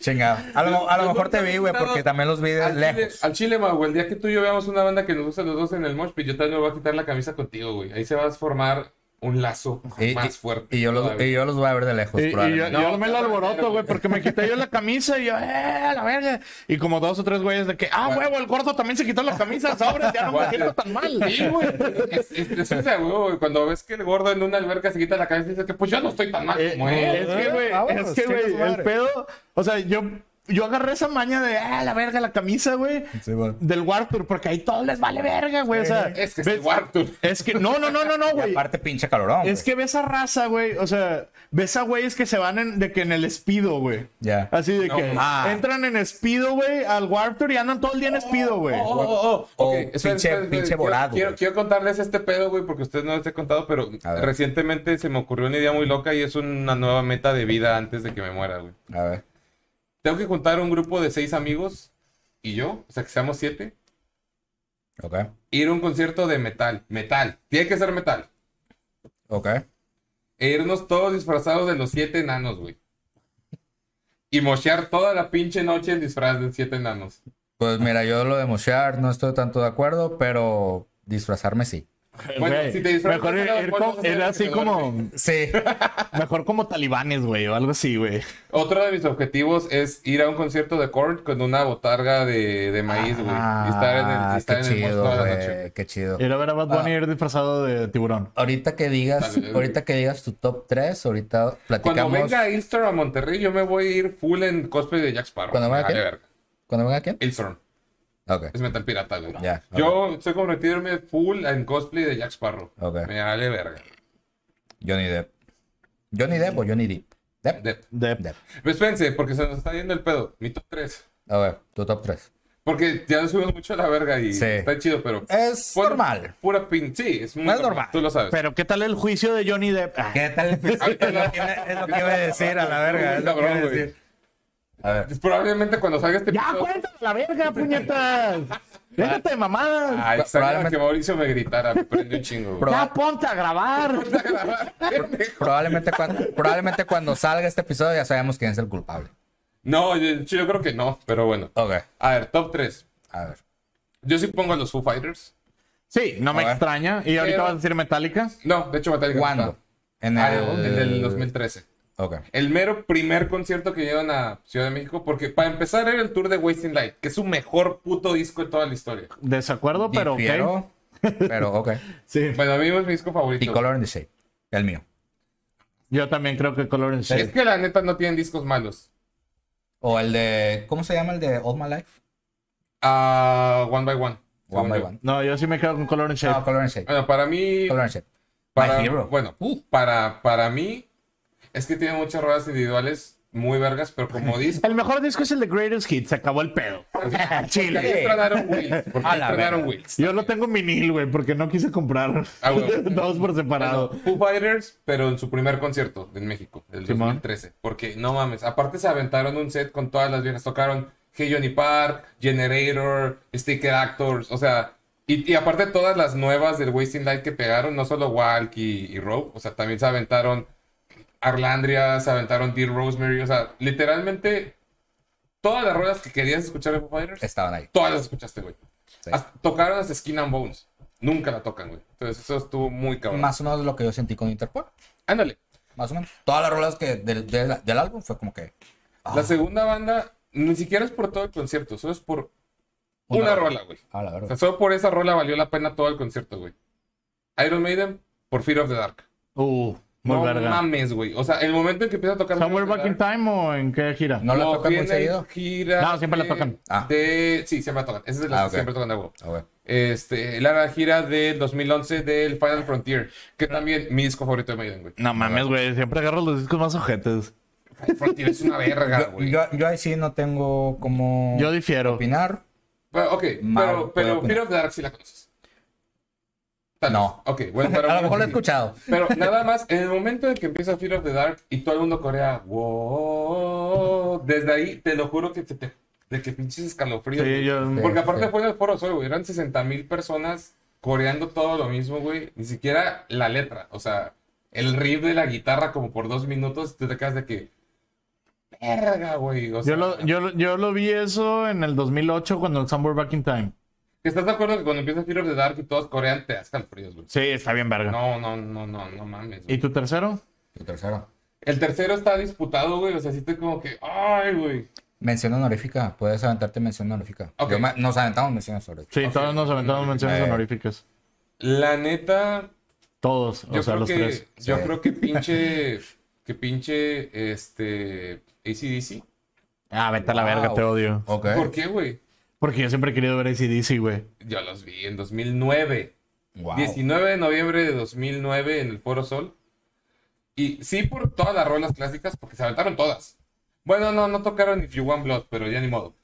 Speaker 3: Chingado. A lo, a lo mejor te vi, güey, porque también los vi de
Speaker 1: Al chile-
Speaker 3: lejos.
Speaker 1: al chile, ma, güey, el día que tú y yo veamos una banda que nos gusta los dos en el mosh pit, yo también me voy a quitar la camisa contigo, güey. Ahí se va a formar un lazo
Speaker 3: Y, y-
Speaker 1: Ah, más fuerte.
Speaker 3: y yo los,
Speaker 1: todavía.
Speaker 3: y yo los voy a ver de lejos,
Speaker 4: Y, y yo,
Speaker 3: probablemente.
Speaker 4: yo me lo alboroto, güey, porque me quité yo la camisa y yo, ¡eh, la verga! Y como dos o tres güeyes de que, ¡ah, huevo, el gordo también se quitó la camisa, sobres, ya no me siento tan mal!
Speaker 1: Sí, güey. Es, es, es esa, güey, güey. Cuando ves que el gordo en una alberca se quita la cabeza y dices que pues yo no estoy tan mal
Speaker 4: Eh,
Speaker 1: como
Speaker 4: es
Speaker 1: él.
Speaker 4: que, güey,
Speaker 3: Vámonos,
Speaker 4: es que,
Speaker 3: chinga
Speaker 4: güey,
Speaker 3: su madre.
Speaker 4: el pedo. O sea, yo, yo agarré esa maña de, ah, la verga, la camisa, güey,
Speaker 3: Sí, bueno.
Speaker 4: del War Tour, porque ahí todo les vale verga, güey. O sea,
Speaker 1: Es que es
Speaker 4: ves-
Speaker 1: el Wartur.
Speaker 4: es que, no, no, no, no, no,
Speaker 3: Y
Speaker 4: güey.
Speaker 3: aparte, pinche calorón.
Speaker 4: Es
Speaker 3: güey.
Speaker 4: que ves a raza, güey. O sea, ves a güeyes que se van en, de que en el espido, güey.
Speaker 3: Ya.
Speaker 4: Así de
Speaker 1: No,
Speaker 4: que
Speaker 3: ah.
Speaker 4: entran en espido, güey, al War Tour y andan todo el día en espido, güey.
Speaker 1: Oh, oh, oh,
Speaker 3: O
Speaker 1: ok,
Speaker 3: pinche- pinche
Speaker 1: Quiero-
Speaker 3: volado,
Speaker 1: Quiero,
Speaker 3: güey.
Speaker 1: quiero contarles este pedo, güey, porque ustedes no les he contado, pero
Speaker 3: A ver.
Speaker 1: recientemente se me ocurrió una idea muy loca y es una nueva meta de vida antes de que me muera, güey.
Speaker 3: A ver.
Speaker 1: Tengo que juntar un grupo de seis amigos y yo, o sea, que seamos siete,
Speaker 3: Ok.
Speaker 1: ir a un concierto de metal. Metal. Tiene que ser metal.
Speaker 3: Ok.
Speaker 1: E irnos todos disfrazados de los siete enanos, güey. Y mochear toda la pinche noche el disfraz de siete enanos.
Speaker 3: Pues mira, yo lo de moshear no estoy tanto de acuerdo, pero disfrazarme sí.
Speaker 1: Bueno,
Speaker 4: Güey,
Speaker 1: si te disfrazas
Speaker 4: mejor
Speaker 1: de
Speaker 4: ir,
Speaker 1: nada,
Speaker 4: ir
Speaker 1: puedes
Speaker 4: como-
Speaker 1: hacer
Speaker 4: ir
Speaker 1: lo que
Speaker 4: así
Speaker 1: te
Speaker 4: como,
Speaker 3: Sí.
Speaker 4: mejor como talibanes, güey, o algo así, güey.
Speaker 1: Otro de mis objetivos es ir a un concierto de Korn con una botarga de, de maíz, güey. y estar en el, y
Speaker 3: Ah,
Speaker 1: estar en
Speaker 3: qué
Speaker 1: el mosh
Speaker 3: chido,
Speaker 1: toda la noche.
Speaker 3: güey. Qué chido.
Speaker 4: Ir a ver a Bad Bunny
Speaker 3: Ah.
Speaker 4: ir disfrazado de tiburón.
Speaker 3: Ahorita que digas,
Speaker 1: Dale, dale.
Speaker 3: ahorita que digas tu top 3, ahorita
Speaker 1: Cuando
Speaker 3: platicamos.
Speaker 1: venga Ilstrom a Monterrey, yo me voy a ir full en cosplay de Jack Sparrow.
Speaker 3: ¿Cuándo venga
Speaker 1: Vale,
Speaker 3: qué?
Speaker 1: verga.
Speaker 3: ¿Cuándo venga quién?
Speaker 1: Ilstrom.
Speaker 3: Ok.
Speaker 1: Es metal pirata, güey.
Speaker 3: Ya, ok.
Speaker 1: Yo estoy comprometido a irme full en cosplay de Jack Sparrow.
Speaker 3: Ok.
Speaker 1: Me vale verga.
Speaker 3: Johnny Depp. Johnny Depp o Johnny Depp. Depp.
Speaker 1: De-
Speaker 4: De-
Speaker 3: Depp.
Speaker 1: Pero Espérense, porque se nos está yendo el pedo. Mi top 3.
Speaker 3: A ver, tu top 3.
Speaker 1: Porque ya nos subimos mucho a la verga y
Speaker 3: Sí.
Speaker 1: está chido, pero.
Speaker 3: Es
Speaker 1: Pon-
Speaker 3: normal.
Speaker 1: Pura pin. Sí, es muy
Speaker 3: Es normal.
Speaker 1: Tú lo sabes.
Speaker 4: Pero ¿qué tal el juicio de Johnny Depp? Ah,
Speaker 1: *laughs*
Speaker 3: ¿Qué tal? es, lo que, es lo que iba a decir a la verga. Es lo que iba a
Speaker 1: Cabrón, güey.
Speaker 3: decir. A ver.
Speaker 1: Pues Probablemente cuando salga este
Speaker 4: Ya,
Speaker 1: episodio-
Speaker 4: cuéntame la
Speaker 1: *laughs*
Speaker 4: verga, puñetas. Déjate de mamadas.
Speaker 1: Ay, extrañaba
Speaker 3: Probablemente-
Speaker 1: que Mauricio me gritara, me prende un chingo. güey.
Speaker 4: Ya ponte a grabar.
Speaker 3: Probablemente cuando, probablemente cuando salga este episodio ya sabemos quién es el culpable.
Speaker 1: *laughs* No, yo, yo creo que no, pero bueno.
Speaker 3: Ok.
Speaker 1: A ver, top 3.
Speaker 3: A ver.
Speaker 1: Yo sí pongo a los Foo Fighters.
Speaker 4: Sí, no me
Speaker 3: A ver.
Speaker 4: extraña. ¿Y ahorita
Speaker 1: Pero-
Speaker 4: vas a decir Metallica?
Speaker 1: No, de hecho Metallica.
Speaker 3: ¿Cuándo? Eh. En
Speaker 1: no está.
Speaker 3: el,
Speaker 1: Ah, en el 2013.
Speaker 3: Ok.
Speaker 1: El mero primer concierto que llevan a Ciudad de México, porque para empezar era el tour de Wasting Light, que es su mejor puto disco de toda la historia.
Speaker 4: Desacuerdo, pero ok.
Speaker 3: Difiero,
Speaker 1: *laughs*
Speaker 3: Pero ok.
Speaker 4: Sí.
Speaker 1: Bueno, a mí es mi disco
Speaker 3: Y
Speaker 1: favorito.
Speaker 3: Color in the Shape. El mío.
Speaker 4: Yo también creo que Color and
Speaker 1: Es
Speaker 4: Shade.
Speaker 1: que la neta no tienen discos malos.
Speaker 3: O el de. ¿Cómo se llama el de All My Life?
Speaker 1: Ah, one by One.
Speaker 3: One
Speaker 1: según
Speaker 3: by
Speaker 1: yo.
Speaker 3: One.
Speaker 4: No, yo sí me quedo con Color and Shade.
Speaker 3: No, Color in the Shape.
Speaker 1: Bueno, para mí,
Speaker 3: Color in the Shape.
Speaker 1: para,
Speaker 3: My Hero. Uh,
Speaker 1: bueno, uh, para, para mí es que tiene muchas ruedas individuales muy vergas, pero
Speaker 3: *laughs*
Speaker 1: como disco.
Speaker 4: El mejor disco es el de Greatest Hits. Se acabó el pedo.
Speaker 1: Porque ahí
Speaker 4: Chile.
Speaker 1: estrenaron Wills. Porque
Speaker 3: A
Speaker 1: ahí
Speaker 3: la
Speaker 1: estrenaron
Speaker 3: verga.
Speaker 1: Wills.
Speaker 4: Yo lo tengo en vinil, güey, porque no quise comprar
Speaker 1: Ah,
Speaker 4: *laughs*
Speaker 1: güey.
Speaker 4: dos por separado.
Speaker 1: Bueno, Foo Fighters, pero en su primer concierto en México, el
Speaker 4: Simón.
Speaker 1: 2013. Porque no mames, aparte se aventaron un set con todas las viejas, tocaron Hey Johnny Park, Generator, Sticker Actors, o sea, y, y aparte todas las nuevas del Wasting Light que pegaron, no solo Walk y, y Rope, o sea, también se aventaron Arlandria, se aventaron Dear Rosemary, o sea, literalmente todas las ruedas que querías escuchar de Foo Fighters,
Speaker 3: Estaban ahí.
Speaker 1: todas las escuchaste, güey.
Speaker 3: Sí.
Speaker 1: Hasta- tocaron hasta Skin and Bones. Nunca la tocan, güey. Entonces eso estuvo muy cabrón.
Speaker 3: Más o menos lo que yo sentí con Interpol.
Speaker 1: Ándale.
Speaker 3: Más o menos. Todas las rolas que del, del, del álbum fue como que.
Speaker 1: La segunda banda ni siquiera es por todo el concierto, solo es por una, rola, güey.
Speaker 3: Ah, la
Speaker 1: O
Speaker 3: verdad.
Speaker 1: sea, solo por esa rola valió la pena todo el concierto, güey. Iron Maiden por Fear of the Dark.
Speaker 4: Uh, muy
Speaker 1: no
Speaker 4: verga.
Speaker 1: mames, güey. O sea, el momento en que empieza a tocar
Speaker 4: ¿Somewhere
Speaker 1: Fear of
Speaker 4: Back
Speaker 1: the
Speaker 4: in
Speaker 1: Dark,
Speaker 4: Time o en qué gira?
Speaker 3: No la
Speaker 1: lo
Speaker 3: tocan muy
Speaker 1: viene
Speaker 3: seguido.
Speaker 1: gira
Speaker 4: No, siempre la
Speaker 1: de-
Speaker 4: tocan.
Speaker 3: Ah.
Speaker 1: De... Sí, siempre la tocan. Esa es de las
Speaker 3: Ah,
Speaker 1: que
Speaker 3: ok.
Speaker 1: siempre tocan de huevo.
Speaker 3: Ah, güey.
Speaker 1: Este, la gira del 2011 del Final Frontier, que también mi disco favorito de Maiden, güey.
Speaker 4: No mames, güey. Siempre agarro los discos más ojetes.
Speaker 1: Final Frontier es una
Speaker 3: *laughs*
Speaker 1: verga,
Speaker 3: Yo,
Speaker 1: Ah, güey.
Speaker 3: yo, yo ahí sí no tengo como
Speaker 4: Mm. Yo difiero.
Speaker 3: opinar.
Speaker 1: Bueno, ok,
Speaker 3: Mal,
Speaker 1: pero,
Speaker 3: puedo
Speaker 1: pero
Speaker 3: opinar.
Speaker 1: Fear of the Dark sí la conoces. Tal vez.
Speaker 3: No.
Speaker 1: Ok, bueno, pero.
Speaker 3: *laughs* A
Speaker 1: *laughs*
Speaker 3: lo mejor lo he escuchado.
Speaker 1: Pero nada más, en el momento en que empieza Fear of the Dark y todo el mundo corea, wow, desde ahí te lo juro que te, te- de que pinches escalofríos.
Speaker 4: Sí,
Speaker 1: güey.
Speaker 4: yo-
Speaker 1: Porque aparte
Speaker 3: sí.
Speaker 1: fue en el Foro Sol, güey, eran 60 mil personas coreando todo lo mismo, güey, ni siquiera la letra, o sea, el riff de la guitarra como por dos minutos, tú te quedas de que, verga, güey, o sea,
Speaker 4: Yo lo, yo, lo- yo lo vi eso en el 2008 cuando el Somewhere Back in Time.
Speaker 1: ¿estás de acuerdo que cuando empieza Fear of the Dark y todos corean te das escalofríos, güey?
Speaker 4: Sí, está bien verga.
Speaker 1: No, no, no, no, no mames.
Speaker 4: ¿Y
Speaker 1: güey.
Speaker 4: tu tercero?
Speaker 3: El tercero.
Speaker 1: El tercero está disputado, güey. O sea, sí te como que, ay, güey.
Speaker 3: Mención honorífica. Puedes aventarte mención honorífica.
Speaker 1: Ok.
Speaker 3: Yo me- nos aventamos menciones honoríficas.
Speaker 4: Sí, todos nos aventamos menciones
Speaker 3: Eh.
Speaker 4: honoríficas.
Speaker 1: La neta,
Speaker 4: Todos,
Speaker 1: yo
Speaker 4: o sea,
Speaker 1: creo
Speaker 4: los
Speaker 1: que,
Speaker 4: tres.
Speaker 1: yo
Speaker 3: Sí.
Speaker 1: creo que pinche, que pinche, este, ACDC.
Speaker 4: Ah, vete a la
Speaker 3: Wow.
Speaker 4: verga, te odio.
Speaker 3: Ok.
Speaker 1: ¿Por qué, güey?
Speaker 4: Porque yo siempre he querido ver ACDC, güey.
Speaker 1: Yo los vi en 2009.
Speaker 3: Wow.
Speaker 1: 19 de noviembre de 2009 en el Foro Sol. Y sí por todas las rolas clásicas, porque se aventaron todas. Bueno, no, no tocaron If You Want Blood, pero ya ni modo.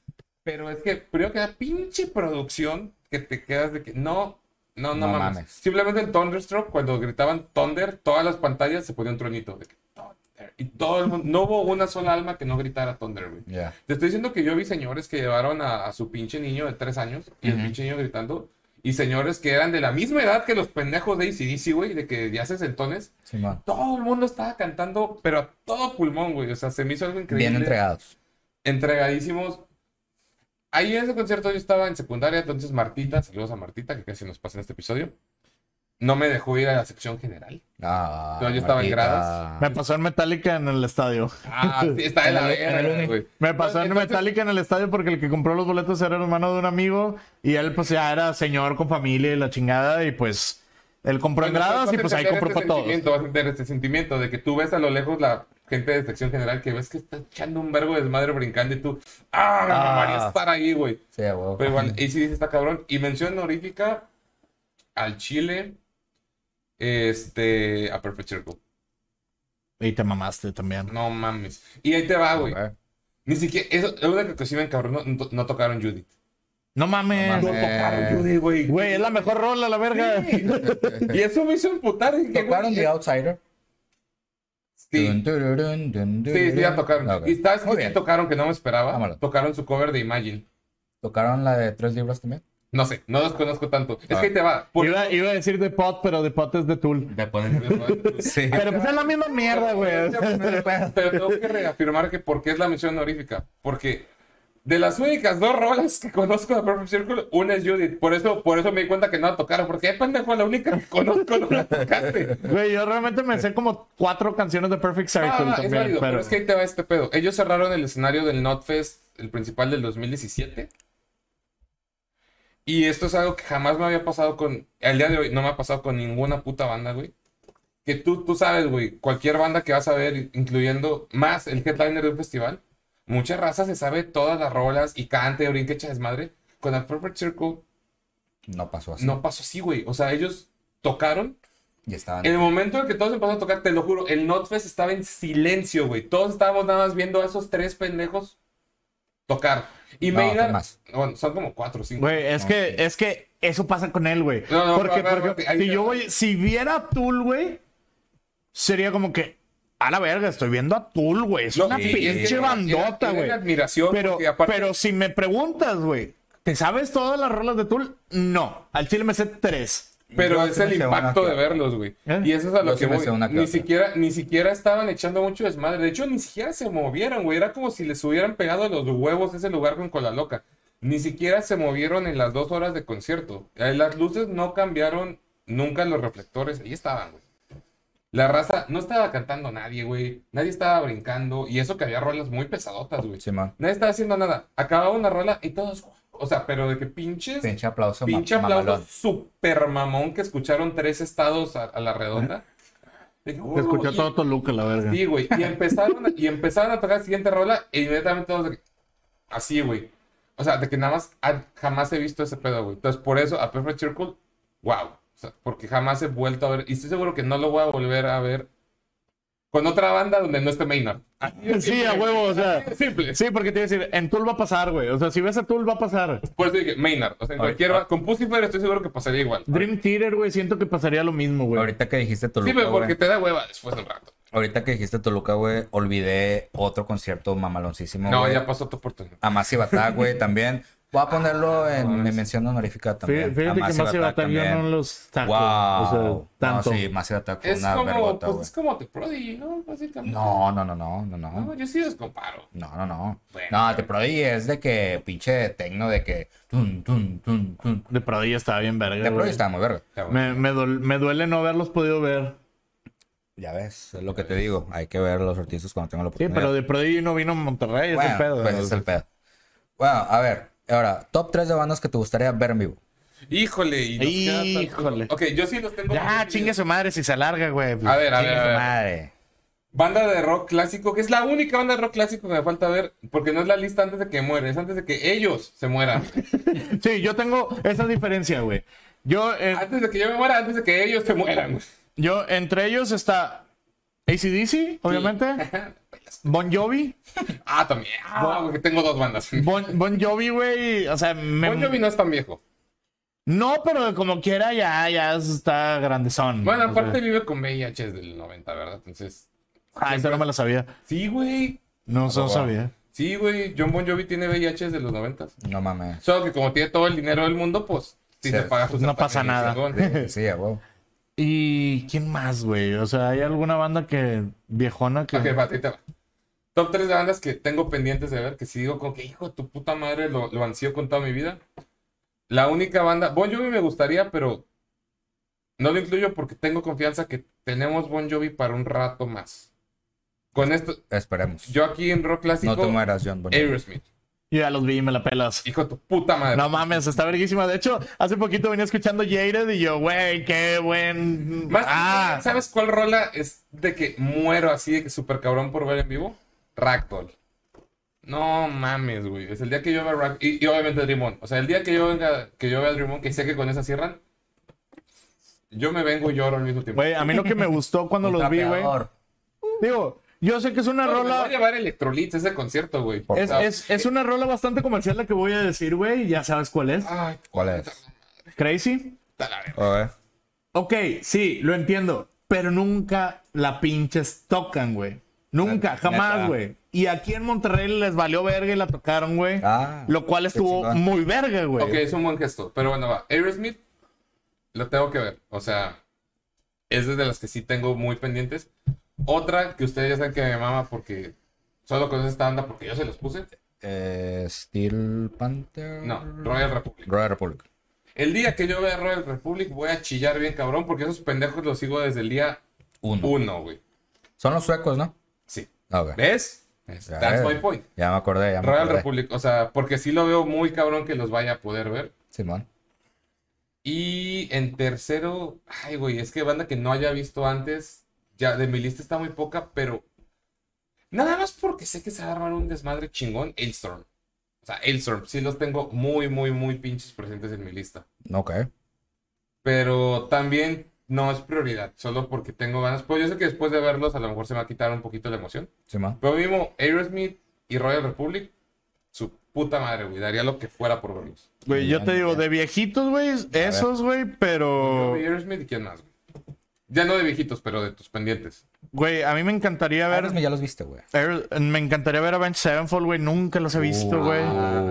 Speaker 1: Pero es que creo que la pinche producción que te quedas de que no, no, no,
Speaker 3: No
Speaker 1: mames.
Speaker 3: mames.
Speaker 1: Simplemente en Thunderstruck, cuando gritaban Thunder, todas las pantallas se ponía un tronito. de que, "Thunder", Y todo el mundo, no hubo una sola alma que no gritara Thunder, güey.
Speaker 3: Ya.
Speaker 1: Te estoy diciendo que yo vi señores que llevaron a, a su pinche niño de tres años y el pinche niño gritando. Y señores que eran de la misma edad que los pendejos de ACDC, güey, de que ya sesentones.
Speaker 3: Simón.
Speaker 1: Todo el mundo estaba cantando, pero a todo pulmón, güey. O sea, se me hizo algo increíble.
Speaker 3: Bien entregados.
Speaker 1: Entregadísimos. Ahí en ese concierto yo estaba en secundaria, entonces Martita, saludos a Martita, que casi nos pasa en este episodio. No me dejó ir a la sección
Speaker 3: *laughs*
Speaker 1: general.
Speaker 3: Ah,
Speaker 1: Yo- yo estaba en gradas.
Speaker 4: Me pasó en Metallica en el estadio.
Speaker 1: Ah, sí, está de la
Speaker 3: En el- en el
Speaker 1: verga,
Speaker 3: uni.
Speaker 1: güey.
Speaker 4: Me pasó en
Speaker 1: Entonces-
Speaker 4: Metallica en el estadio porque el que compró los boletos era el hermano de un amigo y él pues ya era señor con familia y la chingada y pues él compró en
Speaker 1: Bueno,
Speaker 4: gradas
Speaker 1: vas
Speaker 4: y
Speaker 1: a
Speaker 4: pues ahí
Speaker 1: entender
Speaker 4: compró para
Speaker 1: este
Speaker 4: todos.
Speaker 1: sentimiento, Vas a tener este sentimiento de que tú ves a lo lejos la gente de sección general que ves que está echando un vergo de desmadre brincando y tú, ¡ah! me
Speaker 3: Ah.
Speaker 1: mamaría estar ahí, güey.
Speaker 3: Sí, a huevo.
Speaker 1: Pero igual, ahí sí dice está cabrón. Y mención honorífica al Chile, este, a Perfect Circle.
Speaker 4: Y te mamaste también.
Speaker 1: No mames. Y ahí te va, ah, güey.
Speaker 3: Ok.
Speaker 1: Ni siquiera, eso es una que sí me encabronó, no, no tocaron Eh. Judith.
Speaker 4: No mames.
Speaker 3: No mames.
Speaker 1: Tocaron Judith, güey.
Speaker 4: Güey, es la
Speaker 1: *laughs*
Speaker 4: mejor rola, la verga.
Speaker 1: Y eso me hizo emputar. dije, güey,
Speaker 3: Tocaron The Outsider.
Speaker 1: Sí, sí, sí, ya tocaron.
Speaker 3: Ah, ok.
Speaker 1: ¿Y sabes
Speaker 3: Muy
Speaker 1: qué sí
Speaker 3: bien.
Speaker 1: tocaron que no me esperaba?
Speaker 3: Vámonos.
Speaker 1: Tocaron su cover de Imagine.
Speaker 3: ¿Tocaron la de tres libros también?
Speaker 1: No sé, no los conozco tanto. Es que ahí te
Speaker 3: Ah.
Speaker 1: va.
Speaker 3: *laughs*
Speaker 1: Por...
Speaker 4: Iba, iba a decir de pot, pero de pot es de tool.
Speaker 3: Sí.
Speaker 4: Pero pues es la misma mierda,
Speaker 1: *laughs*
Speaker 4: güey.
Speaker 1: Pero tengo que reafirmar que porque es la mención honorífica. Porque de las únicas dos rolas que conozco de Perfect Circle, una es Judith. Por eso, por eso me di cuenta que no la tocaron. Porque, eh, pendejo, la única que conozco no la tocaste.
Speaker 4: Güey, yo realmente me sé como cuatro canciones de Perfect Circle
Speaker 1: Ah, es
Speaker 4: también.
Speaker 1: válido,
Speaker 4: pero...
Speaker 1: pero es que ahí te va este pedo. Ellos cerraron el escenario del NotFest, el principal del 2017. Y esto es algo que jamás me había pasado con. Al día de hoy no me ha pasado con ninguna puta banda, güey. Que tú, tú sabes, güey, cualquier banda que vas a ver, incluyendo más el headliner de un festival, mucha raza se sabe todas las rolas y cante, brinque, echa desmadre. Con el Perfect Circle
Speaker 3: No pasó así.
Speaker 1: no pasó así, güey. O sea, ellos tocaron
Speaker 3: Y estaban.
Speaker 1: en el momento en que todos empezaron a tocar, te lo juro, el Notfest estaba en silencio, güey. Todos estábamos nada más viendo a esos tres pendejos tocar. Y
Speaker 3: No,
Speaker 1: Maynard-
Speaker 3: son más.
Speaker 1: bueno, son como cuatro o cinco.
Speaker 4: Güey, es que, es que eso pasa con él, güey.
Speaker 1: No, no,
Speaker 4: porque
Speaker 1: pero a ver,
Speaker 4: porque
Speaker 1: ahí-
Speaker 4: si yo voy, si viera a Tool, güey, sería como que, a la verga, estoy viendo a Tool, güey. Es
Speaker 1: No,
Speaker 4: una
Speaker 1: sí, es que
Speaker 4: pinche
Speaker 1: era-
Speaker 4: bandota,
Speaker 1: era-
Speaker 4: güey.
Speaker 1: era admiración,
Speaker 4: Pero,
Speaker 1: porque aparte-
Speaker 4: pero si me preguntas, güey, ¿te sabes todas las rolas de Tool? No. Al chile me sé tres.
Speaker 1: Pero
Speaker 3: Yo
Speaker 1: es
Speaker 3: sí me
Speaker 1: el
Speaker 3: sé una
Speaker 1: impacto
Speaker 3: que
Speaker 1: de
Speaker 3: otra.
Speaker 1: verlos, güey.
Speaker 4: ¿Eh?
Speaker 1: Y eso es a lo
Speaker 3: Yo sí
Speaker 1: que
Speaker 3: me
Speaker 1: voy.
Speaker 3: sé una que
Speaker 1: Ni
Speaker 3: otra.
Speaker 1: siquiera, ni siquiera estaban echando mucho desmadre. De hecho, ni siquiera se movieron, güey. Era como si les hubieran pegado los huevos ese lugar con cola loca. Ni siquiera se movieron en las dos horas de concierto. Eh, Las luces no cambiaron nunca los reflectores. Ahí estaban, güey. La raza no estaba cantando nadie, güey. Nadie estaba brincando. Y eso que había rolas muy pesadotas, güey.
Speaker 3: Simón.
Speaker 1: Nadie estaba haciendo nada. Acababa una rola y todos. O sea, pero de que pinches.
Speaker 3: Pinche aplauso. ma-
Speaker 1: Pinche aplauso
Speaker 3: mamalón.
Speaker 1: super mamón que escucharon tres estados a, a la redonda. De que,
Speaker 4: Te ¿Eh? escuchó
Speaker 1: "Uh", y-
Speaker 4: todo Toluca, la verga.
Speaker 1: Sí, güey. Y empezaron, a- y empezaron a tocar la siguiente rola e inmediatamente todos de que- así, güey. O sea, de que nada más ah, jamás he visto ese pedo, güey. Entonces, por eso, a Perfect Circle, wow. O sea, porque jamás he vuelto a ver. Y estoy seguro que no lo voy a volver a ver con otra banda donde no esté Maynard. Así de
Speaker 4: Sí,
Speaker 1: simple.
Speaker 4: a huevo, o sea.
Speaker 1: Así de simple.
Speaker 4: Sí, porque te iba a decir, en Tool va a pasar, güey. O sea, si ves a Tool va a pasar.
Speaker 1: Por eso dije, Maynard. O sea, en cualquier. ba- Con Pussyfair estoy seguro que pasaría igual.
Speaker 4: Dream Theater, güey, siento que pasaría lo mismo, güey.
Speaker 3: Ahorita que dijiste
Speaker 1: Sí,
Speaker 3: Toluca.
Speaker 1: pero porque
Speaker 3: güey,
Speaker 1: te da hueva después de un rato.
Speaker 3: Ahorita que dijiste Toluca, güey, olvidé otro concierto mamaloncísimo.
Speaker 1: No,
Speaker 3: güey.
Speaker 1: ya pasó tu oportunidad.
Speaker 3: A Massive Attack, güey, también. Voy a ponerlo
Speaker 1: Ah,
Speaker 3: en mi mención honorífica
Speaker 4: Fí-
Speaker 3: también.
Speaker 4: Fíjate que más
Speaker 3: Massive
Speaker 4: iba a
Speaker 3: también.
Speaker 4: no los tacos.
Speaker 3: Wow.
Speaker 4: O sea, tanto.
Speaker 3: No, sí, Massive Attack fue
Speaker 1: Es
Speaker 3: una
Speaker 1: como,
Speaker 3: vergota,
Speaker 1: pues,
Speaker 3: güey.
Speaker 1: es como The Prodigy, ¿no? Básicamente.
Speaker 3: No, no, no, no, no,
Speaker 1: No,
Speaker 3: no.
Speaker 1: yo sí los comparo.
Speaker 3: No, no, no.
Speaker 1: Bueno.
Speaker 3: No, te prodigy es de que pinche tecno de que. Tun, tun, tun, tun.
Speaker 4: De Pradilla estaba bien verga.
Speaker 3: Te
Speaker 4: güey.
Speaker 3: prodigy estaba muy verga.
Speaker 1: Está bueno.
Speaker 4: Me, me, dol- me duele no haberlos podido ver.
Speaker 3: Ya ves, es lo que te digo. Hay que ver los artistas cuando tengo la
Speaker 4: Sí,
Speaker 3: oportunidad.
Speaker 4: pero de Prodigy no vino a Monterrey, es
Speaker 3: Bueno,
Speaker 4: el pedo.
Speaker 3: Pues es el pedo. Bueno, a ver. Ahora, top 3 de bandas que te gustaría ver en vivo.
Speaker 1: Híjole, y nos queda tan-
Speaker 4: Híjole.
Speaker 1: Ok, yo sí los tengo.
Speaker 4: Ya,
Speaker 1: definidos.
Speaker 4: chingue su madre si se alarga, güey.
Speaker 1: A ver, a ver,
Speaker 3: Chinga su
Speaker 1: a ver.
Speaker 3: Madre.
Speaker 1: Banda de rock clásico, que es la única banda de rock clásico que me falta ver, porque no es la lista antes de que mueren, es antes de que ellos se mueran.
Speaker 4: Sí, yo tengo esa diferencia, güey. Yo, eh,
Speaker 1: antes de que yo me muera, antes de que ellos se mueran.
Speaker 4: yo, entre ellos está ACDC, obviamente. Bon Jovi.
Speaker 1: Ah, también. Ah, porque tengo dos bandas.
Speaker 4: Bon, Bon Jovi, güey. O sea, me...
Speaker 1: Bon Jovi no es tan viejo.
Speaker 4: No, pero como quiera, ya, ya está grandezón.
Speaker 1: Bueno,
Speaker 4: O sea,
Speaker 1: aparte vive con VIH desde el 90, ¿verdad? Entonces.
Speaker 4: Ah, eso no me lo sabía.
Speaker 1: Sí, güey.
Speaker 4: No, eso no
Speaker 3: Wow.
Speaker 4: sabía.
Speaker 1: Sí, güey. John Bon Jovi tiene VIH desde los 90.
Speaker 3: No mames.
Speaker 1: Solo que como tiene todo el dinero del mundo, pues si
Speaker 3: Sí,
Speaker 1: se paga sus
Speaker 4: no pasa nada.
Speaker 3: *laughs* Sí, a huevo.
Speaker 4: ¿Y quién más, güey? O sea, ¿hay alguna banda que viejona que...
Speaker 1: Ok, va, ahí te va. Top 3 de bandas que tengo pendientes de ver, que si digo como que hijo de tu puta madre, lo, lo ansío con toda mi vida. La única banda, Bon Jovi me gustaría, pero no lo incluyo porque tengo confianza que tenemos Bon Jovi para un rato más. Con esto,
Speaker 3: Esperemos.
Speaker 1: yo aquí en rock clásico,
Speaker 3: no te mueras, John. Bon Jovi.
Speaker 1: Aerosmith.
Speaker 4: Yo ya los vi y me la pelas.
Speaker 1: Hijo de tu puta madre.
Speaker 4: No mames, está verguísima. De hecho, hace poquito venía escuchando Jaded y yo, güey, qué buen...
Speaker 1: Más que
Speaker 4: ah,
Speaker 1: nada, ¿sabes cuál rola es de que muero así de que súper cabrón por ver en vivo? Ragdoll. No mames, güey. Es el día que yo vea Ragdoll. Y, y obviamente Dream On. O sea, el día que yo venga, que yo vea Dream On, que sé que con esa cierran, yo me vengo y lloro al mismo tiempo.
Speaker 4: Güey, a mí lo que me gustó cuando
Speaker 3: Un
Speaker 4: los vi, güey...
Speaker 3: trapeador.
Speaker 4: Digo, yo sé que es una
Speaker 1: No, me voy a
Speaker 4: rola...
Speaker 1: llevar Electrolytes a ese concierto, güey. Ah.
Speaker 3: Por
Speaker 1: O
Speaker 4: Es,
Speaker 1: sea,
Speaker 4: es- es una rola bastante comercial la que voy a decir, güey. y Ya sabes cuál es.
Speaker 1: Ay,
Speaker 3: ¿Cuál es?
Speaker 4: Crazy.
Speaker 1: puta la verga.
Speaker 3: A ver.
Speaker 4: Ok, sí, lo entiendo. pero nunca la pinches tocan, güey. Nunca,
Speaker 3: Neta.
Speaker 4: jamás, güey. Y aquí en Monterrey les valió verga y la tocaron, güey.
Speaker 3: Ah,
Speaker 4: lo cual
Speaker 3: qué
Speaker 4: estuvo
Speaker 3: chingón.
Speaker 4: muy verga, güey.
Speaker 1: Ok, es un buen gesto. Pero bueno, va. Aerosmith, lo tengo que ver. O sea, es de las que sí tengo muy pendientes. Otra que ustedes ya saben que me mama porque solo conozco esta banda porque yo se los puse.
Speaker 3: Eh, Steel Panther.
Speaker 1: No, Royal Republic.
Speaker 3: Royal Republic.
Speaker 1: El día que yo vea Royal Republic voy a chillar bien cabrón porque esos pendejos los sigo desde el día
Speaker 3: Uno.
Speaker 1: uno, güey.
Speaker 3: Son los suecos, ¿no?
Speaker 1: Sí.
Speaker 3: Ah, ok.
Speaker 1: ¿Ves?
Speaker 3: Ya,
Speaker 1: That's my point.
Speaker 3: Ya me acordé, ya me
Speaker 1: Royal
Speaker 3: acordé.
Speaker 1: Republic, o sea, porque sí lo veo muy cabrón que los vaya a poder ver.
Speaker 3: Simón.
Speaker 1: Y en tercero, ay, güey, es que banda que no haya visto antes, ya de mi lista está muy poca, pero nada más porque sé que se va a armar un desmadre chingón, Hailstorm. O sea, Hailstorm, sí los tengo muy, muy, muy pinches presentes en mi lista.
Speaker 3: Ok.
Speaker 1: Pero también no es prioridad, solo porque tengo ganas. Pues yo sé que después de verlos a lo mejor se me va a quitar un poquito la emoción.
Speaker 3: Simón.
Speaker 1: Pero mismo, Aerosmith y Royal Republic, su puta madre, güey, daría lo que fuera por verlos.
Speaker 4: Güey, yo
Speaker 3: Ya,
Speaker 4: te digo,
Speaker 3: ya.
Speaker 4: de viejitos, güey, esos, güey, pero...
Speaker 1: Robbie Aerosmith y quién más, güey. Ya no de viejitos, pero de tus pendientes.
Speaker 4: Güey, a mí me encantaría
Speaker 3: A
Speaker 4: ver...
Speaker 3: ver, ya los viste, güey.
Speaker 4: Air- me encantaría ver Avenged Sevenfold, güey. Nunca los he visto, güey.
Speaker 3: Uh, ah.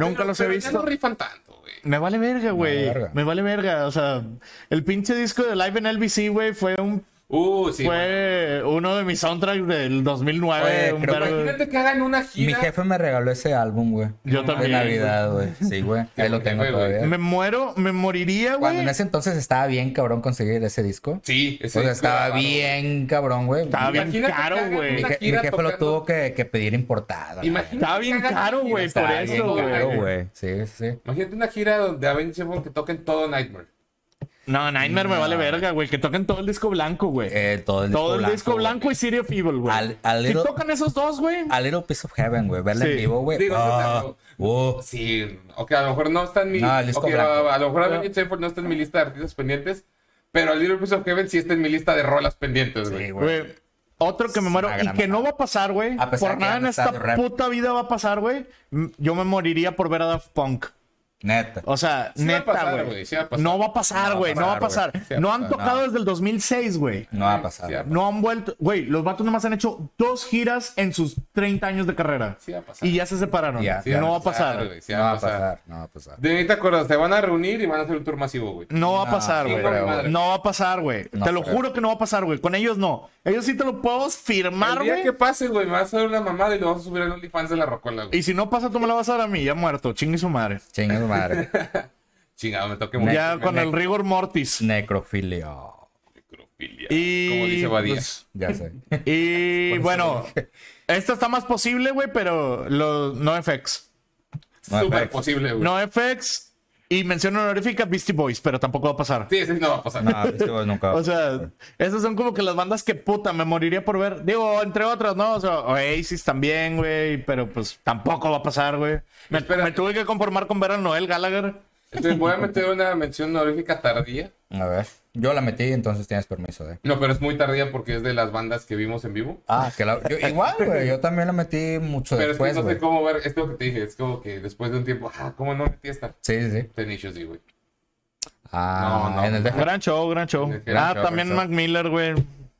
Speaker 4: Nunca
Speaker 1: Pero-
Speaker 4: los he
Speaker 1: pero Ya
Speaker 4: visto.
Speaker 1: no rifan tanto, güey.
Speaker 4: Me vale verga, güey.
Speaker 3: verga.
Speaker 4: Me vale verga. O sea, el pinche disco de Live en LBC, güey, fue un
Speaker 1: Uh, sí. güey.
Speaker 4: fue uno de mis soundtracks del 2009.
Speaker 3: Oye,
Speaker 4: un
Speaker 3: creo que-
Speaker 4: vergo-
Speaker 1: Imagínate que hagan una
Speaker 3: Mi
Speaker 1: gira.
Speaker 3: jefe me regaló ese álbum, güey.
Speaker 4: Yo también,
Speaker 3: De Navidad, güey. Sí, güey. Ahí lo
Speaker 1: buen
Speaker 3: tengo
Speaker 1: jefe,
Speaker 3: todavía.
Speaker 1: güey.
Speaker 4: Me muero, me moriría,
Speaker 3: Cuando
Speaker 4: güey.
Speaker 3: en ese entonces estaba bien cabrón conseguir ese disco.
Speaker 1: Sí, ese
Speaker 3: o sea,
Speaker 1: disco
Speaker 3: estaba
Speaker 1: era bárbaro.
Speaker 3: bien cabrón, güey.
Speaker 4: Pues Estaba bien
Speaker 1: Imagínate que
Speaker 4: caro,
Speaker 1: hagan
Speaker 3: Mi,
Speaker 4: güey.
Speaker 1: una
Speaker 3: je- mi
Speaker 1: gira
Speaker 3: jefe lo
Speaker 1: tocando-
Speaker 3: tuvo que, que pedir importado. la
Speaker 1: Imagínate
Speaker 4: Estaba
Speaker 1: que
Speaker 4: bien
Speaker 1: hagan-
Speaker 4: caro,
Speaker 3: verdad.
Speaker 4: güey,
Speaker 3: Estaba
Speaker 4: por
Speaker 3: bien
Speaker 4: eso,
Speaker 3: caro,
Speaker 4: güey.
Speaker 3: güey. Sí, sí.
Speaker 1: Imagínate una gira donde Avenged Sevenfold que toquen todo Nightmare.
Speaker 4: No, Nightmare me vale verga, güey. Que toquen todo el disco blanco, güey.
Speaker 3: Eh, todo el
Speaker 4: todo el
Speaker 3: disco
Speaker 4: disco
Speaker 3: blanco,
Speaker 4: blanco y City of Evil, güey.
Speaker 3: Al- al
Speaker 4: Si
Speaker 3: little-
Speaker 4: tocan esos dos, güey.
Speaker 3: A Little Piece of Heaven, güey. Verla en
Speaker 4: Sí.
Speaker 3: vivo, güey.
Speaker 1: Digo,
Speaker 3: Ah,
Speaker 1: no,
Speaker 3: oh.
Speaker 1: Sí, ok, a lo mejor no está en mi...
Speaker 3: No, el disco
Speaker 1: ok,
Speaker 3: blanco.
Speaker 1: va, va, a lo mejor Avenged Sevenfold no está en mi lista de artistas pendientes, pero el Little Piece of Heaven sí está en mi lista de rolas pendientes, güey.
Speaker 3: Sí, güey.
Speaker 4: Güey, Otro que me
Speaker 3: Es
Speaker 4: muero
Speaker 3: una
Speaker 4: y
Speaker 3: gran
Speaker 4: que no
Speaker 3: mamada.
Speaker 4: va a pasar, güey.
Speaker 3: A pesar
Speaker 4: Por
Speaker 3: que
Speaker 4: nada
Speaker 3: ya
Speaker 4: en
Speaker 3: no
Speaker 4: esta
Speaker 3: está de rap.
Speaker 4: puta vida va a pasar, güey. M- Yo me moriría por ver a Daft Punk.
Speaker 3: Neta.
Speaker 4: O sea,
Speaker 1: Sí va a
Speaker 4: neta,
Speaker 1: pasar,
Speaker 4: güey.
Speaker 1: güey, sí va a pasar.
Speaker 4: no va a pasar, güey. No va a pasar.
Speaker 3: güey.
Speaker 1: Sí va a
Speaker 4: no han
Speaker 1: pasar,
Speaker 4: tocado desde el 2006, güey.
Speaker 3: No va a pasar.
Speaker 1: Sí,
Speaker 3: güey.
Speaker 4: No han vuelto. Güey, los vatos nomás han hecho dos giras en sus 30 años de carrera.
Speaker 1: Sí va a pasar.
Speaker 4: Y ya se separaron.
Speaker 3: Ya,
Speaker 1: Sí
Speaker 3: ya.
Speaker 4: no va a
Speaker 1: Claro,
Speaker 4: pasar.
Speaker 1: güey, sí
Speaker 3: No va a pasar. No va a pasar.
Speaker 1: De ahí te acuerdas, se van a reunir y van a hacer un tour masivo, güey.
Speaker 4: No va a
Speaker 3: No,
Speaker 4: pasar,
Speaker 1: sí,
Speaker 4: güey.
Speaker 1: no, madre.
Speaker 4: No va a pasar, güey.
Speaker 3: No
Speaker 4: te lo
Speaker 3: creo.
Speaker 4: juro que no va a pasar, güey. Con ellos no. Ellos sí te lo puedo firmar,
Speaker 1: El día
Speaker 4: güey.
Speaker 1: que pase, güey, me vas a dar una mamada y lo vas a subir al OnlyFans de la Rocola, güey.
Speaker 4: Y si no pasa, tú me la vas a dar a mí, ya muerto. Chingue su madre.
Speaker 3: Chinga
Speaker 4: *laughs*
Speaker 3: su madre.
Speaker 1: Chingado, me toque
Speaker 4: Ya con el rigor mortis.
Speaker 3: Necrofilia.
Speaker 1: Necrofilia.
Speaker 4: Y-
Speaker 1: Como dice Badía.
Speaker 4: pues, *laughs*
Speaker 3: Ya sé.
Speaker 1: *laughs*
Speaker 4: Y bueno, esto está más posible, güey, pero los no FX.
Speaker 3: no,
Speaker 1: Súper
Speaker 3: perfecto.
Speaker 1: posible, güey.
Speaker 4: No FX y mención honorífica Beastie Boys, pero tampoco va a pasar.
Speaker 1: Sí, sí, no va a pasar.
Speaker 3: No, eso nunca. va a
Speaker 4: O sea, esas son como que las bandas que puta me moriría por ver. Digo, entre otras, ¿no? O sea, Oasis también, güey, pero pues tampoco va a pasar, güey. Me,
Speaker 1: Espera.
Speaker 4: me tuve que conformar con ver a Noel Gallagher.
Speaker 1: Entonces voy a meter una mención honorífica tardía.
Speaker 3: A ver, yo la metí, entonces tienes permiso de.
Speaker 1: No, pero es muy tardía porque es de las bandas que vimos en vivo.
Speaker 3: Ah, que la... yo- igual, güey, yo también la metí mucho
Speaker 1: Pero
Speaker 3: después,
Speaker 1: es que no
Speaker 3: güey.
Speaker 1: sé cómo ver. Es lo que te dije. Es como que después de un tiempo, ah, ¿cómo no metí esta?
Speaker 3: Sí, sí, sí.
Speaker 1: Tenacious D, güey.
Speaker 3: Ah,
Speaker 1: No, no.
Speaker 3: en el de-
Speaker 4: Gran show, gran show.
Speaker 1: Gran
Speaker 4: ah,
Speaker 3: show,
Speaker 4: también
Speaker 3: gran show.
Speaker 4: Mac Miller, güey.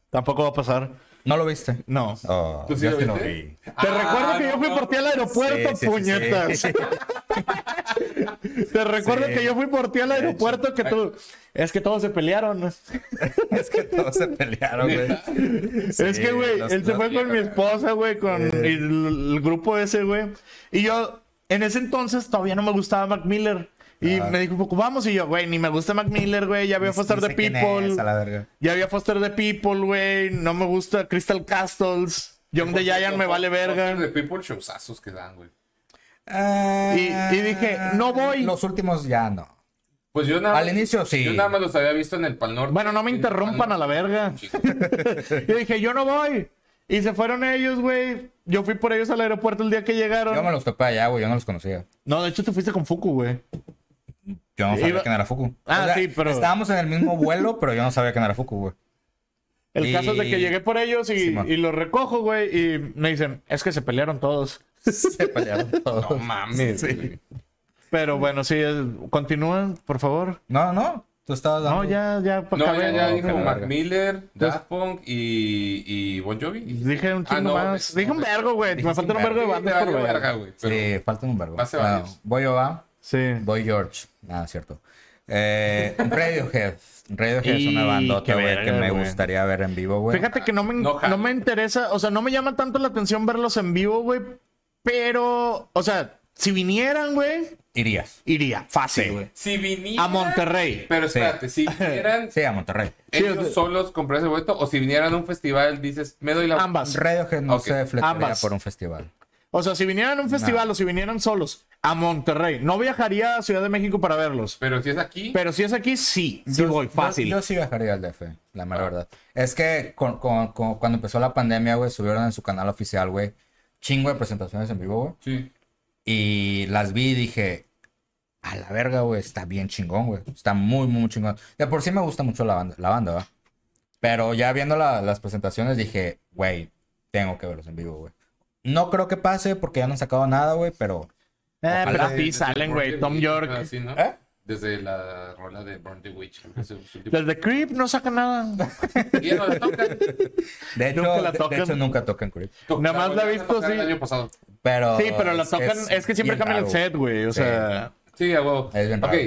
Speaker 4: Tampoco va a pasar.
Speaker 3: ¿No lo viste?
Speaker 4: No.
Speaker 3: Oh,
Speaker 1: ¿Tú sí
Speaker 3: yo
Speaker 1: lo
Speaker 3: lo
Speaker 1: viste?
Speaker 3: vi.
Speaker 4: Te
Speaker 1: Ah,
Speaker 4: recuerdo que
Speaker 1: no,
Speaker 4: yo fui
Speaker 1: no.
Speaker 4: por ti al aeropuerto,
Speaker 3: Sí, sí, sí,
Speaker 4: puñetas.
Speaker 3: sí.
Speaker 4: *laughs* Te recuerdo
Speaker 3: Sí.
Speaker 4: que yo fui por ti al aeropuerto que tú. Es que todos se pelearon.
Speaker 3: es que todos se pelearon, güey.
Speaker 4: *laughs* es que, güey, él se fue con mi esposa, güey, con
Speaker 3: Eh.
Speaker 4: el, el grupo ese, güey. Y yo, en ese entonces, todavía no me gustaba Mac Miller. Y
Speaker 3: Ah.
Speaker 4: me dijo, "Pues vamos. Y yo, güey, ni me gusta Mac Miller, güey. Ya había Foster de People.
Speaker 3: a la verga.
Speaker 4: Ya había Foster the People, güey. No me gusta Crystal Castles. Young the Giant me vale verga.
Speaker 1: De People showsazos que dan, güey.
Speaker 3: Ah,
Speaker 4: y dije, no voy.
Speaker 3: Los últimos ya no.
Speaker 1: Pues yo nada
Speaker 3: Al inicio, sí.
Speaker 1: Yo nada más los había visto en el Pal Norte.
Speaker 4: Bueno, no me
Speaker 1: En el Pal
Speaker 4: interrumpan a la verga. *laughs* Yo dije, yo no voy. Y se fueron ellos, güey. Yo fui por ellos al aeropuerto el día que
Speaker 3: Yo me
Speaker 4: llegaron.
Speaker 3: los topé allá, güey, yo no los conocía.
Speaker 4: No, de hecho te fuiste con Fuku, güey.
Speaker 3: Yo no sabía
Speaker 4: Iba-
Speaker 3: quién era Fuku.
Speaker 4: Ah, sí, pero-
Speaker 3: Estábamos en el mismo vuelo, pero yo no sabía quién era Fuku, güey.
Speaker 4: El
Speaker 3: Y-
Speaker 4: caso es de que llegué por ellos y,
Speaker 3: Simón.
Speaker 4: y los recojo, güey. Y me dicen, es que se pelearon todos.
Speaker 3: Se pelearon *laughs* todos.
Speaker 1: No mames. güey.
Speaker 4: Pero bueno, sí, es- continúen, por favor.
Speaker 3: No, no. Tú estabas dando.
Speaker 4: No, ya, ya. pa'
Speaker 1: No,
Speaker 4: acabé.
Speaker 1: ya, ya
Speaker 3: Oh,
Speaker 1: dijo
Speaker 3: qué verga.
Speaker 1: Mac Miller, Daft Punk y, y Bon Jovi.
Speaker 4: Dije un chingo
Speaker 1: Ah, no,
Speaker 4: más.
Speaker 1: es-
Speaker 4: Dije un vergo, güey.
Speaker 3: Dijiste
Speaker 4: Me faltan un
Speaker 1: Sí,
Speaker 3: un
Speaker 4: vergo de
Speaker 1: te
Speaker 4: bandas
Speaker 1: valió
Speaker 4: por ver.
Speaker 1: verga, güey, pero-
Speaker 3: Sí, falta un verbo.
Speaker 1: Hace
Speaker 3: Ah,
Speaker 1: varios.
Speaker 3: voy yo, va.
Speaker 4: Sí.
Speaker 3: Boy George. Nada, cierto. Eh, Radiohead. Radiohead es
Speaker 4: Y
Speaker 3: una
Speaker 4: qué
Speaker 3: bandota, güey, que
Speaker 4: verga,
Speaker 3: me
Speaker 4: güey.
Speaker 3: gustaría ver en vivo, güey.
Speaker 4: Fíjate que no me,
Speaker 1: No, ja.
Speaker 4: no me interesa, o sea, no me llama tanto la atención verlos en vivo, güey. Pero, o sea, si vinieran, güey,
Speaker 3: Irías.
Speaker 4: iría fácil, güey.
Speaker 1: Si vinieran.
Speaker 4: A Monterrey.
Speaker 1: Pero
Speaker 4: *laughs*
Speaker 1: espérate, si vinieran
Speaker 3: Sí, a Monterrey.
Speaker 1: ellos
Speaker 4: o sea-
Speaker 1: solos comprar ese boleto o si vinieran a un festival, dices, me doy la.
Speaker 4: Ambas.
Speaker 3: Radiohead no
Speaker 1: Ok,
Speaker 3: se fletaría
Speaker 4: ambas.
Speaker 3: por un festival.
Speaker 4: O sea, si vinieran a un festival o si vinieran solos a Monterrey, no viajaría a Ciudad de México para verlos.
Speaker 1: Pero si es aquí,
Speaker 4: Pero si es aquí, sí, sí voy fácil. Ah.
Speaker 3: Yo, yo sí viajaría al DF, la mera verdad. Es que con- con- con- cuando empezó la pandemia, güey, subieron en su canal oficial, güey, chingo de presentaciones en vivo, güey.
Speaker 1: sí.
Speaker 3: Y las vi y dije, a la verga, güey, está bien chingón, güey. Está muy, muy chingón. De por sí me gusta mucho la banda, la banda, ¿va? Pero ya viendo la- las presentaciones dije, güey, tengo que verlos en vivo, güey. No creo que pase porque ya no han sacado nada, güey, pero...
Speaker 4: Eh, pero
Speaker 3: ojalá.
Speaker 4: así salen, güey. Tom York.
Speaker 1: Así, Ah, ¿no?
Speaker 3: ¿Eh?
Speaker 1: Desde la rola de Burn the Witch. creo que es su último-
Speaker 4: Desde Creep no saca nada.
Speaker 1: Y ya no la tocan.
Speaker 3: De hecho,
Speaker 4: Nunca la
Speaker 3: de- de
Speaker 4: tocan.
Speaker 3: hecho, nunca tocan Creep.
Speaker 1: To-
Speaker 4: Nada
Speaker 1: la
Speaker 4: más la he
Speaker 1: volvieron a
Speaker 4: visto
Speaker 1: tocar
Speaker 4: así.
Speaker 1: El año pasado.
Speaker 3: Pero...
Speaker 4: Sí, pero la tocan. Es, que siempre
Speaker 3: Ah, bien
Speaker 4: cambian el
Speaker 3: raro,
Speaker 4: set, güey. O
Speaker 3: Sí.
Speaker 4: sea,
Speaker 1: Sí, a huevo.
Speaker 3: Es bien
Speaker 1: ok,
Speaker 3: raro.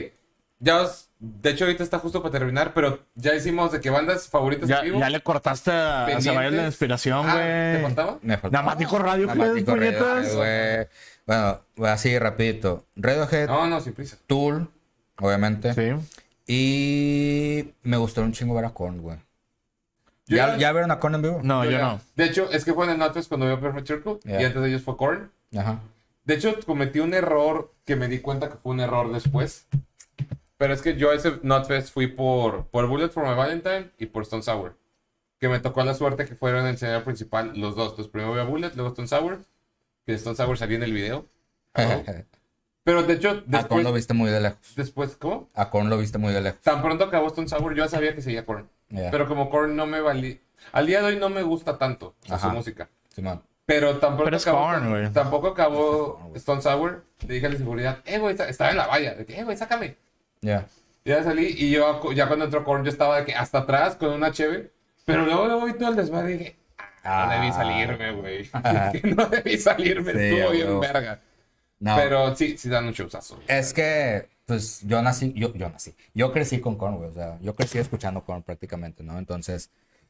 Speaker 1: ya os- De hecho, ahorita está justo para terminar, pero ya hicimos de que bandas favoritas
Speaker 4: ya,
Speaker 1: en vivo.
Speaker 4: ya le cortaste a
Speaker 1: pendientes.
Speaker 4: Ceballos la inspiración,
Speaker 1: Ah, ¿Te
Speaker 4: güey.
Speaker 1: contaba?
Speaker 3: Me faltó.
Speaker 4: Nada más dijo Radiohead,
Speaker 3: Nada más dijo
Speaker 4: puñetas.
Speaker 3: Radiohead, güey. Bueno, güey, así rapidito. Radiohead,
Speaker 1: No, no, sin prisa.
Speaker 3: Tool, obviamente.
Speaker 4: Sí.
Speaker 3: Y me gustó un chingo ver a Korn, güey.
Speaker 1: Yo
Speaker 3: ¿Ya,
Speaker 1: era-
Speaker 3: ya vieron a Korn en vivo?
Speaker 4: No, yo
Speaker 1: ya.
Speaker 4: no.
Speaker 1: De hecho, es que fue en el Notfest cuando veo Perfect Circle
Speaker 3: Ya.
Speaker 1: y antes de ellos fue Korn.
Speaker 3: Ajá. *laughs*
Speaker 1: De hecho, cometí un error que me di cuenta que fue un error después. Pero es que yo a ese Notfest fui por, por Bullet for My Valentine y por Stone Sour. Que me tocó la suerte que fueron el escenario principal los dos. Entonces, primero voy a Bullet, luego Stone Sour. Que Stone Sour salió en el video. Pero de hecho,
Speaker 3: a Korn
Speaker 1: después,
Speaker 3: lo viste muy de lejos.
Speaker 1: después ¿cómo?
Speaker 3: A Korn lo viste muy de lejos.
Speaker 1: Tan pronto acabó Stone Sour, yo ya sabía que seguía Korn.
Speaker 3: Ya.
Speaker 1: Pero como Korn no me valía... Al día de hoy no me gusta tanto a su
Speaker 3: Ajá.
Speaker 1: música.
Speaker 3: Simón.
Speaker 1: Pero tampoco
Speaker 4: Pero es
Speaker 1: acabó,
Speaker 4: Korn, güey.
Speaker 1: tampoco
Speaker 3: Es
Speaker 1: acabó
Speaker 3: Korn, güey.
Speaker 1: Stone Sour. Le dije a la seguridad, eh, güey, está- estaba en la valla. De que, eh, güey, sácame.
Speaker 3: Ya.
Speaker 1: Ya salí y yo cu- ya cuando entró Korn yo estaba de que hasta atrás con una cheve. Pero luego luego vi todo el desmadre y dije, ah, no debí
Speaker 3: Ah.
Speaker 1: salirme,
Speaker 3: *laughs*
Speaker 1: güey. *laughs*
Speaker 3: Ajá.
Speaker 1: no debí salirme,
Speaker 3: Sí,
Speaker 1: estuvo
Speaker 3: a
Speaker 1: bien
Speaker 3: huevo.
Speaker 1: verga.
Speaker 3: Ah, No,
Speaker 1: Pero sí, sí dan un chuzazo.
Speaker 3: es que, pues, yo nací, yo, yo nací. Yo crecí con Korn, güey. O sea, yo crecí escuchando Korn prácticamente, ¿no? Entonces,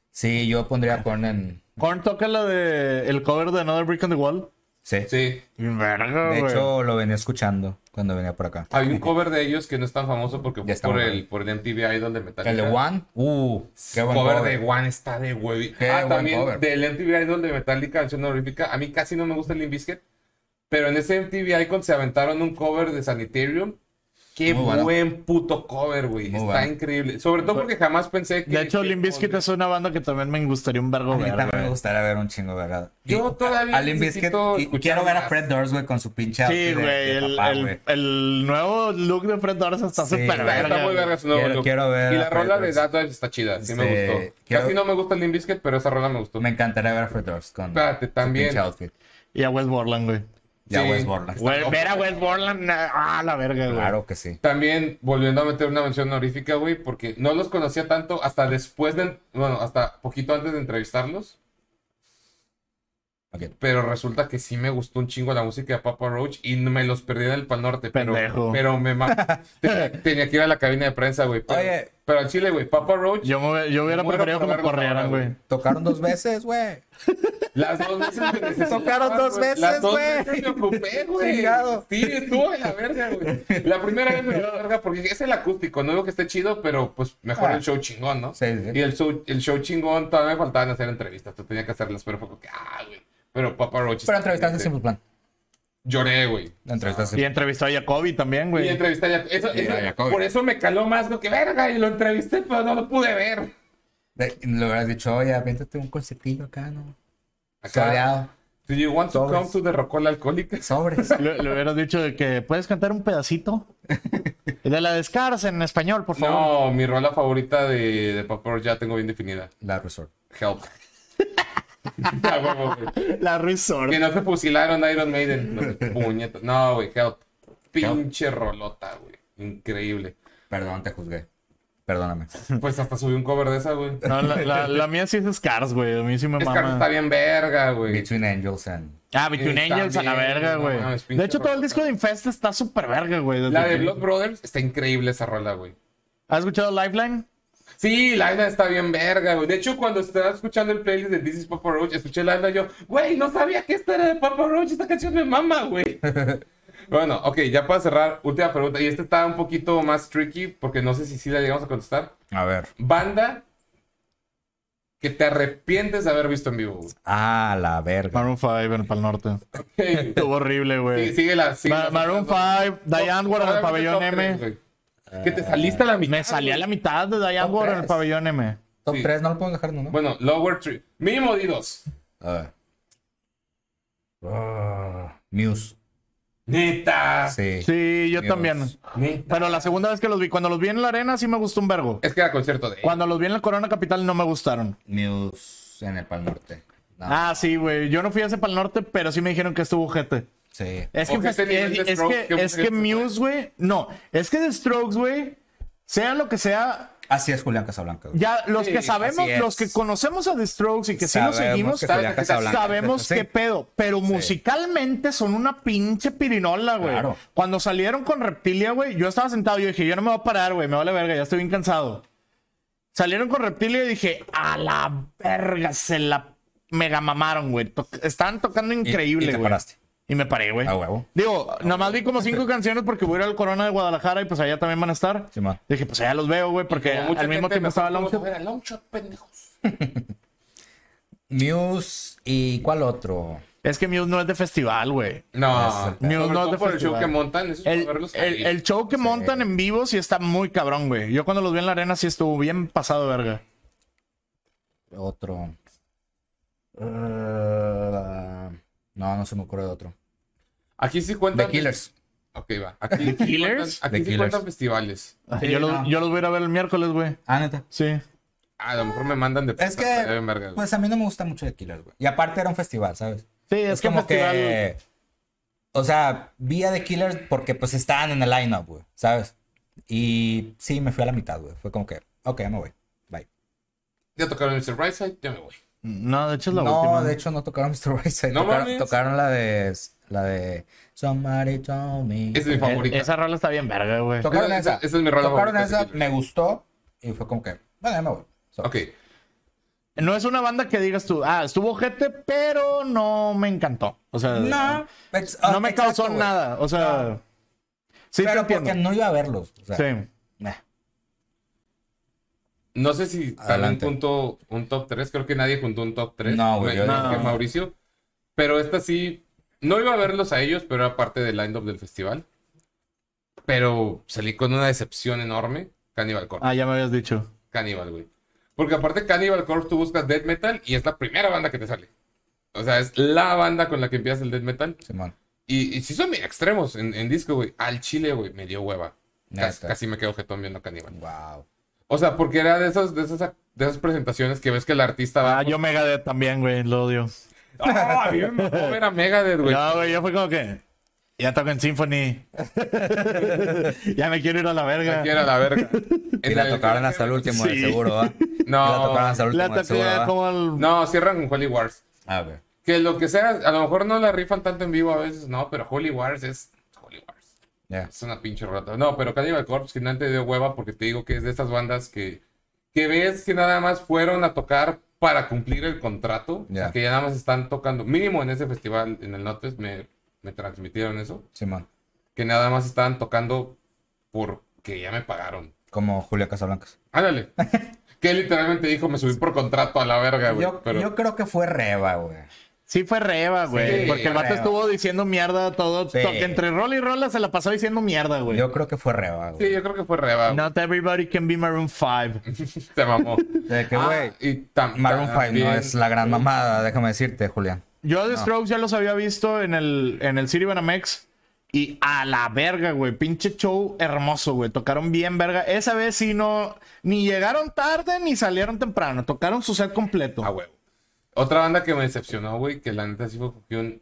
Speaker 3: sí, yo pondría Korn en...
Speaker 4: Korn toca la de el cover de Another Brick on the Wall.
Speaker 3: Sí.
Speaker 1: Sí,
Speaker 4: Verga,
Speaker 3: De
Speaker 4: güey.
Speaker 3: hecho, lo venía escuchando cuando venía por acá.
Speaker 1: Hay
Speaker 3: *laughs*
Speaker 1: un cover de ellos que no es tan famoso porque
Speaker 3: Ya
Speaker 1: fue
Speaker 3: está
Speaker 1: por
Speaker 3: muy
Speaker 1: el, por el MTV Idol de Metallica.
Speaker 3: El de One, uh, qué buen
Speaker 1: cover,
Speaker 3: cover.
Speaker 1: de One está de huevi.
Speaker 3: Qué
Speaker 1: Ah,
Speaker 3: buen
Speaker 1: también
Speaker 3: cover.
Speaker 1: del MTV Idol de Metallica, canción honorífica. A mí casi no me gusta el Limp Bizkit, pero en ese MTV Icon se aventaron un cover de Sanitarium. Qué
Speaker 3: Muy bueno.
Speaker 1: buen puto cover, güey.
Speaker 3: Muy
Speaker 1: Está
Speaker 3: bueno.
Speaker 1: increíble. Sobre todo porque jamás pensé que. "Oh,
Speaker 4: de hecho,
Speaker 1: que-
Speaker 4: Limp Bizkit es una banda que también me gustaría un vergo
Speaker 3: A mí
Speaker 4: ver,
Speaker 3: también me
Speaker 4: güey.
Speaker 3: gustaría ver un chingo, ¿verdad?
Speaker 1: Yo todavía
Speaker 3: A Limp Bizkit,
Speaker 1: necesito
Speaker 3: y
Speaker 1: escuchar
Speaker 3: quiero ver a
Speaker 1: más.
Speaker 3: Fred Durst, güey, con su
Speaker 4: Sí,
Speaker 3: pinche outfit de-
Speaker 4: güey.
Speaker 3: de
Speaker 4: El,
Speaker 3: papá,
Speaker 4: el-
Speaker 3: güey.
Speaker 4: el nuevo look de Fred Durst está
Speaker 3: Sí,
Speaker 4: súper
Speaker 3: güey,
Speaker 1: Está, está
Speaker 4: verga.
Speaker 1: muy verga su nuevo
Speaker 3: Quiero-
Speaker 1: look.
Speaker 3: quiero ver
Speaker 1: Y
Speaker 3: a
Speaker 1: la rola de
Speaker 3: Fredros.
Speaker 1: Dead Dive está chida. Sí,
Speaker 3: Sí,
Speaker 1: me gustó.
Speaker 3: quiero-
Speaker 1: Casi no me gusta el Limp Bizkit, pero esa rola me gustó.
Speaker 3: Me encantaría ver a Fred Durst con
Speaker 1: Espérate, también.
Speaker 3: su pinche outfit.
Speaker 4: Y a Wes Borland, güey.
Speaker 3: Ya
Speaker 1: Sí.
Speaker 3: Wes Borland.
Speaker 4: Güey, Ver a Wes Borland, na- ah, la verga, güey.
Speaker 3: Claro que sí.
Speaker 1: También volviendo a meter una mención honorífica, güey, porque no los conocía tanto hasta después de, bueno, hasta poquito antes de entrevistarlos,
Speaker 3: Ok.
Speaker 1: pero resulta que sí me gustó un chingo la música de Papa Roach y me los perdí en el Pal Norte, pero,
Speaker 4: Pendejo.
Speaker 1: pero me
Speaker 3: *laughs*
Speaker 1: ma- tenía, tenía que ir a la cabina de prensa, güey. Pero,
Speaker 3: Oye.
Speaker 1: pero al Chile, güey, Papa Roach,
Speaker 4: Yo, me- yo hubiera
Speaker 1: Muero
Speaker 4: preferido que
Speaker 1: por
Speaker 4: me
Speaker 1: verlos ahora,
Speaker 4: corrieran, güey.
Speaker 1: güey.
Speaker 3: Tocaron dos veces, güey.
Speaker 1: las dos veces
Speaker 3: *laughs*
Speaker 1: me necesitaban,
Speaker 3: Tocaron dos
Speaker 1: güey.
Speaker 3: veces,
Speaker 1: Las dos
Speaker 3: güey.
Speaker 1: veces me ocupé, güey.
Speaker 3: Chingado.
Speaker 1: Sí, estuvo en la verga, güey. La primera vez me dio verga porque es el acústico, no digo que esté chido, pero pues mejor
Speaker 3: Ah.
Speaker 1: el show chingón, ¿no?
Speaker 3: Sí, sí.
Speaker 1: Y el show, el show chingón, todavía me faltaban hacer entrevistas. Tú tenía que hacerlas, pero fue como que, ah, güey. Pero Papa Roach. está
Speaker 3: Pero entrevistaste a
Speaker 1: excelente.
Speaker 3: Simple Plan.
Speaker 1: Lloré, güey.
Speaker 3: Entrevistaste
Speaker 4: Y entrevistó a Jacoby también,
Speaker 1: Y
Speaker 4: güey.
Speaker 1: entrevisté a Jaco- eso-
Speaker 3: Y a
Speaker 1: eso-
Speaker 3: Jacobi.
Speaker 1: Por eso me caló más lo que verga. Y lo entrevisté, pero no lo pude ver.
Speaker 3: De- Lo hubieras dicho, oye, aviéntate un concertillo acá, ¿no?
Speaker 1: Acá.
Speaker 3: Soleado.
Speaker 1: Do you want to
Speaker 3: Sobres.
Speaker 1: come to the rocola alcohólica?
Speaker 3: Sobres.
Speaker 4: Le, le hubieras dicho de que puedes cantar un pedacito
Speaker 3: *laughs*
Speaker 4: de la descarga en español, por favor.
Speaker 1: No, mi rola favorita de, de Papa Roach ya tengo bien definida.
Speaker 3: La Resort.
Speaker 1: Help. *laughs* Ya, huevo, güey.
Speaker 4: La resort.
Speaker 1: que no se fusilaron Iron Maiden. No, sé, puñeta. No, güey, help. Pinche rolota, güey. Increíble.
Speaker 3: Perdón, te juzgué. Perdóname.
Speaker 1: Pues hasta subí un cover de esa, güey.
Speaker 4: No, la,
Speaker 3: *laughs*
Speaker 4: la- la mía sí es Scars, güey. A mí sí me
Speaker 1: Es que
Speaker 4: mama.
Speaker 1: está bien verga, güey.
Speaker 3: Between Angels and...
Speaker 4: Ah, Between
Speaker 1: Eh,
Speaker 4: Angels a la
Speaker 1: también,
Speaker 4: verga,
Speaker 1: no
Speaker 4: güey.
Speaker 1: mames, pinche
Speaker 4: de hecho, todo el
Speaker 1: rola.
Speaker 4: disco de Infest está súper verga, güey. desde
Speaker 1: La de
Speaker 4: que-
Speaker 1: Blood Brothers está increíble esa rola, güey.
Speaker 4: ¿Has escuchado Lifeline?
Speaker 1: Sí, Laila está bien verga, güey. De hecho, cuando estaba escuchando el playlist de This is Papa Roach, escuché Laila y yo, güey, no sabía que esta era de Papa Roach, esta canción me mama, güey. bueno, ok, ya para cerrar, última pregunta. Y esta está un poquito más tricky porque no sé si sí la llegamos a contestar.
Speaker 3: A ver.
Speaker 1: Banda que te arrepientes de haber visto en vivo, güey.
Speaker 3: Ah, la verga.
Speaker 4: Maroon 5 en Pal Norte.
Speaker 1: Ok.
Speaker 4: Estuvo horrible, güey.
Speaker 1: Sí, sigue la. sigue
Speaker 4: Ma-
Speaker 1: la-
Speaker 4: Maroon 5, Diane Ward en el
Speaker 1: Probablemente
Speaker 4: pabellón
Speaker 1: top tres,
Speaker 4: M.
Speaker 1: güey.
Speaker 3: Ah,
Speaker 1: Que te saliste a la mitad.
Speaker 4: Me salí a la mitad de Diane
Speaker 3: Top
Speaker 4: Ward en el
Speaker 3: tres.
Speaker 4: pabellón M.
Speaker 3: Top
Speaker 1: Sí.
Speaker 3: 3 no lo podemos dejar, ¿no?
Speaker 1: Bueno, Lower Tree. Mínimo di dos.
Speaker 3: A ver. Ah, Muse.
Speaker 1: Neta.
Speaker 3: Sí.
Speaker 4: Sí, yo
Speaker 3: Dios.
Speaker 4: también.
Speaker 1: Neta.
Speaker 4: Pero la segunda vez que los vi, cuando los vi en la arena, sí me gustó un vergo.
Speaker 1: Es que era concierto de.
Speaker 4: Cuando los vi en la Corona Capital, no me gustaron.
Speaker 3: Muse en el Pal Norte. No,
Speaker 4: Ah, sí, güey. Yo no fui a ese Pal Norte, pero sí me dijeron que estuvo gente.
Speaker 3: Sí.
Speaker 4: Es que,
Speaker 1: Ojete
Speaker 4: fest-
Speaker 1: nivel
Speaker 4: es,
Speaker 1: de
Speaker 4: es
Speaker 1: Strokes,
Speaker 4: que,
Speaker 1: ¿qué
Speaker 4: es que
Speaker 1: ofreces, güey?
Speaker 4: Muse, güey. No, es que The Strokes, güey. Sea lo que sea,
Speaker 3: Así es Julián Casablanca. güey.
Speaker 4: ya los
Speaker 1: Sí,
Speaker 4: que sabemos,
Speaker 3: así es.
Speaker 4: los que conocemos a The Strokes y que sí los
Speaker 3: Sabemos
Speaker 4: seguimos,
Speaker 3: que
Speaker 1: sabes
Speaker 3: Julián
Speaker 1: que-
Speaker 3: Casablanca.
Speaker 4: sabemos
Speaker 3: Sí.
Speaker 4: qué pedo. Pero musicalmente son una pinche pirinola, güey.
Speaker 3: Claro.
Speaker 4: Cuando salieron con Reptilia, güey, yo estaba sentado, yo dije, yo no me voy a parar, güey, me vale verga, ya estoy bien cansado. Salieron con Reptilia y dije, a la verga, se la mega mamaron, güey. To- Estaban tocando
Speaker 3: Y-
Speaker 4: increíble,
Speaker 3: y te
Speaker 4: güey.
Speaker 3: paraste. Ah,
Speaker 4: Y me paré, güey.
Speaker 3: A huevo.
Speaker 4: Digo, nomás vi como cinco canciones porque voy a ir al Corona de Guadalajara y pues allá también van a estar.
Speaker 3: Simón.
Speaker 4: Dije, pues allá los veo, güey, porque
Speaker 1: Como mucha
Speaker 4: al mismo
Speaker 1: gente,
Speaker 4: tiempo
Speaker 1: mejor
Speaker 4: estaba
Speaker 1: vamos
Speaker 4: Longshot.
Speaker 1: a ver a Longshot, pendejos.
Speaker 3: Muse y ¿cuál otro?
Speaker 4: Es que Muse no es de festival, güey.
Speaker 1: No,
Speaker 3: Exacto.
Speaker 4: Muse
Speaker 1: Sobre
Speaker 4: no es
Speaker 1: todo
Speaker 4: de
Speaker 1: por el show
Speaker 4: festival.
Speaker 1: que montan. Eso es
Speaker 4: El,
Speaker 1: para verlos
Speaker 4: el-
Speaker 1: ahí.
Speaker 4: el show que montan en vivo sí está muy cabrón, güey. Yo cuando los vi en la arena sí estuvo bien pasado, verga.
Speaker 3: Otro. Ah, no, no se me ocurre de otro.
Speaker 1: Aquí sí cuentan.
Speaker 3: The Killers.
Speaker 1: Ok, va. Aquí sí
Speaker 4: Killers?
Speaker 1: cuentan- Aquí
Speaker 3: The
Speaker 1: sí
Speaker 3: Killers.
Speaker 1: cuentan festivales.
Speaker 3: Sí,
Speaker 4: yo, los,
Speaker 3: no.
Speaker 4: yo los voy a ir a ver el miércoles, güey.
Speaker 3: Ah, neta.
Speaker 4: Sí.
Speaker 1: Ah, a lo mejor me mandan de
Speaker 3: Es
Speaker 1: puta,
Speaker 3: que,
Speaker 1: estaría bien verga, güey.
Speaker 3: pues a mí no me gusta mucho The Killers, güey. Y aparte era un festival, ¿sabes?
Speaker 4: Sí, es, que
Speaker 3: como
Speaker 4: festival.
Speaker 3: que. O sea, vi a The Killers porque pues estaban en el lineup, güey, ¿sabes? Y sí, me fui a la mitad, güey. Fue como que, ok, me voy. Bye.
Speaker 1: Ya tocaron Mr. Brightside, ya me voy.
Speaker 4: No, de hecho es la
Speaker 3: no,
Speaker 4: última.
Speaker 3: de hecho no tocaron *laughs* Mr. Brightside.
Speaker 1: No
Speaker 3: tocaron,
Speaker 1: mames.
Speaker 3: tocaron la de. La de. Somebody told me.
Speaker 1: Esa es mi
Speaker 4: Es-
Speaker 1: favorita.
Speaker 4: Eh, esa rola está bien verga, güey.
Speaker 3: Tocaron
Speaker 1: Esa-
Speaker 3: esa.
Speaker 1: esa es mi rola
Speaker 3: Tocaron
Speaker 1: favorita de
Speaker 3: esa,
Speaker 1: The
Speaker 3: me gustó. Y fue como que, bueno, ya me voy. So-
Speaker 1: Ok.
Speaker 4: No es una banda que digas tú, ah, estuvo gente, pero no me encantó. O sea,
Speaker 3: No, ex-
Speaker 4: no me
Speaker 3: exacto,
Speaker 4: causó
Speaker 3: güey.
Speaker 4: nada. O sea, sí, te
Speaker 3: Pero
Speaker 4: entiendo.
Speaker 3: porque no iba a verlos. o sea,
Speaker 4: Sí.
Speaker 3: meh.
Speaker 1: No sé si también
Speaker 3: Adelante.
Speaker 1: junto un top 3. Creo que nadie juntó un top 3.
Speaker 3: No, güey, yo
Speaker 1: Más
Speaker 4: no.
Speaker 1: que Mauricio. Pero esta sí. No iba a verlos a ellos, pero era parte del line-up del festival. Pero salí con una decepción enorme. Cannibal Corpse.
Speaker 4: Ah, ya me habías dicho.
Speaker 1: Cannibal, güey. Porque aparte Cannibal Corpse tú buscas Death Metal y es la primera banda que te sale. O sea, es la banda con la que empiezas el Death Metal.
Speaker 3: Simón.
Speaker 1: Y, y sí son bien extremos en, en disco, güey. Al chile, güey, me dio hueva. Casi,
Speaker 3: Neta.
Speaker 1: casi me quedo jetón viendo Cannibal.
Speaker 3: Wow.
Speaker 1: O sea, porque era de esas, de esas, de esas presentaciones que ves que el artista va.
Speaker 4: Ah, yo Megadeth también, güey, lo odio.
Speaker 1: *laughs* ¡Ah, a mí me mamó ver a Megadeth, güey.
Speaker 4: No, güey, yo fui como que. Ya toco en Symphony. ya me quiero ir a la verga.
Speaker 1: Aquí era la verga.
Speaker 3: Y la tocaron hasta el último, de
Speaker 4: Sí.
Speaker 3: seguro, ¿va?
Speaker 1: *laughs* No.
Speaker 3: Y La tocaron hasta el
Speaker 4: La
Speaker 3: último, de
Speaker 4: toqué
Speaker 3: seguro, ¿va?
Speaker 4: como al.
Speaker 1: No, cierran con Holy Wars.
Speaker 3: A ver.
Speaker 1: Que lo que sea, a lo mejor no la rifan tanto en vivo a veces, no, pero Holy Wars es Holy Wars.
Speaker 3: Ya.
Speaker 1: Es una pinche rata. No, pero Cannibal Corpse finalmente dio hueva porque te digo que es de esas bandas que, que ves que nada más fueron a tocar para cumplir el contrato. O sea,
Speaker 3: Ya.
Speaker 1: que ya nada más están tocando. Mínimo en ese festival, en el Notes, me, me transmitieron eso.
Speaker 3: Simón.
Speaker 1: Que nada más estaban tocando porque ya me pagaron.
Speaker 3: Como Julia Casablancas. *laughs*
Speaker 1: Ándale. que literalmente dijo, me subí por contrato a la verga, Ah, güey.
Speaker 3: Yo,
Speaker 1: Pero
Speaker 3: yo creo que fue Reba, güey.
Speaker 4: Sí, fue Reba, güey.
Speaker 1: Sí,
Speaker 4: porque el vato
Speaker 3: Reba.
Speaker 4: estuvo diciendo mierda todo.
Speaker 3: Sí.
Speaker 4: to- Entre rola y rola se la pasó diciendo mierda, güey.
Speaker 3: Yo creo que fue Reba,
Speaker 1: sí,
Speaker 3: güey.
Speaker 1: yo creo que fue Reba. güey.
Speaker 4: Not everybody can be Maroon 5.
Speaker 1: *laughs* Se mamó.
Speaker 3: De *laughs* que,
Speaker 1: Ah,
Speaker 3: güey,
Speaker 1: y tam-
Speaker 3: Maroon 5 no
Speaker 1: también-
Speaker 3: es la gran mamada, déjame decirte, Julián.
Speaker 4: Yo The Strokes ya los había visto en el, en el City Banamex. Y a la verga, güey. Pinche show hermoso, güey. Tocaron bien verga. Esa vez sí no. Ni llegaron tarde ni salieron temprano. Tocaron su set completo.
Speaker 1: A huevo. Otra banda que me decepcionó, güey, que la neta sí fue como que un.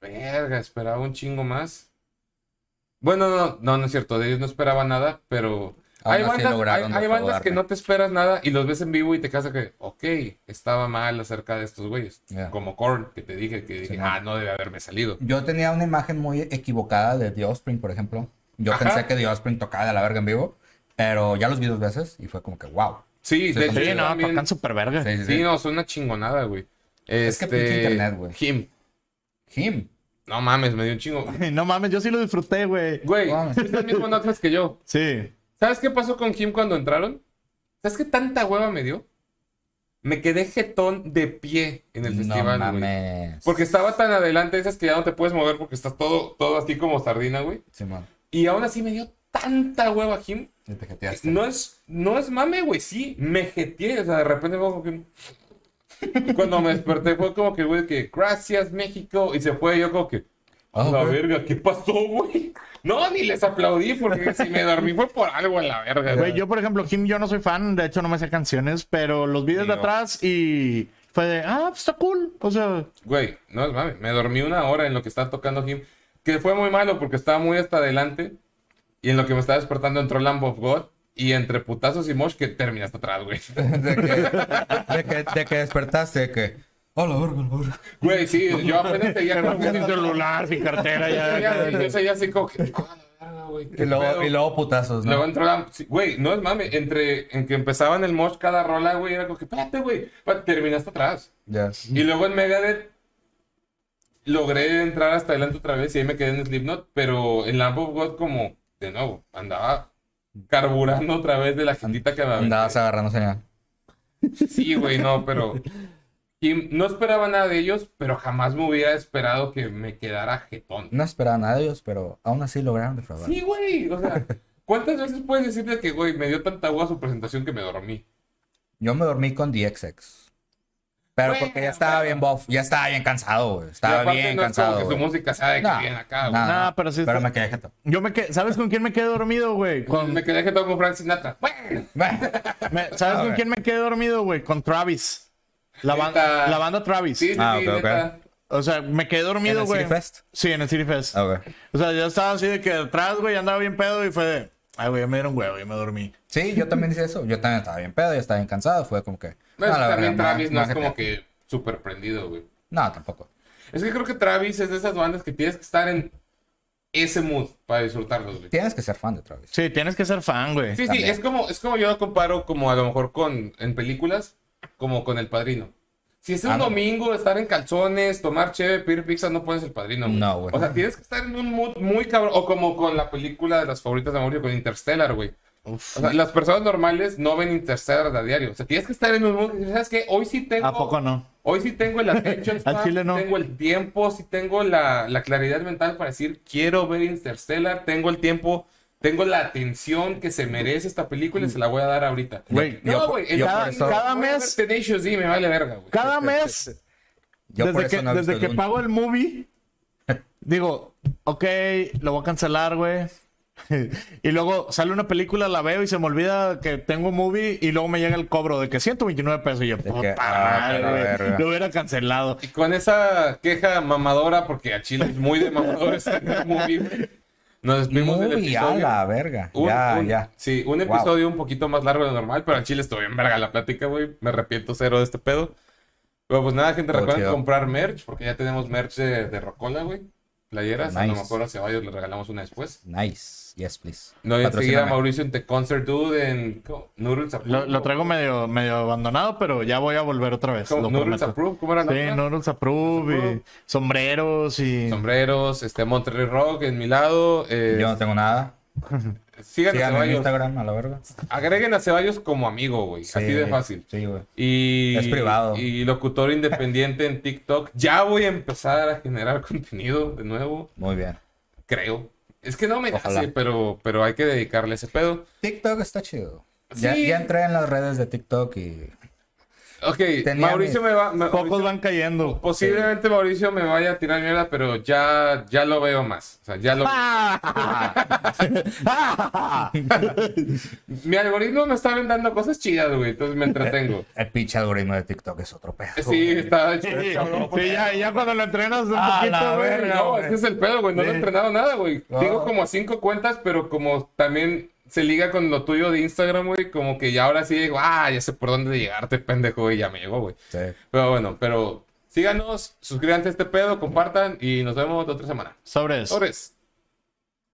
Speaker 1: Verga, esperaba un chingo más. Bueno, no, no, no es cierto. De ellos no esperaba nada, pero.
Speaker 3: Aún
Speaker 1: Hay
Speaker 3: así
Speaker 1: bandas, hay,
Speaker 3: lograron
Speaker 1: hay bandas que
Speaker 3: defraudarme.
Speaker 1: no te esperas nada y los ves en vivo y te casas que, ok, estaba mal acerca de estos güeyes.
Speaker 3: Ya.
Speaker 1: Como Korn, que te dije, que dije,
Speaker 3: Sí,
Speaker 1: ah, no debe haberme salido.
Speaker 3: Yo tenía una imagen muy equivocada de The Offspring, por ejemplo. Yo
Speaker 1: Ajá.
Speaker 3: pensé que The Offspring tocaba de la verga en vivo, pero ya los vi dos veces y fue como que wow.
Speaker 1: Sí,
Speaker 3: Sí,
Speaker 1: de
Speaker 3: sí,
Speaker 1: hecho,
Speaker 4: Sí,
Speaker 1: yo
Speaker 4: no,
Speaker 1: también-
Speaker 4: tocan super verga.
Speaker 3: Sí, sí, sí.
Speaker 1: Sí, no, son una chingonada, güey.
Speaker 3: Es que pinche
Speaker 1: Este,
Speaker 3: internet, güey.
Speaker 1: Him.
Speaker 3: Him.
Speaker 1: No mames, me dio un chingo.
Speaker 4: No mames, yo sí *laughs* lo disfruté, güey.
Speaker 1: Güey,
Speaker 3: No mames.
Speaker 1: es el mismo notas que yo.
Speaker 4: Sí.
Speaker 1: ¿Sabes qué pasó con Kim cuando entraron? ¿Sabes qué tanta hueva me dio? Me quedé jetón de pie en el festival,
Speaker 3: no
Speaker 1: güey.
Speaker 3: mames.
Speaker 1: Porque estaba tan adelante, esas que ya no te puedes mover porque estás todo, todo así como sardina, güey.
Speaker 3: Simón,
Speaker 1: Y aún así me dio tanta hueva Kim.
Speaker 3: sí te jeteaste.
Speaker 1: No es, no es mame, güey, sí, me jeteé. O sea, de repente fue como que... Y *laughs* Cuando me desperté fue como que, güey, que gracias México. Y se fue yo como que... A
Speaker 3: Ah,
Speaker 1: la
Speaker 3: güey.
Speaker 1: verga, ¿qué pasó, güey? No, ni les aplaudí porque si me dormí fue por algo en la verga,
Speaker 4: Güey, yo, por ejemplo, Kim, yo no soy fan, de hecho no me sé canciones, pero los vi desde
Speaker 1: Digo.
Speaker 4: atrás y fue de, ah, pues está cool. O sea,
Speaker 1: Güey, no es mame, me dormí una hora en lo que estaba tocando Kim, que fue muy malo porque estaba muy hasta adelante y en lo que me estaba despertando entró Lamb of God y entre putazos y mosh que termina hasta atrás, güey. *laughs*
Speaker 3: De que, de que, de que despertaste, de que. A la verga, a la verga.
Speaker 1: Güey, sí, yo apenas seguía como que-
Speaker 4: sin celular, sin cartera,
Speaker 1: yo seguía así-
Speaker 4: ya.
Speaker 1: yo seguía así como que, "Ah, la verga, güey, qué
Speaker 3: Y luego,
Speaker 1: pedo".
Speaker 3: y luego putazos, ¿no?
Speaker 1: Luego entró la... sí, güey, no es mame, entre en que empezaban el mosh cada rola, güey, era como que, espérate, güey, pa- termina hasta atrás.
Speaker 3: Ya.
Speaker 1: Y luego en Megadeth logré entrar hasta adelante otra vez y ahí me quedé en Slipknot, pero en Lamb of God como, de nuevo, andaba carburando otra vez de la gentita que me aventé.
Speaker 3: Andabas agarrando señal.
Speaker 1: Sí, güey, no, pero... Y no esperaba nada de ellos, pero jamás me hubiera esperado que me quedara jetón.
Speaker 3: No esperaba nada de ellos, pero aún así lograron defraudar.
Speaker 1: Sí, güey, o sea, ¿cuántas veces puedes decirte que, güey, me dio tanta agua su presentación que me dormí?
Speaker 3: Yo me dormí con DXX. Pero
Speaker 1: Bueno,
Speaker 3: porque ya estaba
Speaker 1: bueno.
Speaker 3: bien buff, ya estaba bien cansado, güey.
Speaker 1: Y
Speaker 3: Estaba
Speaker 1: aparte
Speaker 3: bien
Speaker 1: no es como
Speaker 3: cansado.
Speaker 1: que su
Speaker 3: güey.
Speaker 1: música sabe que
Speaker 3: No,
Speaker 1: viene acá, güey.
Speaker 3: no,
Speaker 4: Nah,
Speaker 3: no,
Speaker 4: pero sí
Speaker 3: Pero
Speaker 4: está-
Speaker 3: me quedé jetón.
Speaker 4: Yo me quedé, ¿sabes con quién me quedé dormido, güey? Con-
Speaker 1: Me quedé jetón con Frank Sinatra. Bueno.
Speaker 3: Bueno,
Speaker 4: me- ¿Sabes
Speaker 3: A
Speaker 4: con
Speaker 3: ver.
Speaker 4: quién me quedé dormido, güey? Con Travis. La banda,
Speaker 1: Neta.
Speaker 4: la banda Travis.
Speaker 1: Sí, sí,
Speaker 3: Ah,
Speaker 1: sí,
Speaker 3: ok, ok.
Speaker 1: neta.
Speaker 4: O sea, me quedé
Speaker 3: ¿En
Speaker 4: dormido,
Speaker 3: el
Speaker 4: güey.
Speaker 3: City Fest?
Speaker 4: Sí, en el City Ah, Fest.
Speaker 3: *laughs* A ver.
Speaker 4: O sea, yo estaba así de que atrás, güey, andaba bien pedo y fue de, ay, güey, ya me dieron huevo, ya me dormí.
Speaker 3: Sí, yo también hice eso. Yo también estaba bien pedo, yo estaba bien cansado. Fue como que.
Speaker 1: No, es
Speaker 3: "Ah,
Speaker 1: que
Speaker 3: la verga,
Speaker 1: también
Speaker 3: me voy a-
Speaker 1: Travis
Speaker 3: me
Speaker 1: no
Speaker 3: voy a
Speaker 1: es como
Speaker 3: jetear".
Speaker 1: que súper prendido, güey.
Speaker 3: No, tampoco.
Speaker 1: Es que creo que Travis es de esas bandas que tienes que estar en ese mood para disfrutarlos, güey.
Speaker 3: Tienes que ser fan de Travis.
Speaker 4: Sí, tienes que ser fan, güey.
Speaker 1: Sí, sí,
Speaker 3: También.
Speaker 1: es como, es como yo lo comparo como a lo mejor con, en películas, como con El Padrino. Si es un
Speaker 3: Ah, no.
Speaker 1: domingo, estar en calzones, tomar cheve, pedir pizza, no pones El Padrino, güey.
Speaker 3: No, güey.
Speaker 1: O sea, tienes que estar en un mood muy cabrón, o como con la película de las favoritas de Mauricio, con Interstellar, güey.
Speaker 4: Uf.
Speaker 1: O sea, las personas normales no ven Interstellar a diario. O sea, tienes que estar en un mood, ¿sabes qué? Hoy sí tengo...
Speaker 4: ¿A poco no?
Speaker 1: Hoy sí tengo
Speaker 4: *laughs*
Speaker 1: el attention span,
Speaker 4: chile no.
Speaker 1: tengo el tiempo, sí tengo la, la claridad mental para decir quiero ver Interstellar, tengo el tiempo, tengo la atención que se merece esta película y se la voy a dar ahorita.
Speaker 4: Güey,
Speaker 1: no,
Speaker 3: yo-
Speaker 1: güey,
Speaker 3: yo
Speaker 1: el-
Speaker 3: por
Speaker 1: voy
Speaker 3: eso-
Speaker 1: a ver
Speaker 4: cada mes-
Speaker 1: Tenacious D, me vale verga, güey.
Speaker 4: Cada mes,
Speaker 3: Yo por
Speaker 4: desde
Speaker 3: eso
Speaker 4: que,
Speaker 3: no he
Speaker 4: desde
Speaker 3: visto
Speaker 4: que
Speaker 3: Dune.
Speaker 4: pago el movie, *laughs* digo, ok, lo voy a cancelar, güey. *laughs* y luego sale una película, la veo y se me olvida que tengo movie y luego me llega el cobro de que 129 pesos y yo, puta
Speaker 3: que, ah,
Speaker 4: madre,
Speaker 3: la
Speaker 4: güey,
Speaker 3: verga.
Speaker 4: lo hubiera cancelado.
Speaker 1: Y con esa queja mamadora, porque a Chile es muy de mamadores *laughs* este movie, güey, nos despedimos del
Speaker 3: Muy a
Speaker 1: episodio.
Speaker 3: la verga.
Speaker 1: Un-
Speaker 3: ya,
Speaker 1: un-
Speaker 3: ya.
Speaker 1: Sí, un
Speaker 3: Wow.
Speaker 1: episodio un poquito más largo de lo normal, pero al chile estuvo bien verga la plática, güey. Me arrepiento cero de este pedo. Pero pues nada, gente,
Speaker 3: Todo
Speaker 1: recuerden
Speaker 3: chido.
Speaker 1: comprar merch, porque ya tenemos merch de, de Rocola, güey. Playeras, a lo
Speaker 3: Nice.
Speaker 1: mejor a Ceballos le regalamos una después.
Speaker 3: Nice. Yes, please.
Speaker 1: No, y enseguida a
Speaker 3: Patrocíname.
Speaker 1: Mauricio en The Concert Dude en ¿cómo? Noodles Approved.
Speaker 4: Lo, lo traigo medio, medio abandonado, pero ya voy a volver otra vez.
Speaker 1: ¿Cómo?
Speaker 4: Lo
Speaker 1: Noodles
Speaker 4: prometo.
Speaker 1: Approved, ¿cómo era la
Speaker 4: Sí,
Speaker 1: otra?
Speaker 4: Noodles Approve y sombreros y...
Speaker 1: Sombreros, este Monterrey Rock en mi lado. eh,
Speaker 3: Yo no tengo nada.
Speaker 1: sigan a
Speaker 3: Síganme en
Speaker 1: Ceballos.
Speaker 3: Instagram, a la verga.
Speaker 1: Agreguen a Ceballos como amigo, güey. Así
Speaker 3: Sí,
Speaker 1: de fácil.
Speaker 3: Sí, güey.
Speaker 1: Y,
Speaker 3: Es privado.
Speaker 1: Y locutor independiente en TikTok. Ya voy a empezar a generar *laughs* contenido de nuevo,
Speaker 3: Muy bien.
Speaker 1: creo. Es que no me
Speaker 3: Ojalá.
Speaker 1: hace, pero, pero hay que dedicarle ese pedo.
Speaker 3: TikTok está chido. Ya,
Speaker 1: Sí.
Speaker 3: ya entré en las redes de TikTok y.
Speaker 1: Ok,
Speaker 3: Tenía
Speaker 1: Mauricio
Speaker 3: mis-
Speaker 1: me va. me-
Speaker 4: Pocos
Speaker 1: Mauricio-
Speaker 4: van cayendo. *laughs*
Speaker 1: Posiblemente Mauricio me vaya a tirar mierda, pero ya, ya lo veo más. O sea, ya lo.
Speaker 4: Ah.
Speaker 3: *laughs*
Speaker 4: *laughs*
Speaker 1: Mi algoritmo me está vendiendo cosas chidas, güey. Entonces me
Speaker 3: *laughs*
Speaker 1: entretengo.
Speaker 3: El pinche algoritmo de TikTok es otro pedo.
Speaker 1: Sí,
Speaker 3: güey. *laughs*
Speaker 1: está.
Speaker 4: Sí, ya, ya cuando lo entrenas un
Speaker 3: A la
Speaker 4: poquito, güey.
Speaker 3: verga.
Speaker 1: No, ese es el pedo, güey. No lo he entrenado nada, güey.
Speaker 3: No.
Speaker 1: Digo como a cinco cuentas, pero como también se liga con lo tuyo de Instagram, güey, como que ya ahora sí digo, ah, ya sé por dónde llegarte, pendejo, y ya me llegó, güey.
Speaker 3: Sí.
Speaker 1: Pero bueno, pero síganos, suscríbanse a este pedo, compartan y nos vemos la otra semana.
Speaker 4: Sobres.
Speaker 1: Sobres.